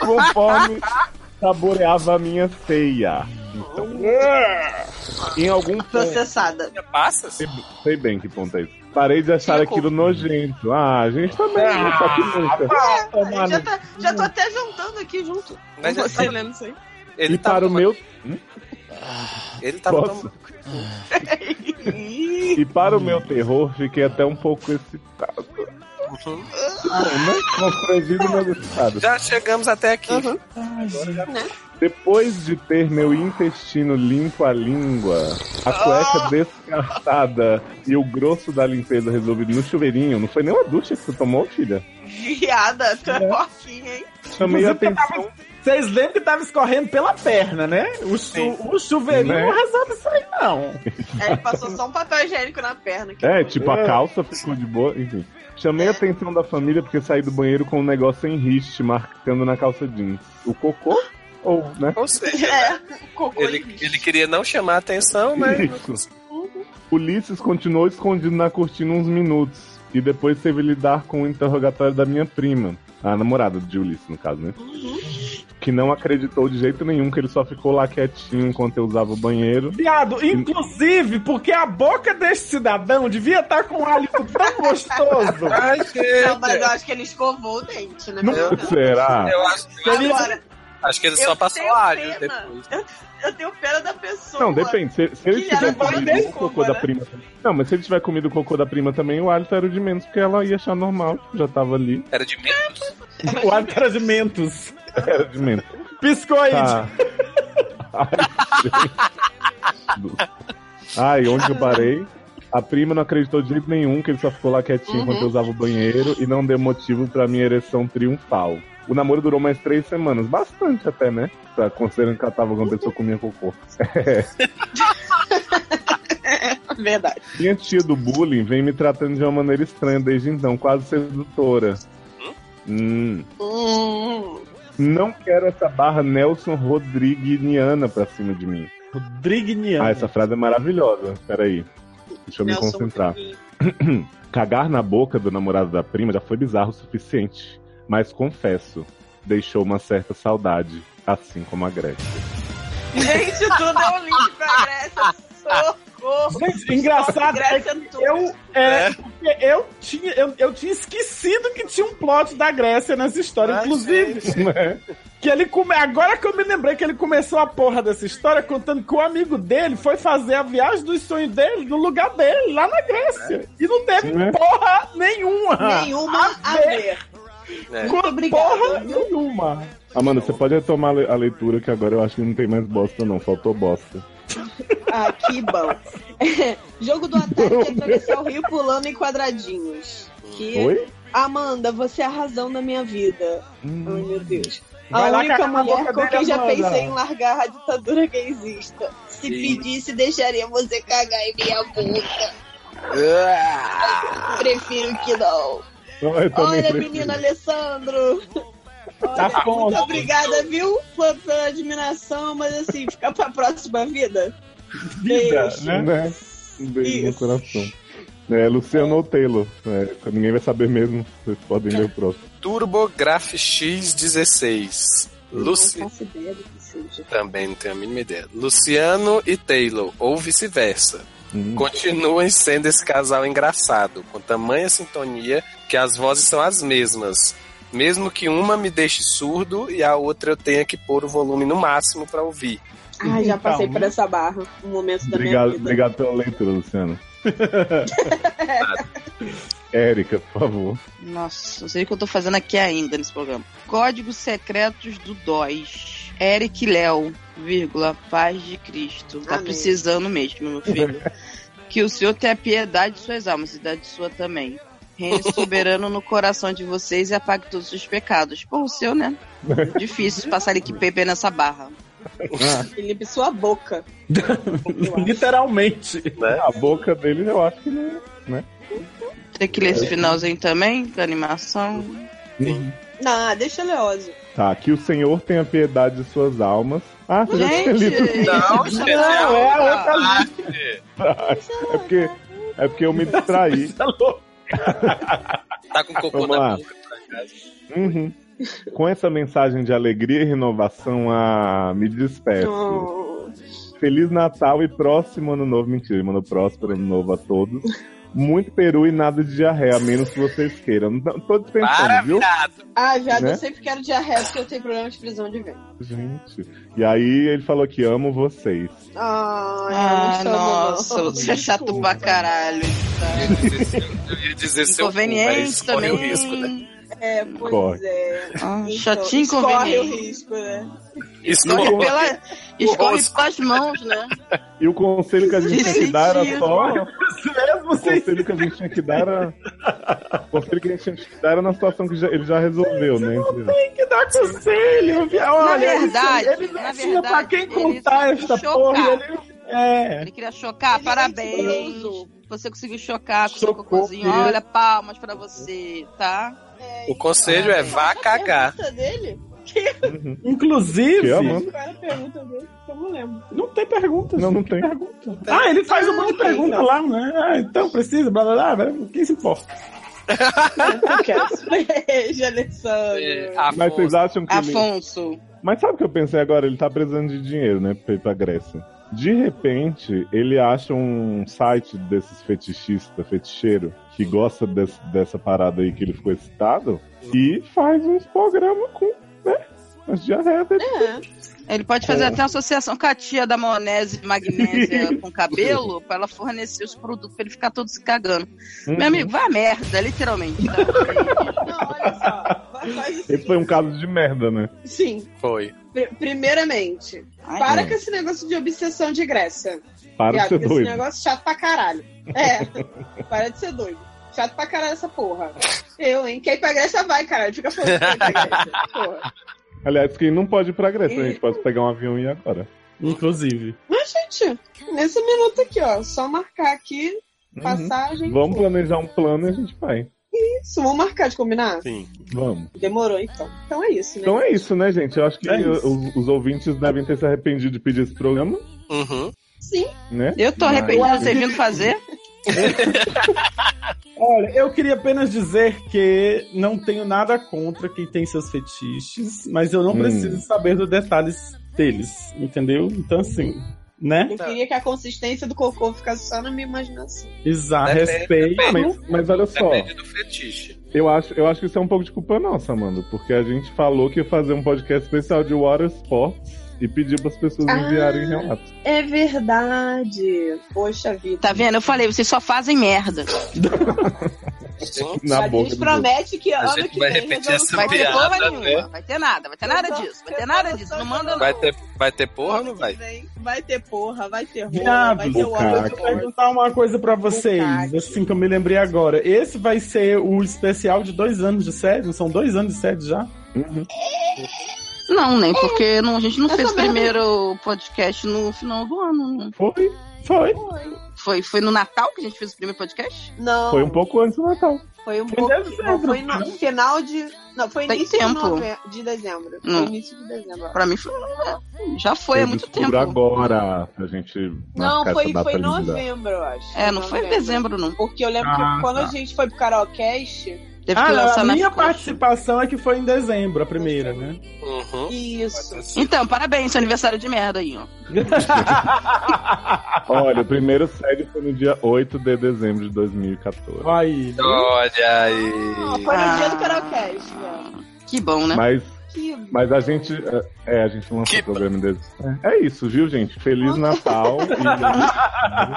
Speaker 1: Conforme saboreava a minha ceia. Então, Em algum ponto.
Speaker 5: Processada.
Speaker 4: Tinha passas?
Speaker 1: Sei, sei bem que ponto é isso. Parei de achar aquilo nojento. Ah, a gente também, só que nunca.
Speaker 2: Tomar
Speaker 5: Já,
Speaker 2: no-
Speaker 5: tá- já tô até juntando aqui junto.
Speaker 4: Mas
Speaker 5: com
Speaker 4: assim,
Speaker 5: você lendo isso aí.
Speaker 1: E
Speaker 4: ele tava,
Speaker 1: para o
Speaker 4: tomando-
Speaker 1: meu
Speaker 4: ele tá tava
Speaker 1: Posso?
Speaker 4: (laughs) tomando-
Speaker 1: E para o meu terror, fiquei até um pouco excitado.
Speaker 4: Uhum.
Speaker 1: Bom, né? Constrangido, mas excitado.
Speaker 4: Já chegamos até aqui.
Speaker 5: Uhum.
Speaker 1: Depois de ter meu intestino limpo a língua, a
Speaker 5: Ah!
Speaker 1: cueca descartada e o grosso da limpeza resolvido no chuveirinho, não foi nem uma ducha que você tomou, filha?
Speaker 5: Viada, tu é porquinha, hein?
Speaker 1: Chamei a
Speaker 2: Inclusive, eu
Speaker 1: atenção.
Speaker 2: Vocês lembram que tava escorrendo pela perna, né? O,
Speaker 4: Sim.
Speaker 2: chu- o chuveirinho
Speaker 1: Né?
Speaker 2: não resolve isso aí, não.
Speaker 5: É, ele passou só um papel higiênico na perna. Que
Speaker 1: É, tipo, a calça ficou de boa, enfim. Chamei a atenção da família porque saí do banheiro com um negócio em riste, marcando na calça jeans. O cocô? Ou, né?
Speaker 4: Ou seja,
Speaker 5: É, cocô
Speaker 4: ele, ele queria não chamar atenção, mas
Speaker 1: Isso. Ulisses continuou escondido na cortina uns minutos e depois teve lidar com o interrogatório da minha prima, a namorada de Ulisses, no caso, né? Que não acreditou de jeito nenhum que ele só ficou lá quietinho enquanto eu usava o banheiro.
Speaker 2: Viado, inclusive, porque a boca desse cidadão devia estar com um hálito tão gostoso.
Speaker 4: Ai, gente.
Speaker 5: Não, é, mas eu acho que ele escovou o dente, né?
Speaker 2: Não-
Speaker 5: Não,
Speaker 1: Será?
Speaker 4: Eu acho,
Speaker 5: Agora,
Speaker 4: acho que ele
Speaker 5: Eu
Speaker 4: só passou
Speaker 5: tenho
Speaker 4: alho
Speaker 5: pena.
Speaker 4: depois.
Speaker 5: eu tenho pena da pessoa.
Speaker 1: Não, depende. Se, se ele
Speaker 5: Que
Speaker 1: tiver
Speaker 5: era
Speaker 1: comido
Speaker 5: bom, né?
Speaker 1: o cocô da prima. Não, mas se ele tiver comido o cocô da prima também, o hálito era o de menos, porque ela ia achar normal. Já tava ali.
Speaker 4: Era de medo.
Speaker 2: o hálito de mentos.
Speaker 1: Era de menos.
Speaker 2: Piscoide.
Speaker 1: Tá. Ai, onde eu parei? A prima não acreditou de jeito nenhum que ele só ficou lá quietinho enquanto eu usava o banheiro e não deu motivo pra minha ereção triunfal. O namoro durou mais três semanas, bastante até, né? Pra, considerando que ela tava com uma pessoa que comia cocô.
Speaker 5: Verdade.
Speaker 1: Minha tia do bullying vem me tratando de uma maneira estranha desde então, quase sedutora. Hum.
Speaker 5: Hum,
Speaker 1: Não quero essa barra Nelson Rodriguiniana pra cima de mim.
Speaker 2: Rodriguiniano.
Speaker 1: Ah, essa frase é maravilhosa. Peraí. Deixa eu me
Speaker 5: Nelson
Speaker 1: concentrar.
Speaker 5: Rodrigues.
Speaker 1: (clears throat) Cagar na boca do namorado da prima já foi bizarro o suficiente. Mas confesso, deixou uma certa saudade, assim como a Gretchen.
Speaker 5: Gente, tudo é um link pra Grécia. Socorro.
Speaker 2: Gente, engraçado é que
Speaker 5: Grécia tudo.
Speaker 2: eu, é,
Speaker 4: É.
Speaker 2: porque eu, tinha, eu, eu tinha esquecido que tinha um plot da Grécia nessa história.
Speaker 4: Ai,
Speaker 2: inclusive,
Speaker 1: Né?
Speaker 2: que ele come... agora que eu me lembrei que ele começou a porra dessa história contando que o amigo dele foi fazer a viagem dos sonhos dele no lugar dele, lá na Grécia. E não teve
Speaker 1: Né?
Speaker 2: porra nenhuma.
Speaker 5: Nenhuma a ver.
Speaker 4: né?
Speaker 2: Com
Speaker 5: Obrigado,
Speaker 2: porra
Speaker 5: viu?
Speaker 2: nenhuma.
Speaker 1: Amanda, você pode retomar a le- a leitura que agora eu acho que não tem mais bosta, não. Faltou bosta.
Speaker 5: Ah, que bom. (laughs) Jogo do ataque é atravessar o rio pulando em quadradinhos. Que...
Speaker 1: Oi?
Speaker 5: Amanda, você é a razão da minha vida. Ai,
Speaker 1: Hum.
Speaker 5: meu Deus. A
Speaker 2: Vai lá
Speaker 5: única é
Speaker 2: cagar na
Speaker 5: mulher
Speaker 2: boca
Speaker 5: com
Speaker 2: dele,
Speaker 5: quem já
Speaker 2: Amanda.
Speaker 5: pensei em largar a ditadura gaysista. Se
Speaker 4: Sim.
Speaker 5: pedisse, deixaria você cagar em minha boca.
Speaker 4: É.
Speaker 5: Prefiro que não.
Speaker 1: Não, Hum. eu também
Speaker 5: Olha,
Speaker 1: prefiro.
Speaker 5: menino Alessandro.
Speaker 2: Tá bom.
Speaker 5: Muito obrigada, viu? Pela, pela admiração, mas assim, fica pra próxima vida.
Speaker 2: Vida,
Speaker 5: Beijo.
Speaker 2: né?
Speaker 1: Né? Um beijo no
Speaker 5: Isso.
Speaker 1: coração. É, Luciano Otelo. É, ninguém vai saber mesmo. Vocês podem ler o próximo.
Speaker 4: TurboGraf X16. Luci...
Speaker 5: Não faço ideia do que seja.
Speaker 4: Também não tenho a mínima ideia. Luciano e Taylor, ou vice-versa,
Speaker 1: Hum.
Speaker 4: continuem sendo esse casal engraçado, com tamanha sintonia que as vozes são as mesmas. Mesmo que uma me deixe surdo e a outra eu tenha que pôr o volume no máximo pra ouvir.
Speaker 5: Ah, já passei
Speaker 2: Então,
Speaker 5: por essa barra. Um momento da
Speaker 1: Obrigado,
Speaker 5: minha vida.
Speaker 1: obrigado pela leitura,
Speaker 5: (laughs)
Speaker 1: Luciano. Érica, por favor.
Speaker 3: Nossa, não sei o que eu tô fazendo aqui ainda nesse programa. Códigos Secretos do DOS. Eric Léo, vírgula, paz de Cristo. Tá
Speaker 5: Amém.
Speaker 3: precisando mesmo, meu
Speaker 5: (laughs)
Speaker 3: filho. que o Senhor tenha piedade de suas almas e da de sua também.
Speaker 5: (laughs)
Speaker 3: Reine soberano no coração de vocês e apague todos os pecados. Pô, o seu,
Speaker 5: (laughs)
Speaker 3: né? Difícil passar aqui PP nessa barra.
Speaker 5: Felipe, sua boca.
Speaker 2: (laughs) Literalmente.
Speaker 1: É, A boca dele eu acho que é- não.
Speaker 3: Tem que ler
Speaker 5: É.
Speaker 3: esse finalzinho também, da animação.
Speaker 5: Não, ah, deixa Leózio.
Speaker 1: Tá, que o Senhor tenha piedade de suas almas. Ah, você já tinha lido.
Speaker 3: Gente!
Speaker 4: Não, gente,
Speaker 2: Não, é a outra lista.
Speaker 1: É porque, é porque eu me distraí.
Speaker 2: Tá louco.
Speaker 4: Tá com cocô
Speaker 1: Vamos lá.
Speaker 4: na boca. por acaso.
Speaker 1: Uhum. É Com essa mensagem de alegria e renovação, ah, me despeço.
Speaker 5: Oh.
Speaker 1: Feliz Natal e próximo ano novo. Mentira, ele mandou próximo ano novo a todos. Muito peru e nada de diarreia, a menos que vocês queiram. Não, Tô
Speaker 4: Para,
Speaker 1: dispensando, viu?
Speaker 4: virado.
Speaker 5: Ah, viado,
Speaker 1: Né?
Speaker 5: eu sempre quero diarreia porque eu tenho problema de prisão de ventre.
Speaker 1: Gente. E aí ele falou que amo vocês.
Speaker 5: Ai,
Speaker 3: Ah,
Speaker 5: eu não sou
Speaker 3: nossa,
Speaker 5: não.
Speaker 3: você é chato pra caralho.
Speaker 4: Eu ia dizer- Eu ia dizer seu é cu, mas
Speaker 3: Inconveniente
Speaker 4: isso corre
Speaker 3: também.
Speaker 4: o risco, né?
Speaker 5: É, pois
Speaker 1: Corre.
Speaker 5: é.
Speaker 3: Ah,
Speaker 5: Então,
Speaker 3: chatinho
Speaker 5: Corre o
Speaker 3: inconveniente.
Speaker 5: risco, né?
Speaker 4: Isso
Speaker 3: Escorre,
Speaker 4: corre.
Speaker 3: pela, escorre
Speaker 4: rosto.
Speaker 3: pelas mãos, né?
Speaker 1: E o conselho que a gente tinha que dar era só.
Speaker 2: Mesmo
Speaker 1: O conselho que a gente tinha que dar era. O conselho que a gente tinha que dar era na situação que já- ele já resolveu, né?
Speaker 2: tem que dar conselho. vi- (laughs) Olha,
Speaker 3: verdade,
Speaker 2: ele não
Speaker 3: na
Speaker 2: tinha pra
Speaker 3: verdade,
Speaker 2: quem
Speaker 3: ele
Speaker 2: contar esta
Speaker 3: chocar.
Speaker 2: porra. Ele... É.
Speaker 3: Ele queria chocar,
Speaker 5: Ele é
Speaker 3: parabéns.
Speaker 5: mentiroso.
Speaker 3: Você conseguiu chocar com o seu
Speaker 2: Chocou,
Speaker 3: cocôzinho.
Speaker 2: querido.
Speaker 3: Olha, palmas pra você, tá?
Speaker 4: O conselho é vá
Speaker 5: Qual que A
Speaker 4: cagar.
Speaker 5: pergunta dele?
Speaker 1: Uhum. Que
Speaker 2: Inclusive,
Speaker 1: amor.
Speaker 5: Qual era a pergunta dele? Eu não lembro.
Speaker 2: não tem perguntas.
Speaker 1: Não, não tem.
Speaker 2: Pergunta.
Speaker 4: Tá.
Speaker 2: Ah, ele faz um monte de pergunta lá, né? Ah, então precisa, blá blá blá, blá. Quem se importa?
Speaker 5: Eu quero. (laughs) Já Alessandro.
Speaker 4: É, Afonso.
Speaker 1: Mas vocês acham que. ele-
Speaker 3: Afonso.
Speaker 1: Mas sabe o que eu pensei agora? Ele tá precisando de dinheiro, né? Pra ir pra Grécia. De repente, ele acha um site desses fetichistas, feticheiro, que gosta des- dessa parada aí que ele ficou excitado, e faz uns programas com, né? As diarreias dele.
Speaker 3: Ele pode fazer
Speaker 1: É.
Speaker 3: até uma associação com a tia da maionese
Speaker 2: (laughs)
Speaker 3: e magnésia com cabelo pra ela fornecer os produtos pra ele ficar todo se cagando.
Speaker 2: Uhum.
Speaker 3: Meu amigo, vai a merda, literalmente. tá?
Speaker 2: (laughs)
Speaker 5: Não, olha só. Vai- Faz o
Speaker 1: Esse foi um caso de merda, né?
Speaker 5: seguinte. Sim,
Speaker 4: Foi.
Speaker 5: pr- primeiramente,
Speaker 3: Ai,
Speaker 5: para
Speaker 1: não.
Speaker 5: com esse negócio de obsessão de Grécia.
Speaker 1: Para de ser
Speaker 5: Viado, porque esse
Speaker 1: doido.
Speaker 5: negócio é chato pra caralho. É, (laughs) para de ser doido. Chato pra caralho essa porra. Eu, hein? Quem ir pra Grécia vai, caralho. Fica falando que vai pra Grécia. Porra.
Speaker 1: Aliás, quem não pode ir pra Grécia, a
Speaker 5: Ih.
Speaker 1: gente pode pegar um avião e ir agora.
Speaker 2: Inclusive.
Speaker 5: Mas, gente, nesse minuto aqui, ó. Só marcar aqui, passagem.
Speaker 1: Uhum. Vamos planejar um plano e a gente vai.
Speaker 5: Isso, vamos marcar de combinar?
Speaker 4: Sim.
Speaker 1: Vamos.
Speaker 5: Demorou, então. Então é isso, né?
Speaker 1: Então é isso, né, gente? Eu acho que
Speaker 2: É isso.
Speaker 1: os, os ouvintes devem ter se arrependido de pedir esse programa,
Speaker 4: Uhum.
Speaker 5: Sim,
Speaker 1: né?
Speaker 3: Eu tô arrependida de ter vindo fazer.
Speaker 2: Olha, eu queria apenas dizer que não tenho nada contra quem tem seus fetiches, mas eu não
Speaker 1: Hum.
Speaker 2: preciso saber dos detalhes deles, entendeu? Então, assim, né?
Speaker 5: eu queria que a consistência do cocô ficasse só na minha imaginação.
Speaker 2: Exato,
Speaker 4: Depende,
Speaker 2: respeito.
Speaker 1: Ah, mas,
Speaker 5: Uhum.
Speaker 1: mas olha só,
Speaker 2: É.
Speaker 4: Depende do fetiche.
Speaker 1: eu acho, eu acho que isso é um pouco de culpa nossa, Amanda, porque a gente falou que ia fazer um podcast especial de water sports e pediu para as pessoas
Speaker 5: Ah.
Speaker 1: enviarem relatos.
Speaker 5: É verdade. Poxa vida.
Speaker 3: Tá vendo? Eu falei, vocês só fazem merda.
Speaker 4: Sim.
Speaker 1: Na
Speaker 5: a
Speaker 1: boca
Speaker 5: gente
Speaker 1: dos
Speaker 5: promete que
Speaker 4: A
Speaker 5: ano
Speaker 4: gente
Speaker 5: que
Speaker 4: vai
Speaker 5: vem
Speaker 4: repetir
Speaker 5: resolve-
Speaker 4: essa
Speaker 3: Vai ter
Speaker 4: piada,
Speaker 3: porra
Speaker 4: né?
Speaker 3: nenhuma. Vai ter nada, vai ter nada disso. Vai ter nada disso. Não manda não.
Speaker 4: Vai ter, vai ter porra ou não vai?
Speaker 5: Vai ter porra, vai ter rola, vai
Speaker 2: Viados,
Speaker 5: ter
Speaker 2: eu
Speaker 1: o cara
Speaker 2: vou
Speaker 5: ódio.
Speaker 2: perguntar uma coisa pra vocês,
Speaker 5: Bucaque.
Speaker 2: assim que eu me lembrei agora. Esse vai ser o especial de dois anos de sede? Não São dois anos de sede já?
Speaker 1: Uhum.
Speaker 3: Não, nem porque não, a gente não
Speaker 5: Essa
Speaker 3: fez o
Speaker 5: merda.
Speaker 3: primeiro podcast no final do ano. não.
Speaker 1: Foi,
Speaker 2: Foi.
Speaker 3: Foi, foi no Natal que a gente fez o primeiro podcast?
Speaker 5: Não,
Speaker 1: foi um pouco antes do Natal.
Speaker 5: foi um
Speaker 2: Foi
Speaker 5: pouco.
Speaker 2: dezembro,
Speaker 5: foi no final de. Não, foi
Speaker 3: Tem
Speaker 5: início de
Speaker 3: tempo.
Speaker 5: nove- de dezembro. Foi
Speaker 3: Hum.
Speaker 5: início de dezembro.
Speaker 3: Pra mim foi. Já foi há
Speaker 1: eu
Speaker 3: muito
Speaker 1: descubro
Speaker 3: tempo.
Speaker 1: agora pra gente
Speaker 5: Não,
Speaker 1: marcar
Speaker 5: foi,
Speaker 1: essa data
Speaker 5: foi em
Speaker 1: linda.
Speaker 5: novembro, eu acho.
Speaker 3: É, não foi em dezembro, não.
Speaker 5: Porque eu lembro
Speaker 2: Ah,
Speaker 5: que quando
Speaker 2: tá.
Speaker 5: a gente foi pro Karaokast,
Speaker 3: Teve
Speaker 2: Ah,
Speaker 3: que
Speaker 2: não,
Speaker 3: lançar
Speaker 2: a
Speaker 3: na
Speaker 2: minha
Speaker 3: Ficou.
Speaker 2: participação é que foi em dezembro, a primeira,
Speaker 5: (laughs)
Speaker 2: né?
Speaker 4: Uhum.
Speaker 5: isso.
Speaker 3: Então, parabéns, seu aniversário de merda aí, ó.
Speaker 1: Olha, o primeiro série foi no dia 8 de dezembro de 2014.
Speaker 2: Vai.
Speaker 4: Olha aí.
Speaker 5: Ah, foi no dia do
Speaker 3: Ah.
Speaker 5: Karaokast. cara.
Speaker 3: Que bom, né?
Speaker 1: Mas,
Speaker 5: Que
Speaker 1: mas a gente. É, a gente lançou
Speaker 4: Que-
Speaker 1: o programa desde. É isso, viu, gente? Feliz Natal. e-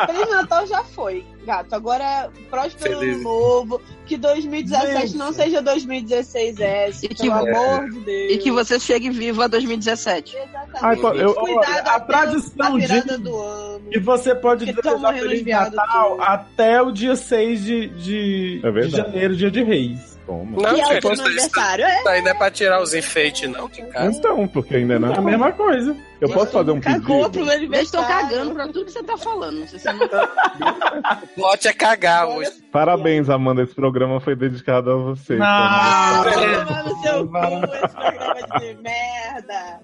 Speaker 5: Feliz Natal já foi, gato. Agora é próspero
Speaker 4: Feliz.
Speaker 5: ano novo. Que 2017
Speaker 2: Gente.
Speaker 5: não seja 2016 esse,
Speaker 3: E que
Speaker 5: pelo
Speaker 3: vo-
Speaker 5: amor de Deus.
Speaker 3: E que você chegue vivo a 2017.
Speaker 5: Exatamente.
Speaker 1: Ai, pô, eu-
Speaker 2: olha,
Speaker 5: Cuidado
Speaker 2: a
Speaker 5: até
Speaker 2: tradição
Speaker 5: a virada
Speaker 2: diz-
Speaker 5: do ano.
Speaker 2: E você pode
Speaker 5: Que tão
Speaker 2: desejar
Speaker 5: morrendo
Speaker 2: Feliz
Speaker 5: de viado
Speaker 2: Natal
Speaker 5: tudo.
Speaker 2: até o dia 6 de, de,
Speaker 1: É
Speaker 2: de
Speaker 1: verdade.
Speaker 2: janeiro, dia de reis.
Speaker 1: Toma.
Speaker 4: Não,
Speaker 5: que é o
Speaker 4: gente,
Speaker 5: último
Speaker 4: isso
Speaker 5: aniversário. É,
Speaker 4: daí não é pra tirar os enfeites, não, de casa.
Speaker 1: Então, porque ainda não.
Speaker 2: É a mesma coisa.
Speaker 1: Eu posso fazer um
Speaker 5: cagou
Speaker 1: pedido?
Speaker 5: pro
Speaker 3: Eles
Speaker 5: aniversário.
Speaker 3: estão cagando pra tudo que você tá falando. Não sei se é muito-
Speaker 4: O plot é cagar hoje.
Speaker 1: Parabéns, Amanda. Esse programa foi dedicado a você.
Speaker 2: Ah,
Speaker 5: Vai
Speaker 2: beleza.
Speaker 5: tomar no seu cu esse programa é de merda.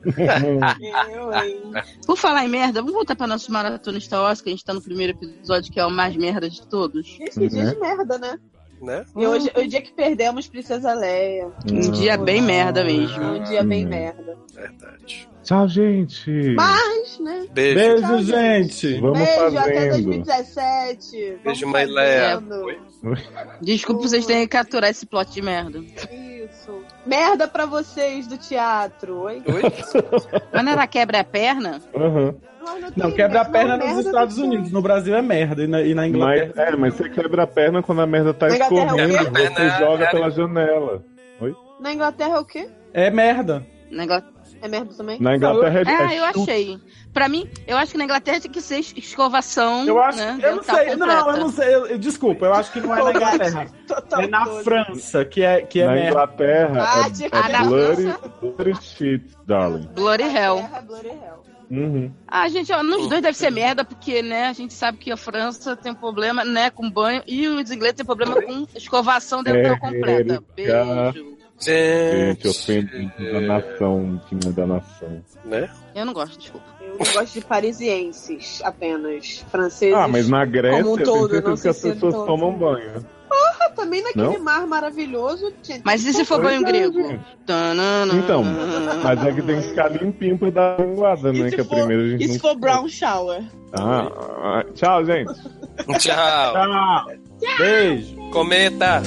Speaker 5: Eu, hein.
Speaker 3: Por falar em merda, vamos voltar pra nosso
Speaker 1: Uhum.
Speaker 3: maratona Star Wars, que a gente tá no primeiro episódio, que é o mais merda de todos.
Speaker 5: Gente, que dia de merda, né?
Speaker 4: né?
Speaker 5: E hoje, o dia que perdemos Princesa Leia.
Speaker 3: (laughs) Um dia bem merda mesmo.
Speaker 5: Um dia bem
Speaker 1: Hum.
Speaker 5: merda.
Speaker 4: Verdade.
Speaker 1: Tchau, gente.
Speaker 5: Mas, né?
Speaker 4: Beijo.
Speaker 2: é. Beijo,
Speaker 5: Tchau,
Speaker 2: gente.
Speaker 1: Vamos
Speaker 5: Beijo,
Speaker 1: fazendo.
Speaker 5: até 2017. Vamos
Speaker 4: Beijo, mãe Leia.
Speaker 5: fazendo.
Speaker 4: Oi.
Speaker 3: Desculpa vocês terem que capturar esse plot de merda.
Speaker 5: Isso. Merda pra vocês do teatro. Oi?
Speaker 4: Oi?
Speaker 3: Mas não era quebra a perna?
Speaker 1: Aham.
Speaker 2: Não,
Speaker 5: tem
Speaker 2: quebra a
Speaker 5: merda,
Speaker 2: perna
Speaker 5: não,
Speaker 2: nos
Speaker 5: merda
Speaker 2: Estados
Speaker 5: do
Speaker 2: Unidos. No Brasil é merda. E na, e na Inglaterra.
Speaker 1: Mas, é, mas você quebra a perna quando a merda tá
Speaker 5: Quebra a perna,
Speaker 1: escorrendo,
Speaker 4: quebra a
Speaker 1: você
Speaker 4: perna,
Speaker 1: joga
Speaker 4: é.
Speaker 1: pela janela.
Speaker 5: teatro. Na Inglaterra é o quê?
Speaker 2: É merda.
Speaker 3: Negócio...
Speaker 5: É merda também?
Speaker 1: Na Inglaterra é,
Speaker 3: Ah, eu
Speaker 1: é
Speaker 3: achei. Pra mim, eu acho que na Inglaterra tinha que ser es-
Speaker 5: Hum,
Speaker 3: escovação.
Speaker 2: Eu acho.
Speaker 3: né,
Speaker 2: eu não
Speaker 3: dental
Speaker 2: sei.
Speaker 5: tá
Speaker 3: completa.
Speaker 2: Não, eu não sei. Eu- eu- desculpa, eu acho que
Speaker 5: (laughs)
Speaker 2: não é na Inglaterra.
Speaker 5: Total
Speaker 3: Tá
Speaker 2: É na
Speaker 5: doido.
Speaker 2: França que é, que é
Speaker 1: na
Speaker 2: merda.
Speaker 1: Inglaterra
Speaker 5: Ah,
Speaker 1: é,
Speaker 5: tinha que
Speaker 1: é
Speaker 3: quebrar a
Speaker 1: blurry, blurry shit, darling.
Speaker 3: Bloody hell.
Speaker 5: Inglaterra, Bloody Hell.
Speaker 1: Uhum.
Speaker 3: Ah, gente, ó, nos dois deve ser merda, porque, né, a gente sabe que a França tem um problema, né, com banho, e os ingleses têm problema com escovação dental
Speaker 1: É,
Speaker 3: completa.
Speaker 1: cara.
Speaker 3: Beijo.
Speaker 1: Gente,
Speaker 4: Gente,
Speaker 1: ofende a nação, time da nação.
Speaker 4: né?
Speaker 3: Eu não gosto, desculpa.
Speaker 5: Eu não gosto de parisienses apenas. Franceses.
Speaker 1: Ah, mas na Grécia
Speaker 5: Como um todo,
Speaker 1: tem
Speaker 5: não
Speaker 1: certeza que as
Speaker 5: se sinta
Speaker 1: pessoas
Speaker 5: todo.
Speaker 1: tomam banho.
Speaker 5: Ah, também naquele
Speaker 1: Não?
Speaker 5: mar maravilhoso. gente,
Speaker 3: Mas e se for banho
Speaker 1: Pois é,
Speaker 3: grego?
Speaker 1: gente.
Speaker 3: Tanana.
Speaker 1: Então, Mas é que tem que ficar limpinho pra dar uma linguada,
Speaker 5: E
Speaker 1: né?
Speaker 5: se
Speaker 1: Que a
Speaker 5: for-
Speaker 1: primeira a gente
Speaker 5: E
Speaker 1: não
Speaker 5: se for brown shower?
Speaker 1: Ah, ah, tchau, gente.
Speaker 4: Tchau.
Speaker 2: Ah, Beijo.
Speaker 4: Comenta.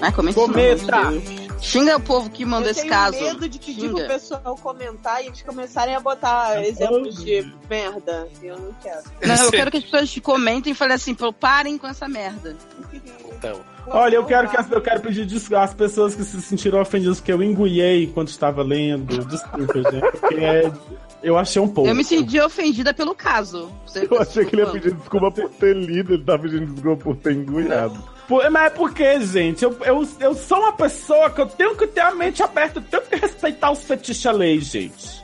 Speaker 3: Ai, comenta. isso não,
Speaker 2: Comenta.
Speaker 3: meu Deus. Xinga o povo que mandou
Speaker 5: eu
Speaker 3: esse
Speaker 5: tenho
Speaker 3: caso.
Speaker 5: medo de pedir
Speaker 3: Xinga.
Speaker 5: pro pessoal comentar e eles começarem a botar exemplos de merda. Eu não quero.
Speaker 3: Não, eu quero que as pessoas comentem e falem assim, pô, parem com essa merda.
Speaker 4: Então,
Speaker 2: (laughs) Olha, eu quero, que as- eu quero pedir desculpa às pessoas que se sentiram ofendidas porque eu enguiei enquanto estava lendo. Desculpa, gente. Porque é- eu achei um pouco.
Speaker 3: Eu me senti ofendida pelo caso. Você tá
Speaker 1: Eu achei que ele ia
Speaker 3: desculpa.
Speaker 1: pedir desculpa por ter lido, ele tá pedindo desculpa por ter engunhado.
Speaker 2: Por- mas é porque, gente, eu, eu, eu sou uma pessoa que eu tenho que ter a mente aberta, eu tenho que respeitar os fetiches à lei, gente.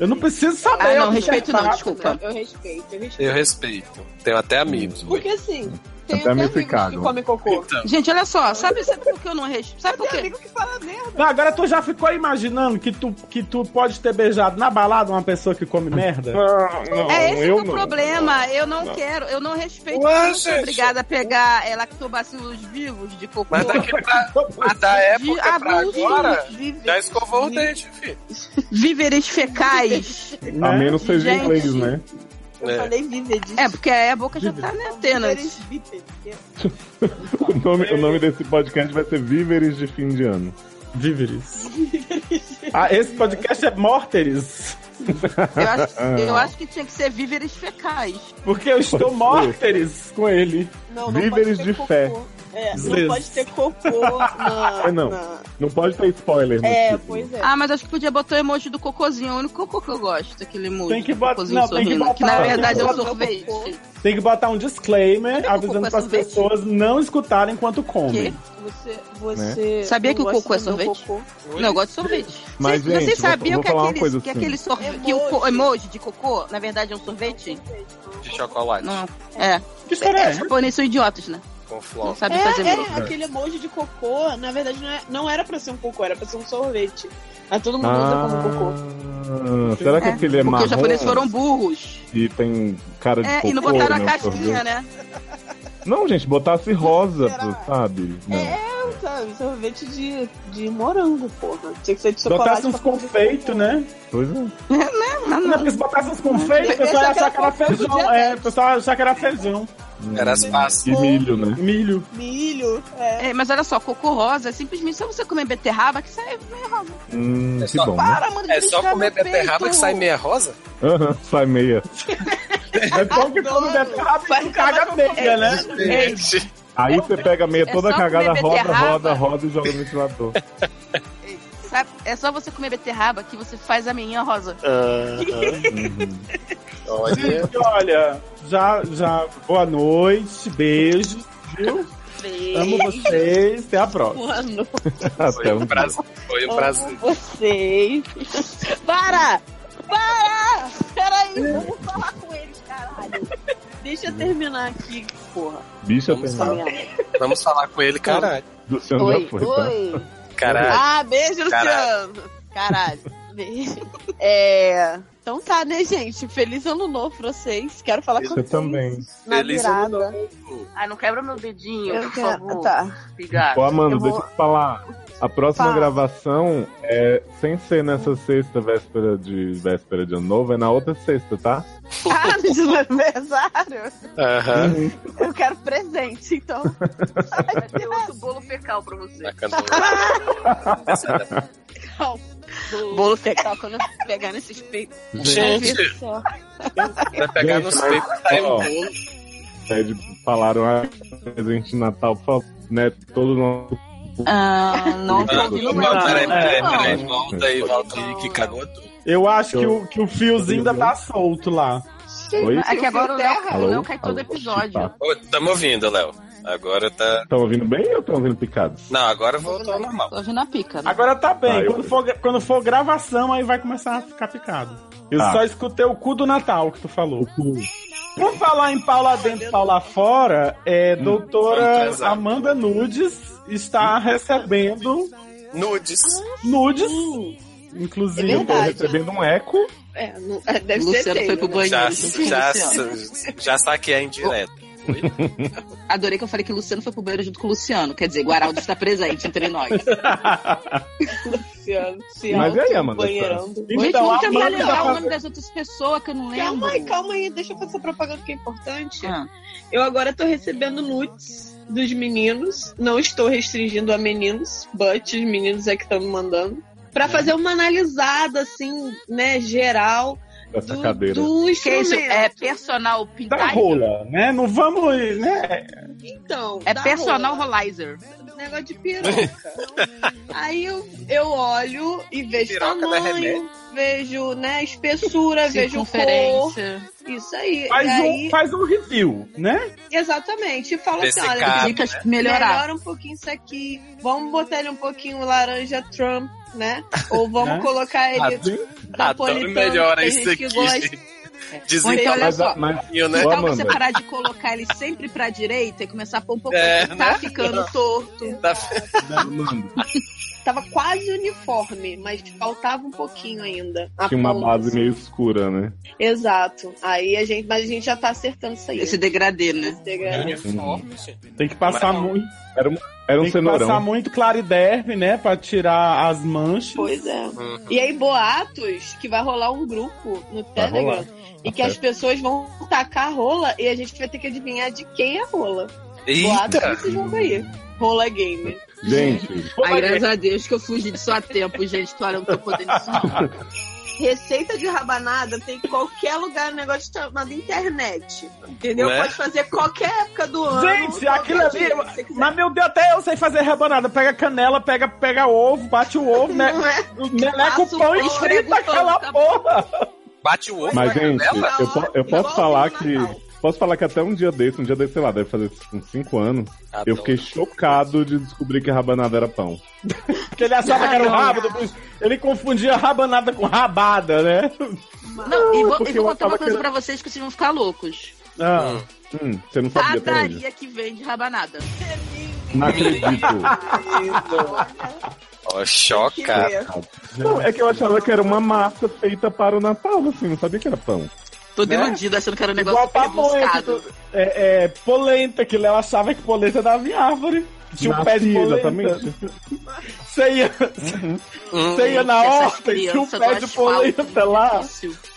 Speaker 2: Eu não preciso saber.
Speaker 3: Ah, não,
Speaker 2: o que
Speaker 3: respeito
Speaker 2: é
Speaker 3: não,
Speaker 2: fato.
Speaker 3: desculpa.
Speaker 5: É, Eu respeito, eu respeito.
Speaker 4: eu respeito. Tenho até amigos.
Speaker 5: Porque assim,
Speaker 2: Tá
Speaker 5: tem
Speaker 1: Até
Speaker 5: até
Speaker 1: me
Speaker 5: amigos
Speaker 1: cagam.
Speaker 5: que comem cocô.
Speaker 4: Então,
Speaker 3: Gente, olha só, sabe, sabe por que eu não respeito? Sabe por
Speaker 5: Tem
Speaker 3: quê?
Speaker 5: amigo que fala merda.
Speaker 2: Não, agora tu já ficou imaginando que tu, que tu pode ter beijado na balada uma pessoa que come merda?
Speaker 1: Não, não,
Speaker 3: É esse
Speaker 1: eu
Speaker 3: o meu
Speaker 1: não.
Speaker 3: problema. Eu não,
Speaker 1: Não.
Speaker 3: quero, eu não respeito.
Speaker 4: Ué,
Speaker 3: eu não sou
Speaker 4: gente.
Speaker 3: obrigada a pegar é, lactobacilos vivos de cocô.
Speaker 4: mas tá- daqui pra, mas da
Speaker 3: de
Speaker 4: época pra
Speaker 3: adultos
Speaker 4: agora,
Speaker 3: vivos,
Speaker 5: É.
Speaker 4: já escovou o dente, filho.
Speaker 3: víveres fecais.
Speaker 2: Né?
Speaker 1: A menos seja
Speaker 3: Gente.
Speaker 1: inglês, né?
Speaker 5: Eu
Speaker 4: É.
Speaker 5: falei vive
Speaker 3: É, porque aí a boca já tá, né,
Speaker 5: Eles
Speaker 3: Atenas?
Speaker 5: vivem.
Speaker 1: O nome, o nome desse podcast vai ser Víveres de Fim de Ano.
Speaker 2: Víveres. Ah, esse podcast é Mórteres.
Speaker 3: Eu acho, eu acho que tinha que ser víveres fecais.
Speaker 2: Porque eu estou
Speaker 1: Pode ser.
Speaker 2: Mórteres é. com ele.
Speaker 5: Não, não
Speaker 1: Víveres
Speaker 5: pode ter
Speaker 1: de fé.
Speaker 5: cocô. É,
Speaker 2: Vezes.
Speaker 5: não pode ter cocô na.
Speaker 1: (laughs) É, não.
Speaker 5: na-
Speaker 1: Não pode ter spoiler. no
Speaker 5: É,
Speaker 1: título.
Speaker 5: pois é.
Speaker 3: Ah, mas acho que podia botar o emoji do cocôzinho. É o único cocô que eu gosto, aquele emoji.
Speaker 2: Tem que
Speaker 3: do
Speaker 2: bota-
Speaker 3: cocôzinho
Speaker 2: não, tem que
Speaker 3: sorrindo,
Speaker 2: botar-
Speaker 3: na verdade é um
Speaker 5: Cocô.
Speaker 3: sorvete.
Speaker 2: Tem que botar um disclaimer
Speaker 3: que
Speaker 2: avisando
Speaker 3: cocô é
Speaker 2: para as
Speaker 3: sorvete?
Speaker 2: pessoas não escutarem enquanto comem.
Speaker 5: Você.
Speaker 1: né?
Speaker 5: você
Speaker 3: Sabia que o
Speaker 5: gosta
Speaker 3: cocô é
Speaker 5: do
Speaker 3: sorvete?
Speaker 5: cocô?
Speaker 3: Não, eu gosto de sorvete.
Speaker 1: Mas,
Speaker 3: vocês,
Speaker 1: gente,
Speaker 3: vocês
Speaker 1: vou-
Speaker 3: sabiam
Speaker 1: vou
Speaker 3: que,
Speaker 1: falar uma
Speaker 3: aquele,
Speaker 1: coisa
Speaker 3: que
Speaker 1: assim.
Speaker 3: aquele sorvete, que o co- emoji de cocô, na verdade é um sorvete?
Speaker 4: De chocolate.
Speaker 3: Não, é.
Speaker 2: Que
Speaker 3: É,
Speaker 2: história é? essa?
Speaker 3: japoneses são idiotas, né?
Speaker 4: Com
Speaker 3: Não
Speaker 4: flor.
Speaker 3: sabe fazer
Speaker 5: É,
Speaker 3: mesmo.
Speaker 5: é, aquele emoji de cocô, na verdade, não, é- não era pra ser um cocô, era pra ser um sorvete. Mas todo mundo usa como cocô.
Speaker 1: Ah, será que
Speaker 3: É,
Speaker 1: aquele é
Speaker 3: Porque
Speaker 1: marrom
Speaker 3: os japoneses foram burros.
Speaker 1: e tem cara de
Speaker 3: É,
Speaker 1: cocô?
Speaker 3: e não botaram a
Speaker 1: né,
Speaker 3: casquinha, né?
Speaker 1: Não, gente, botasse rosa,
Speaker 5: Será?
Speaker 1: pô, sabe? Né? Não. Ah.
Speaker 5: É, sabe, sorvete de, de morango, porra. Tinha que ser de chocolate.
Speaker 2: Botasse uns
Speaker 5: pra fazer
Speaker 2: confeitos,
Speaker 5: cocô.
Speaker 2: né?
Speaker 1: Pois é.
Speaker 3: Não,
Speaker 2: Não,
Speaker 3: não.
Speaker 2: porque se botasse uns confeitos, o
Speaker 5: Esse
Speaker 2: pessoal ia
Speaker 5: aqui era
Speaker 2: achar que era
Speaker 5: confeito de
Speaker 2: feijão. É, o pessoal ia achar que era feijão.
Speaker 4: Era as passas.
Speaker 1: Hum. E milho, né?
Speaker 2: Milho.
Speaker 5: Milho, é.
Speaker 3: É, mas olha só, cocô rosa é simplesmente só você comer beterraba que sai meio rosa.
Speaker 1: Hum,
Speaker 4: É
Speaker 1: que
Speaker 4: só-
Speaker 1: bom, né?
Speaker 3: Para, mano, de
Speaker 4: É só
Speaker 3: beliscar
Speaker 4: comer
Speaker 3: meu
Speaker 4: beterraba
Speaker 3: peito.
Speaker 4: que sai meia rosa?
Speaker 1: Aham, sai meia.
Speaker 2: É bom que come
Speaker 5: Adoro.
Speaker 2: beterraba e
Speaker 5: Vai
Speaker 2: tu caga meia, né?
Speaker 4: Gente,
Speaker 1: Aí você pega a meia
Speaker 3: É
Speaker 1: toda
Speaker 3: só
Speaker 1: cagada,
Speaker 3: comer
Speaker 1: roda,
Speaker 3: beterraba.
Speaker 1: roda, roda e joga no ventilador.
Speaker 3: Sabe? É só você comer beterraba que você faz a meinha rosa.
Speaker 1: Uhum.
Speaker 8: Olha.
Speaker 2: E olha, já, já, boa noite, beijo, viu? Amo vocês, até a próxima.
Speaker 5: Boa noite,
Speaker 1: Até
Speaker 4: Foi
Speaker 1: um
Speaker 4: um prazer. Foi um prazer.
Speaker 5: vocês. Para! Para! Peraí, vamos falar com eles, caralho. Deixa eu terminar aqui, porra.
Speaker 1: bicho
Speaker 4: Vamos
Speaker 1: até
Speaker 4: Vamos falar com ele, caralho.
Speaker 1: Luciano
Speaker 5: Oi,
Speaker 1: já foi, tá?
Speaker 5: oi.
Speaker 4: Caralho.
Speaker 5: Ah, beijo,
Speaker 4: Caralho.
Speaker 5: Luciano. Caralho. Beijo. É. Então tá, né, gente? Feliz ano novo pra vocês. Quero falar com
Speaker 8: Eu
Speaker 5: vocês.
Speaker 8: também.
Speaker 5: Na
Speaker 4: Feliz
Speaker 5: virada.
Speaker 4: ano
Speaker 3: Ai, Ah, não quebra meu dedinho,
Speaker 5: Eu
Speaker 3: por
Speaker 5: quero-
Speaker 3: favor.
Speaker 5: Tá. (laughs)
Speaker 3: Obrigada.
Speaker 1: Ó, Amanda,
Speaker 5: Eu vou-
Speaker 1: deixa eu te falar. A próxima
Speaker 5: Fala.
Speaker 1: gravação é sem ser nessa sexta, véspera de véspera de ano novo, é na outra sexta, tá?
Speaker 5: Ah, no dia do aniversário.
Speaker 4: Aham.
Speaker 5: Eu quero presente, então.
Speaker 3: Vai ter outro bolo fecal pra você.
Speaker 4: Bacana.
Speaker 5: Bolo fecal quando eu pegar nesses peitos.
Speaker 4: Gente, vai pegar
Speaker 1: Gente,
Speaker 4: nos
Speaker 1: mas-
Speaker 4: peitos tá em
Speaker 1: ó.
Speaker 4: bolo.
Speaker 1: É, de- falaram, ah, presente de Natal, por favor, né? Todo mundo.
Speaker 3: Ah, não
Speaker 1: Não,
Speaker 4: Ah,
Speaker 3: combina
Speaker 1: não,
Speaker 3: muito.
Speaker 4: não, Peraí, peraí,
Speaker 2: Não.
Speaker 4: peraí. Volta aí, volta aí, que cagou tudo.
Speaker 2: Eu acho que o, que o fiozinho ainda tá solto lá.
Speaker 1: Oi?
Speaker 3: É que agora o Léo,
Speaker 1: Alô?
Speaker 3: o Léo cai todo
Speaker 1: Alô?
Speaker 3: episódio.
Speaker 1: Tá.
Speaker 4: Ô, Tamo ouvindo, Léo. Agora tá.
Speaker 1: Estão ouvindo bem ou estão ouvindo picados?
Speaker 4: Não, agora voltou ao normal.
Speaker 3: Tô ouvindo a pica. né?
Speaker 2: Agora tá bem.
Speaker 1: Ah, eu-
Speaker 2: quando, for, gra- quando for gravação, aí vai começar a ficar picado. Eu
Speaker 1: Tá.
Speaker 2: só escutei o cu do Natal que tu falou. Por falar em pau lá dentro, pau lá fora, é,
Speaker 1: Hum.
Speaker 4: vamos
Speaker 2: doutora
Speaker 4: transar.
Speaker 2: Amanda Nudes está recebendo
Speaker 4: Nudes.
Speaker 2: nudes,
Speaker 5: É
Speaker 2: inclusive.
Speaker 1: Eu tô
Speaker 5: verdade.
Speaker 1: recebendo um eco.
Speaker 5: É, não, deve ser.
Speaker 3: Luciano
Speaker 5: feio,
Speaker 3: foi pro
Speaker 5: né?
Speaker 3: banheiro.
Speaker 4: Já,
Speaker 3: junto com o
Speaker 4: já,
Speaker 3: Luciano.
Speaker 4: já saquei a indireta. Oi?
Speaker 3: Adorei que eu falei que o Luciano foi pro banheiro junto com o Luciano. Quer dizer, Guaraldo está presente entre nós.
Speaker 2: (laughs) Então,
Speaker 5: Luciano, se
Speaker 1: Mas e aí, Amanda?
Speaker 5: banheirão do-
Speaker 3: Gente, vamos
Speaker 2: a
Speaker 3: tentar
Speaker 2: Amanda
Speaker 3: lembrar o
Speaker 2: tá
Speaker 3: nome das outras pessoas que eu não lembro.
Speaker 5: Calma aí, calma aí, deixa eu fazer propaganda que é importante.
Speaker 3: Ah.
Speaker 5: Eu agora tô recebendo nudes dos meninos. Não estou restringindo a meninos, but os meninos é que estão me mandando.
Speaker 3: É.
Speaker 5: Pra fazer uma analisada, assim, né, geral
Speaker 1: Essa
Speaker 5: do,
Speaker 1: cadeira.
Speaker 5: do
Speaker 3: Que isso?
Speaker 5: instrumento.
Speaker 3: É personal
Speaker 5: tá
Speaker 2: da
Speaker 3: pintar?
Speaker 2: rola, né? Não vamos, né?
Speaker 5: então,
Speaker 3: É
Speaker 5: da
Speaker 3: personal
Speaker 5: rola.
Speaker 3: rolizer.
Speaker 5: um Negócio
Speaker 3: (laughs)
Speaker 5: de piroca. Aí eu, eu olho e vejo
Speaker 4: Piroca dá
Speaker 5: tamanho,
Speaker 4: remédio.
Speaker 5: vejo, né, espessura, vejo cor.
Speaker 3: Circunferência.
Speaker 5: Isso aí.
Speaker 2: Faz,
Speaker 5: e aí
Speaker 2: um, faz um review, né?
Speaker 5: Exatamente. E fala assim,
Speaker 4: Desse
Speaker 5: olha,
Speaker 4: cara.
Speaker 3: Dicas pra melhorar.
Speaker 5: Melhora um pouquinho isso aqui. Vamos botar ele um pouquinho laranja Trump, né? Ou vamos
Speaker 2: Né?
Speaker 5: colocar ele
Speaker 4: Adoro
Speaker 5: napolitano.
Speaker 4: melhor
Speaker 5: tem
Speaker 4: isso
Speaker 5: gente que
Speaker 4: aqui.
Speaker 5: gosta.
Speaker 3: Ou então,
Speaker 4: Desencaminho,
Speaker 3: olha
Speaker 1: Mas, ah,
Speaker 3: só.
Speaker 1: mas
Speaker 4: né?
Speaker 1: Ô,
Speaker 3: Então você
Speaker 1: Amanda.
Speaker 3: parar de colocar ele sempre pra direita e começar a pôr um pouco.
Speaker 4: É,
Speaker 3: tá
Speaker 2: né?
Speaker 3: ficando torto.
Speaker 4: Tá-
Speaker 1: né,
Speaker 5: Tava quase uniforme, mas faltava um pouquinho ainda. A
Speaker 1: tinha uma
Speaker 5: ponta,
Speaker 1: base
Speaker 5: assim.
Speaker 1: meio escura, né?
Speaker 5: Exato. Aí a gente, mas a gente já tá acertando isso aí.
Speaker 3: Esse degradê, né?
Speaker 5: Esse degrau.
Speaker 1: hum.
Speaker 4: Uniforme, gente.
Speaker 2: Tem que passar
Speaker 4: Mas-
Speaker 2: muito,
Speaker 1: Era um
Speaker 2: tem que passar
Speaker 1: cenourão.
Speaker 2: muito clariderme, né, Pra tirar as manchas.
Speaker 5: Pois é.
Speaker 4: Uhum.
Speaker 5: E aí, boatos, que vai rolar um grupo no
Speaker 2: tá
Speaker 5: Telegram e que as pessoas vão tacar a rola e a gente vai ter que adivinhar de quem é a rola. Boatos
Speaker 4: Eita!
Speaker 5: desse jogo aí. Rola game.
Speaker 1: Gente,
Speaker 3: Ai,
Speaker 5: né?
Speaker 3: graças a Deus que eu fugi disso a tempo, gente. Olha, eu não
Speaker 2: (laughs)
Speaker 3: tô podendo isso, não.
Speaker 5: Receita de rabanada tem em qualquer lugar, um negócio
Speaker 6: tá
Speaker 5: chamado internet. Entendeu?
Speaker 4: Né?
Speaker 5: Pode fazer qualquer época do ano.
Speaker 2: Gente,
Speaker 5: qualquer
Speaker 2: aquilo
Speaker 5: dia
Speaker 2: ali- é
Speaker 5: que você quiser.
Speaker 2: Mas meu Deus, até eu sei fazer rabanada. Pega canela, pega, pega ovo, bate o ovo, né?
Speaker 5: (laughs) Não é?
Speaker 2: Meleca o
Speaker 5: Passa o
Speaker 2: pão e
Speaker 5: pão,
Speaker 2: frita
Speaker 3: prega o pão,
Speaker 2: aquela
Speaker 3: tá bom.
Speaker 2: porra.
Speaker 4: Bate o ovo
Speaker 1: mas,
Speaker 4: na
Speaker 1: gente,
Speaker 4: canela?
Speaker 1: eu, po- eu posso
Speaker 5: Igualzinho
Speaker 1: falar
Speaker 5: no
Speaker 1: que.
Speaker 5: Natal.
Speaker 1: Posso falar que até um dia desse, um dia desse, sei lá, deve fazer uns 5 anos, eu
Speaker 4: Adoro.
Speaker 1: fiquei chocado de descobrir que a rabanada era pão.
Speaker 2: Que ele achava que era o rabo do bicho. Ele confundia rabanada com rabada, né?
Speaker 3: Não, e
Speaker 1: é
Speaker 3: vou,
Speaker 1: porque
Speaker 3: e
Speaker 1: eu
Speaker 3: vou contar
Speaker 1: achava
Speaker 3: uma coisa
Speaker 1: que-
Speaker 3: pra vocês que vocês vão ficar loucos.
Speaker 2: Ah.
Speaker 4: Hum.
Speaker 1: Hum, você não sabia até hoje.
Speaker 3: Padaria que vende rabanada.
Speaker 1: Não acredito.
Speaker 3: (laughs)
Speaker 4: Ó,
Speaker 5: Que
Speaker 4: choca.
Speaker 5: ver.
Speaker 1: não, é que eu achava que era uma massa feita para o Natal, assim, não sabia que era pão.
Speaker 3: Tô
Speaker 2: Né?
Speaker 3: deludida, achando que era um
Speaker 2: Igual
Speaker 3: negócio
Speaker 2: pamonha.
Speaker 3: buscado.
Speaker 2: que- É, é, polenta, que Léo achava que polenta dava em árvore. Tinha um pé de
Speaker 1: Nasci,
Speaker 2: polenta.
Speaker 1: exatamente.
Speaker 3: então.
Speaker 2: Você ia,
Speaker 4: Hum,
Speaker 2: você ia na
Speaker 3: Essas
Speaker 2: horta e tinha um
Speaker 3: crianças
Speaker 2: pé
Speaker 3: do
Speaker 2: de
Speaker 3: asfalto.
Speaker 2: polenta tá lá.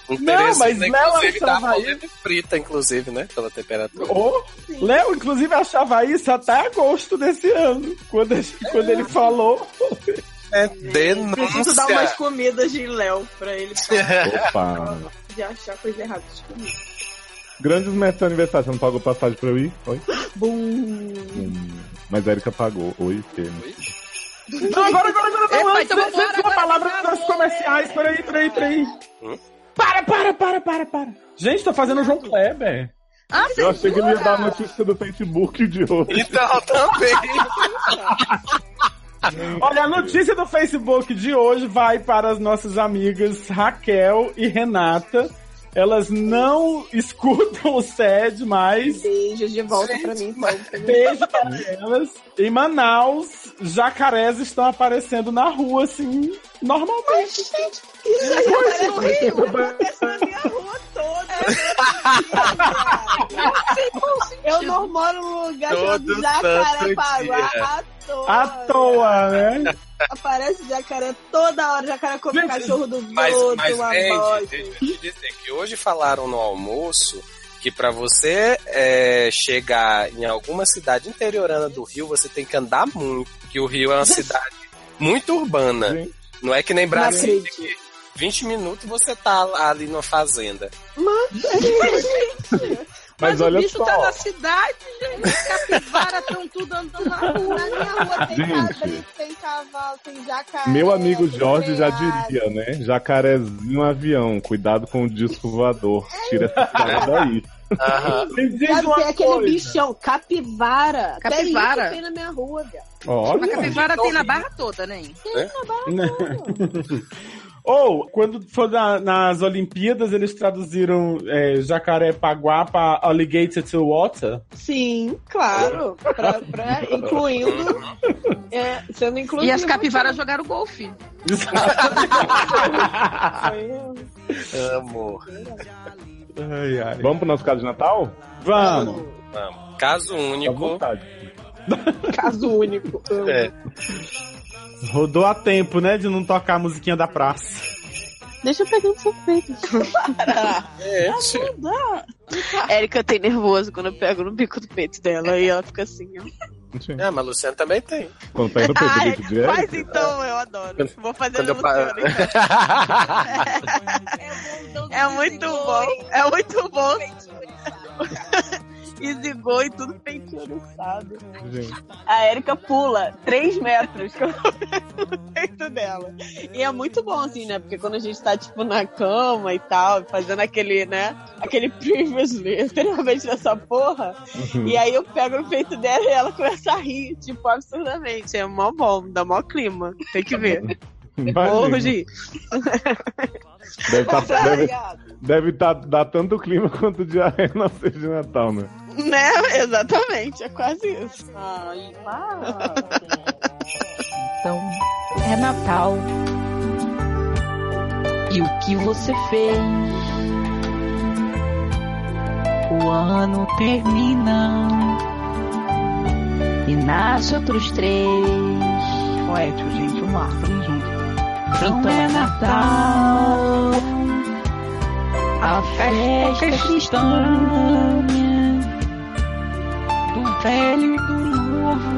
Speaker 2: Não, mas
Speaker 4: Teresina,
Speaker 2: Léo
Speaker 4: um inclusive, dá
Speaker 2: achava
Speaker 4: polenta frita, inclusive, né? Pela temperatura.
Speaker 2: Ô, Léo, inclusive, achava isso até agosto desse ano. Quando, quando ele falou.
Speaker 4: É
Speaker 5: Preciso dar umas
Speaker 4: denúncia.
Speaker 5: comidas de Léo pra ele
Speaker 1: Opa.
Speaker 5: de achar coisa errada de comida.
Speaker 1: Grandes mestres do aniversário, você não pagou passagem pra eu ir? Oi?
Speaker 5: Bum.
Speaker 1: Hum, Mas a Erika pagou. Oi, Fê.
Speaker 2: Não, agora, agora, agora, não,
Speaker 3: Epa,
Speaker 2: antes,
Speaker 3: então
Speaker 2: antes,
Speaker 3: vambora,
Speaker 2: antes, uma
Speaker 3: agora,
Speaker 2: palavra
Speaker 3: por
Speaker 2: das
Speaker 3: favor.
Speaker 2: comerciais, peraí, peraí, peraí. Para, para, para, para, para. Gente, tô fazendo o João Kleber.
Speaker 3: Ah,
Speaker 1: Eu achei que ele ia
Speaker 3: censura!
Speaker 1: dar a notícia do Facebook de hoje.
Speaker 4: (laughs) Então, também.
Speaker 2: Olha, a notícia do Facebook de hoje vai para as nossas amigas Raquel e Renata. Elas não escutam o SED mais.
Speaker 6: Beijos de volta pra mim, então.
Speaker 2: Beijo para elas. Em Manaus, jacarés estão aparecendo na rua, assim, normalmente.
Speaker 6: Mas, gente, isso aí aparece no Rio. Aparece na minha rua toda. Eu não moro num lugar
Speaker 4: Todo
Speaker 6: chamado Jacarepaguá
Speaker 4: santo
Speaker 6: à toa.
Speaker 2: À toa, né?
Speaker 6: Aparece jacaré toda hora. Jacaré come
Speaker 2: Gente,
Speaker 6: cachorro dos
Speaker 4: Mas,
Speaker 6: outros,
Speaker 4: mas
Speaker 6: uma
Speaker 4: Andy,
Speaker 6: voz.
Speaker 4: deixa eu te dizer que hoje falaram no almoço que pra você é, chegar em alguma cidade interiorana do Rio, você tem que andar muito, que o Rio é uma cidade muito urbana.
Speaker 1: Gente,
Speaker 4: Não é que nem
Speaker 6: Não
Speaker 4: Brasília,
Speaker 6: acredito.
Speaker 4: que 20 minutos você tá ali numa fazenda.
Speaker 1: Mas,
Speaker 3: Mas, o
Speaker 1: olha
Speaker 3: bicho
Speaker 1: só.
Speaker 3: tá na cidade, gente. As capivaras estão tudo andando na rua.
Speaker 6: Na minha rua tem
Speaker 1: Gente.
Speaker 6: cabrito, tem cavalo, tem jacaré.
Speaker 1: Meu amigo
Speaker 6: tem
Speaker 1: Jorge já
Speaker 6: veado.
Speaker 1: diria, né? Jacarezinho avião, cuidado com o disco voador. Tira essa cara daí.
Speaker 4: (laughs) Aham.
Speaker 2: Me diz
Speaker 6: Sabe
Speaker 2: uma
Speaker 3: é
Speaker 6: tem aquele
Speaker 2: coisa.
Speaker 6: bichão? Capivara. Até
Speaker 3: Capivara?
Speaker 6: isso tem na minha rua, viado.
Speaker 3: A
Speaker 1: Olha,
Speaker 3: capivara tem na barra toda, né?
Speaker 2: Ou, quando for na- nas Olimpíadas, eles traduziram é, jacaré paguá para alligator to water.
Speaker 6: Sim, claro. Pra, pra-
Speaker 1: (laughs)
Speaker 6: incluindo. é, sendo incluído.
Speaker 3: E as capivaras jogaram golfe.
Speaker 4: Amor.
Speaker 2: ai, ai.
Speaker 1: vamos pro nosso caso de Natal?
Speaker 2: Vamos.
Speaker 4: Vamos. Caso
Speaker 1: Fica à
Speaker 4: único.
Speaker 1: vontade.
Speaker 5: um
Speaker 6: Caso
Speaker 5: (laughs)
Speaker 6: único.
Speaker 4: É.
Speaker 2: Rodou a tempo, né, de não tocar a musiquinha da praça.
Speaker 9: Deixa eu pegar um sorvete.
Speaker 4: Gente,
Speaker 9: Érica tem nervoso quando eu pego no bico do peito dela e ela fica assim, ó.
Speaker 4: É, mas Luciano também tem.
Speaker 1: Quando tá pega no
Speaker 9: Ah,
Speaker 1: Pedro de
Speaker 9: é, faz
Speaker 1: Jerry,
Speaker 9: então, eu adoro. Vou fazer
Speaker 4: Quando
Speaker 9: no
Speaker 4: eu pa-
Speaker 9: Luciano, então.
Speaker 3: Então,
Speaker 9: É
Speaker 3: assim,
Speaker 9: muito bom, é muito
Speaker 6: (laughs)
Speaker 9: bom. E zigou e tudo peitinho, sabe?
Speaker 1: gente.
Speaker 9: A Érica pula 3 metros
Speaker 6: (laughs)
Speaker 9: que eu tô vendo no peito dela.
Speaker 6: E é muito bom, assim, né? Porque quando a gente tá, tipo, na cama e tal, fazendo aquele, né? Aquele (laughs) previously, anteriormente nessa porra.
Speaker 4: Uhum.
Speaker 6: E aí eu pego no peito (laughs) dela e ela começa a rir, tipo, absurdamente. É mó bom, dá mó clima. Tem que ver. Morro
Speaker 1: Imagina.
Speaker 6: de rir.
Speaker 1: Deve tá- deve-
Speaker 6: Obrigada.
Speaker 1: Deve tá, dar tanto clima quanto (laughs) diarreia na sede de Natal, né?
Speaker 6: Né? Exatamente, é quase isso.
Speaker 10: Então, é Natal. E o que você fez? O ano termina e nasce outros três. Poético, gente, um ar, vamos junto. Então é Natal, a festa cristã do velho e do novo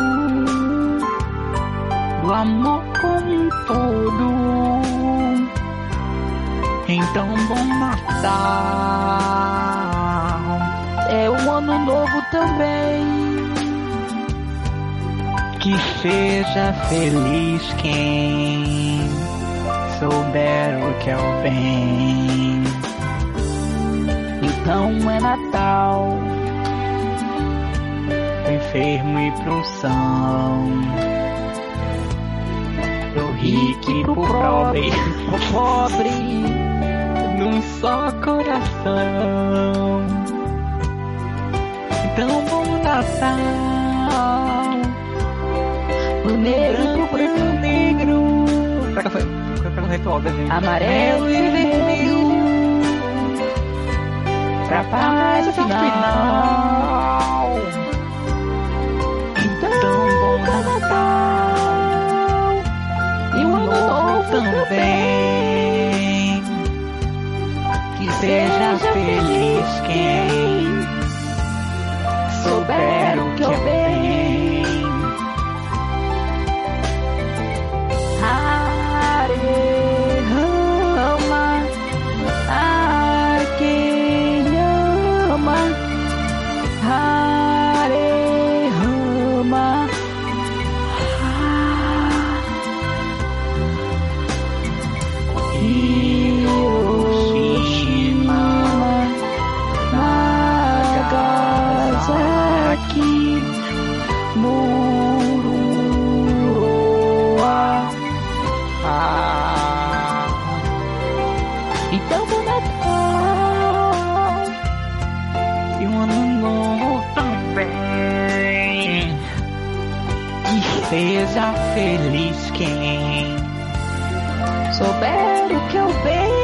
Speaker 10: do amor como um todo. Então, bom Natal é o ano novo também. Que seja feliz quem souber o que é o bem. Então é Natal, enfermo e prunção. Pro rico e pro pobre, (laughs) pro pobre, num só coração. Então bom Natal, o negro e pro branco negro, né, amarelo e vermelho, pra paz final. Então bom Natal e um ano novo também. Que seja feliz quem souber o que é bem. Hare Rama, ai quem ama. Ah, Hare Rama, Natal e um ano novo também. Que seja feliz quem souber o que eu dei.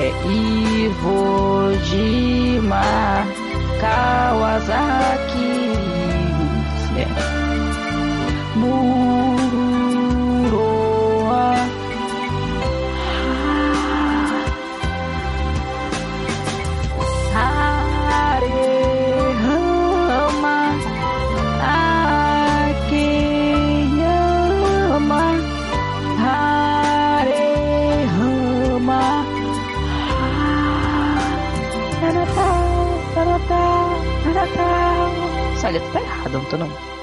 Speaker 10: É Ivo Jima Kawasaki. É. Mururoa. Ah. Arehama. Ah, Akeyama. Arehama. Natal, Natal, Natal. Olha, tu tá errado, não tô não.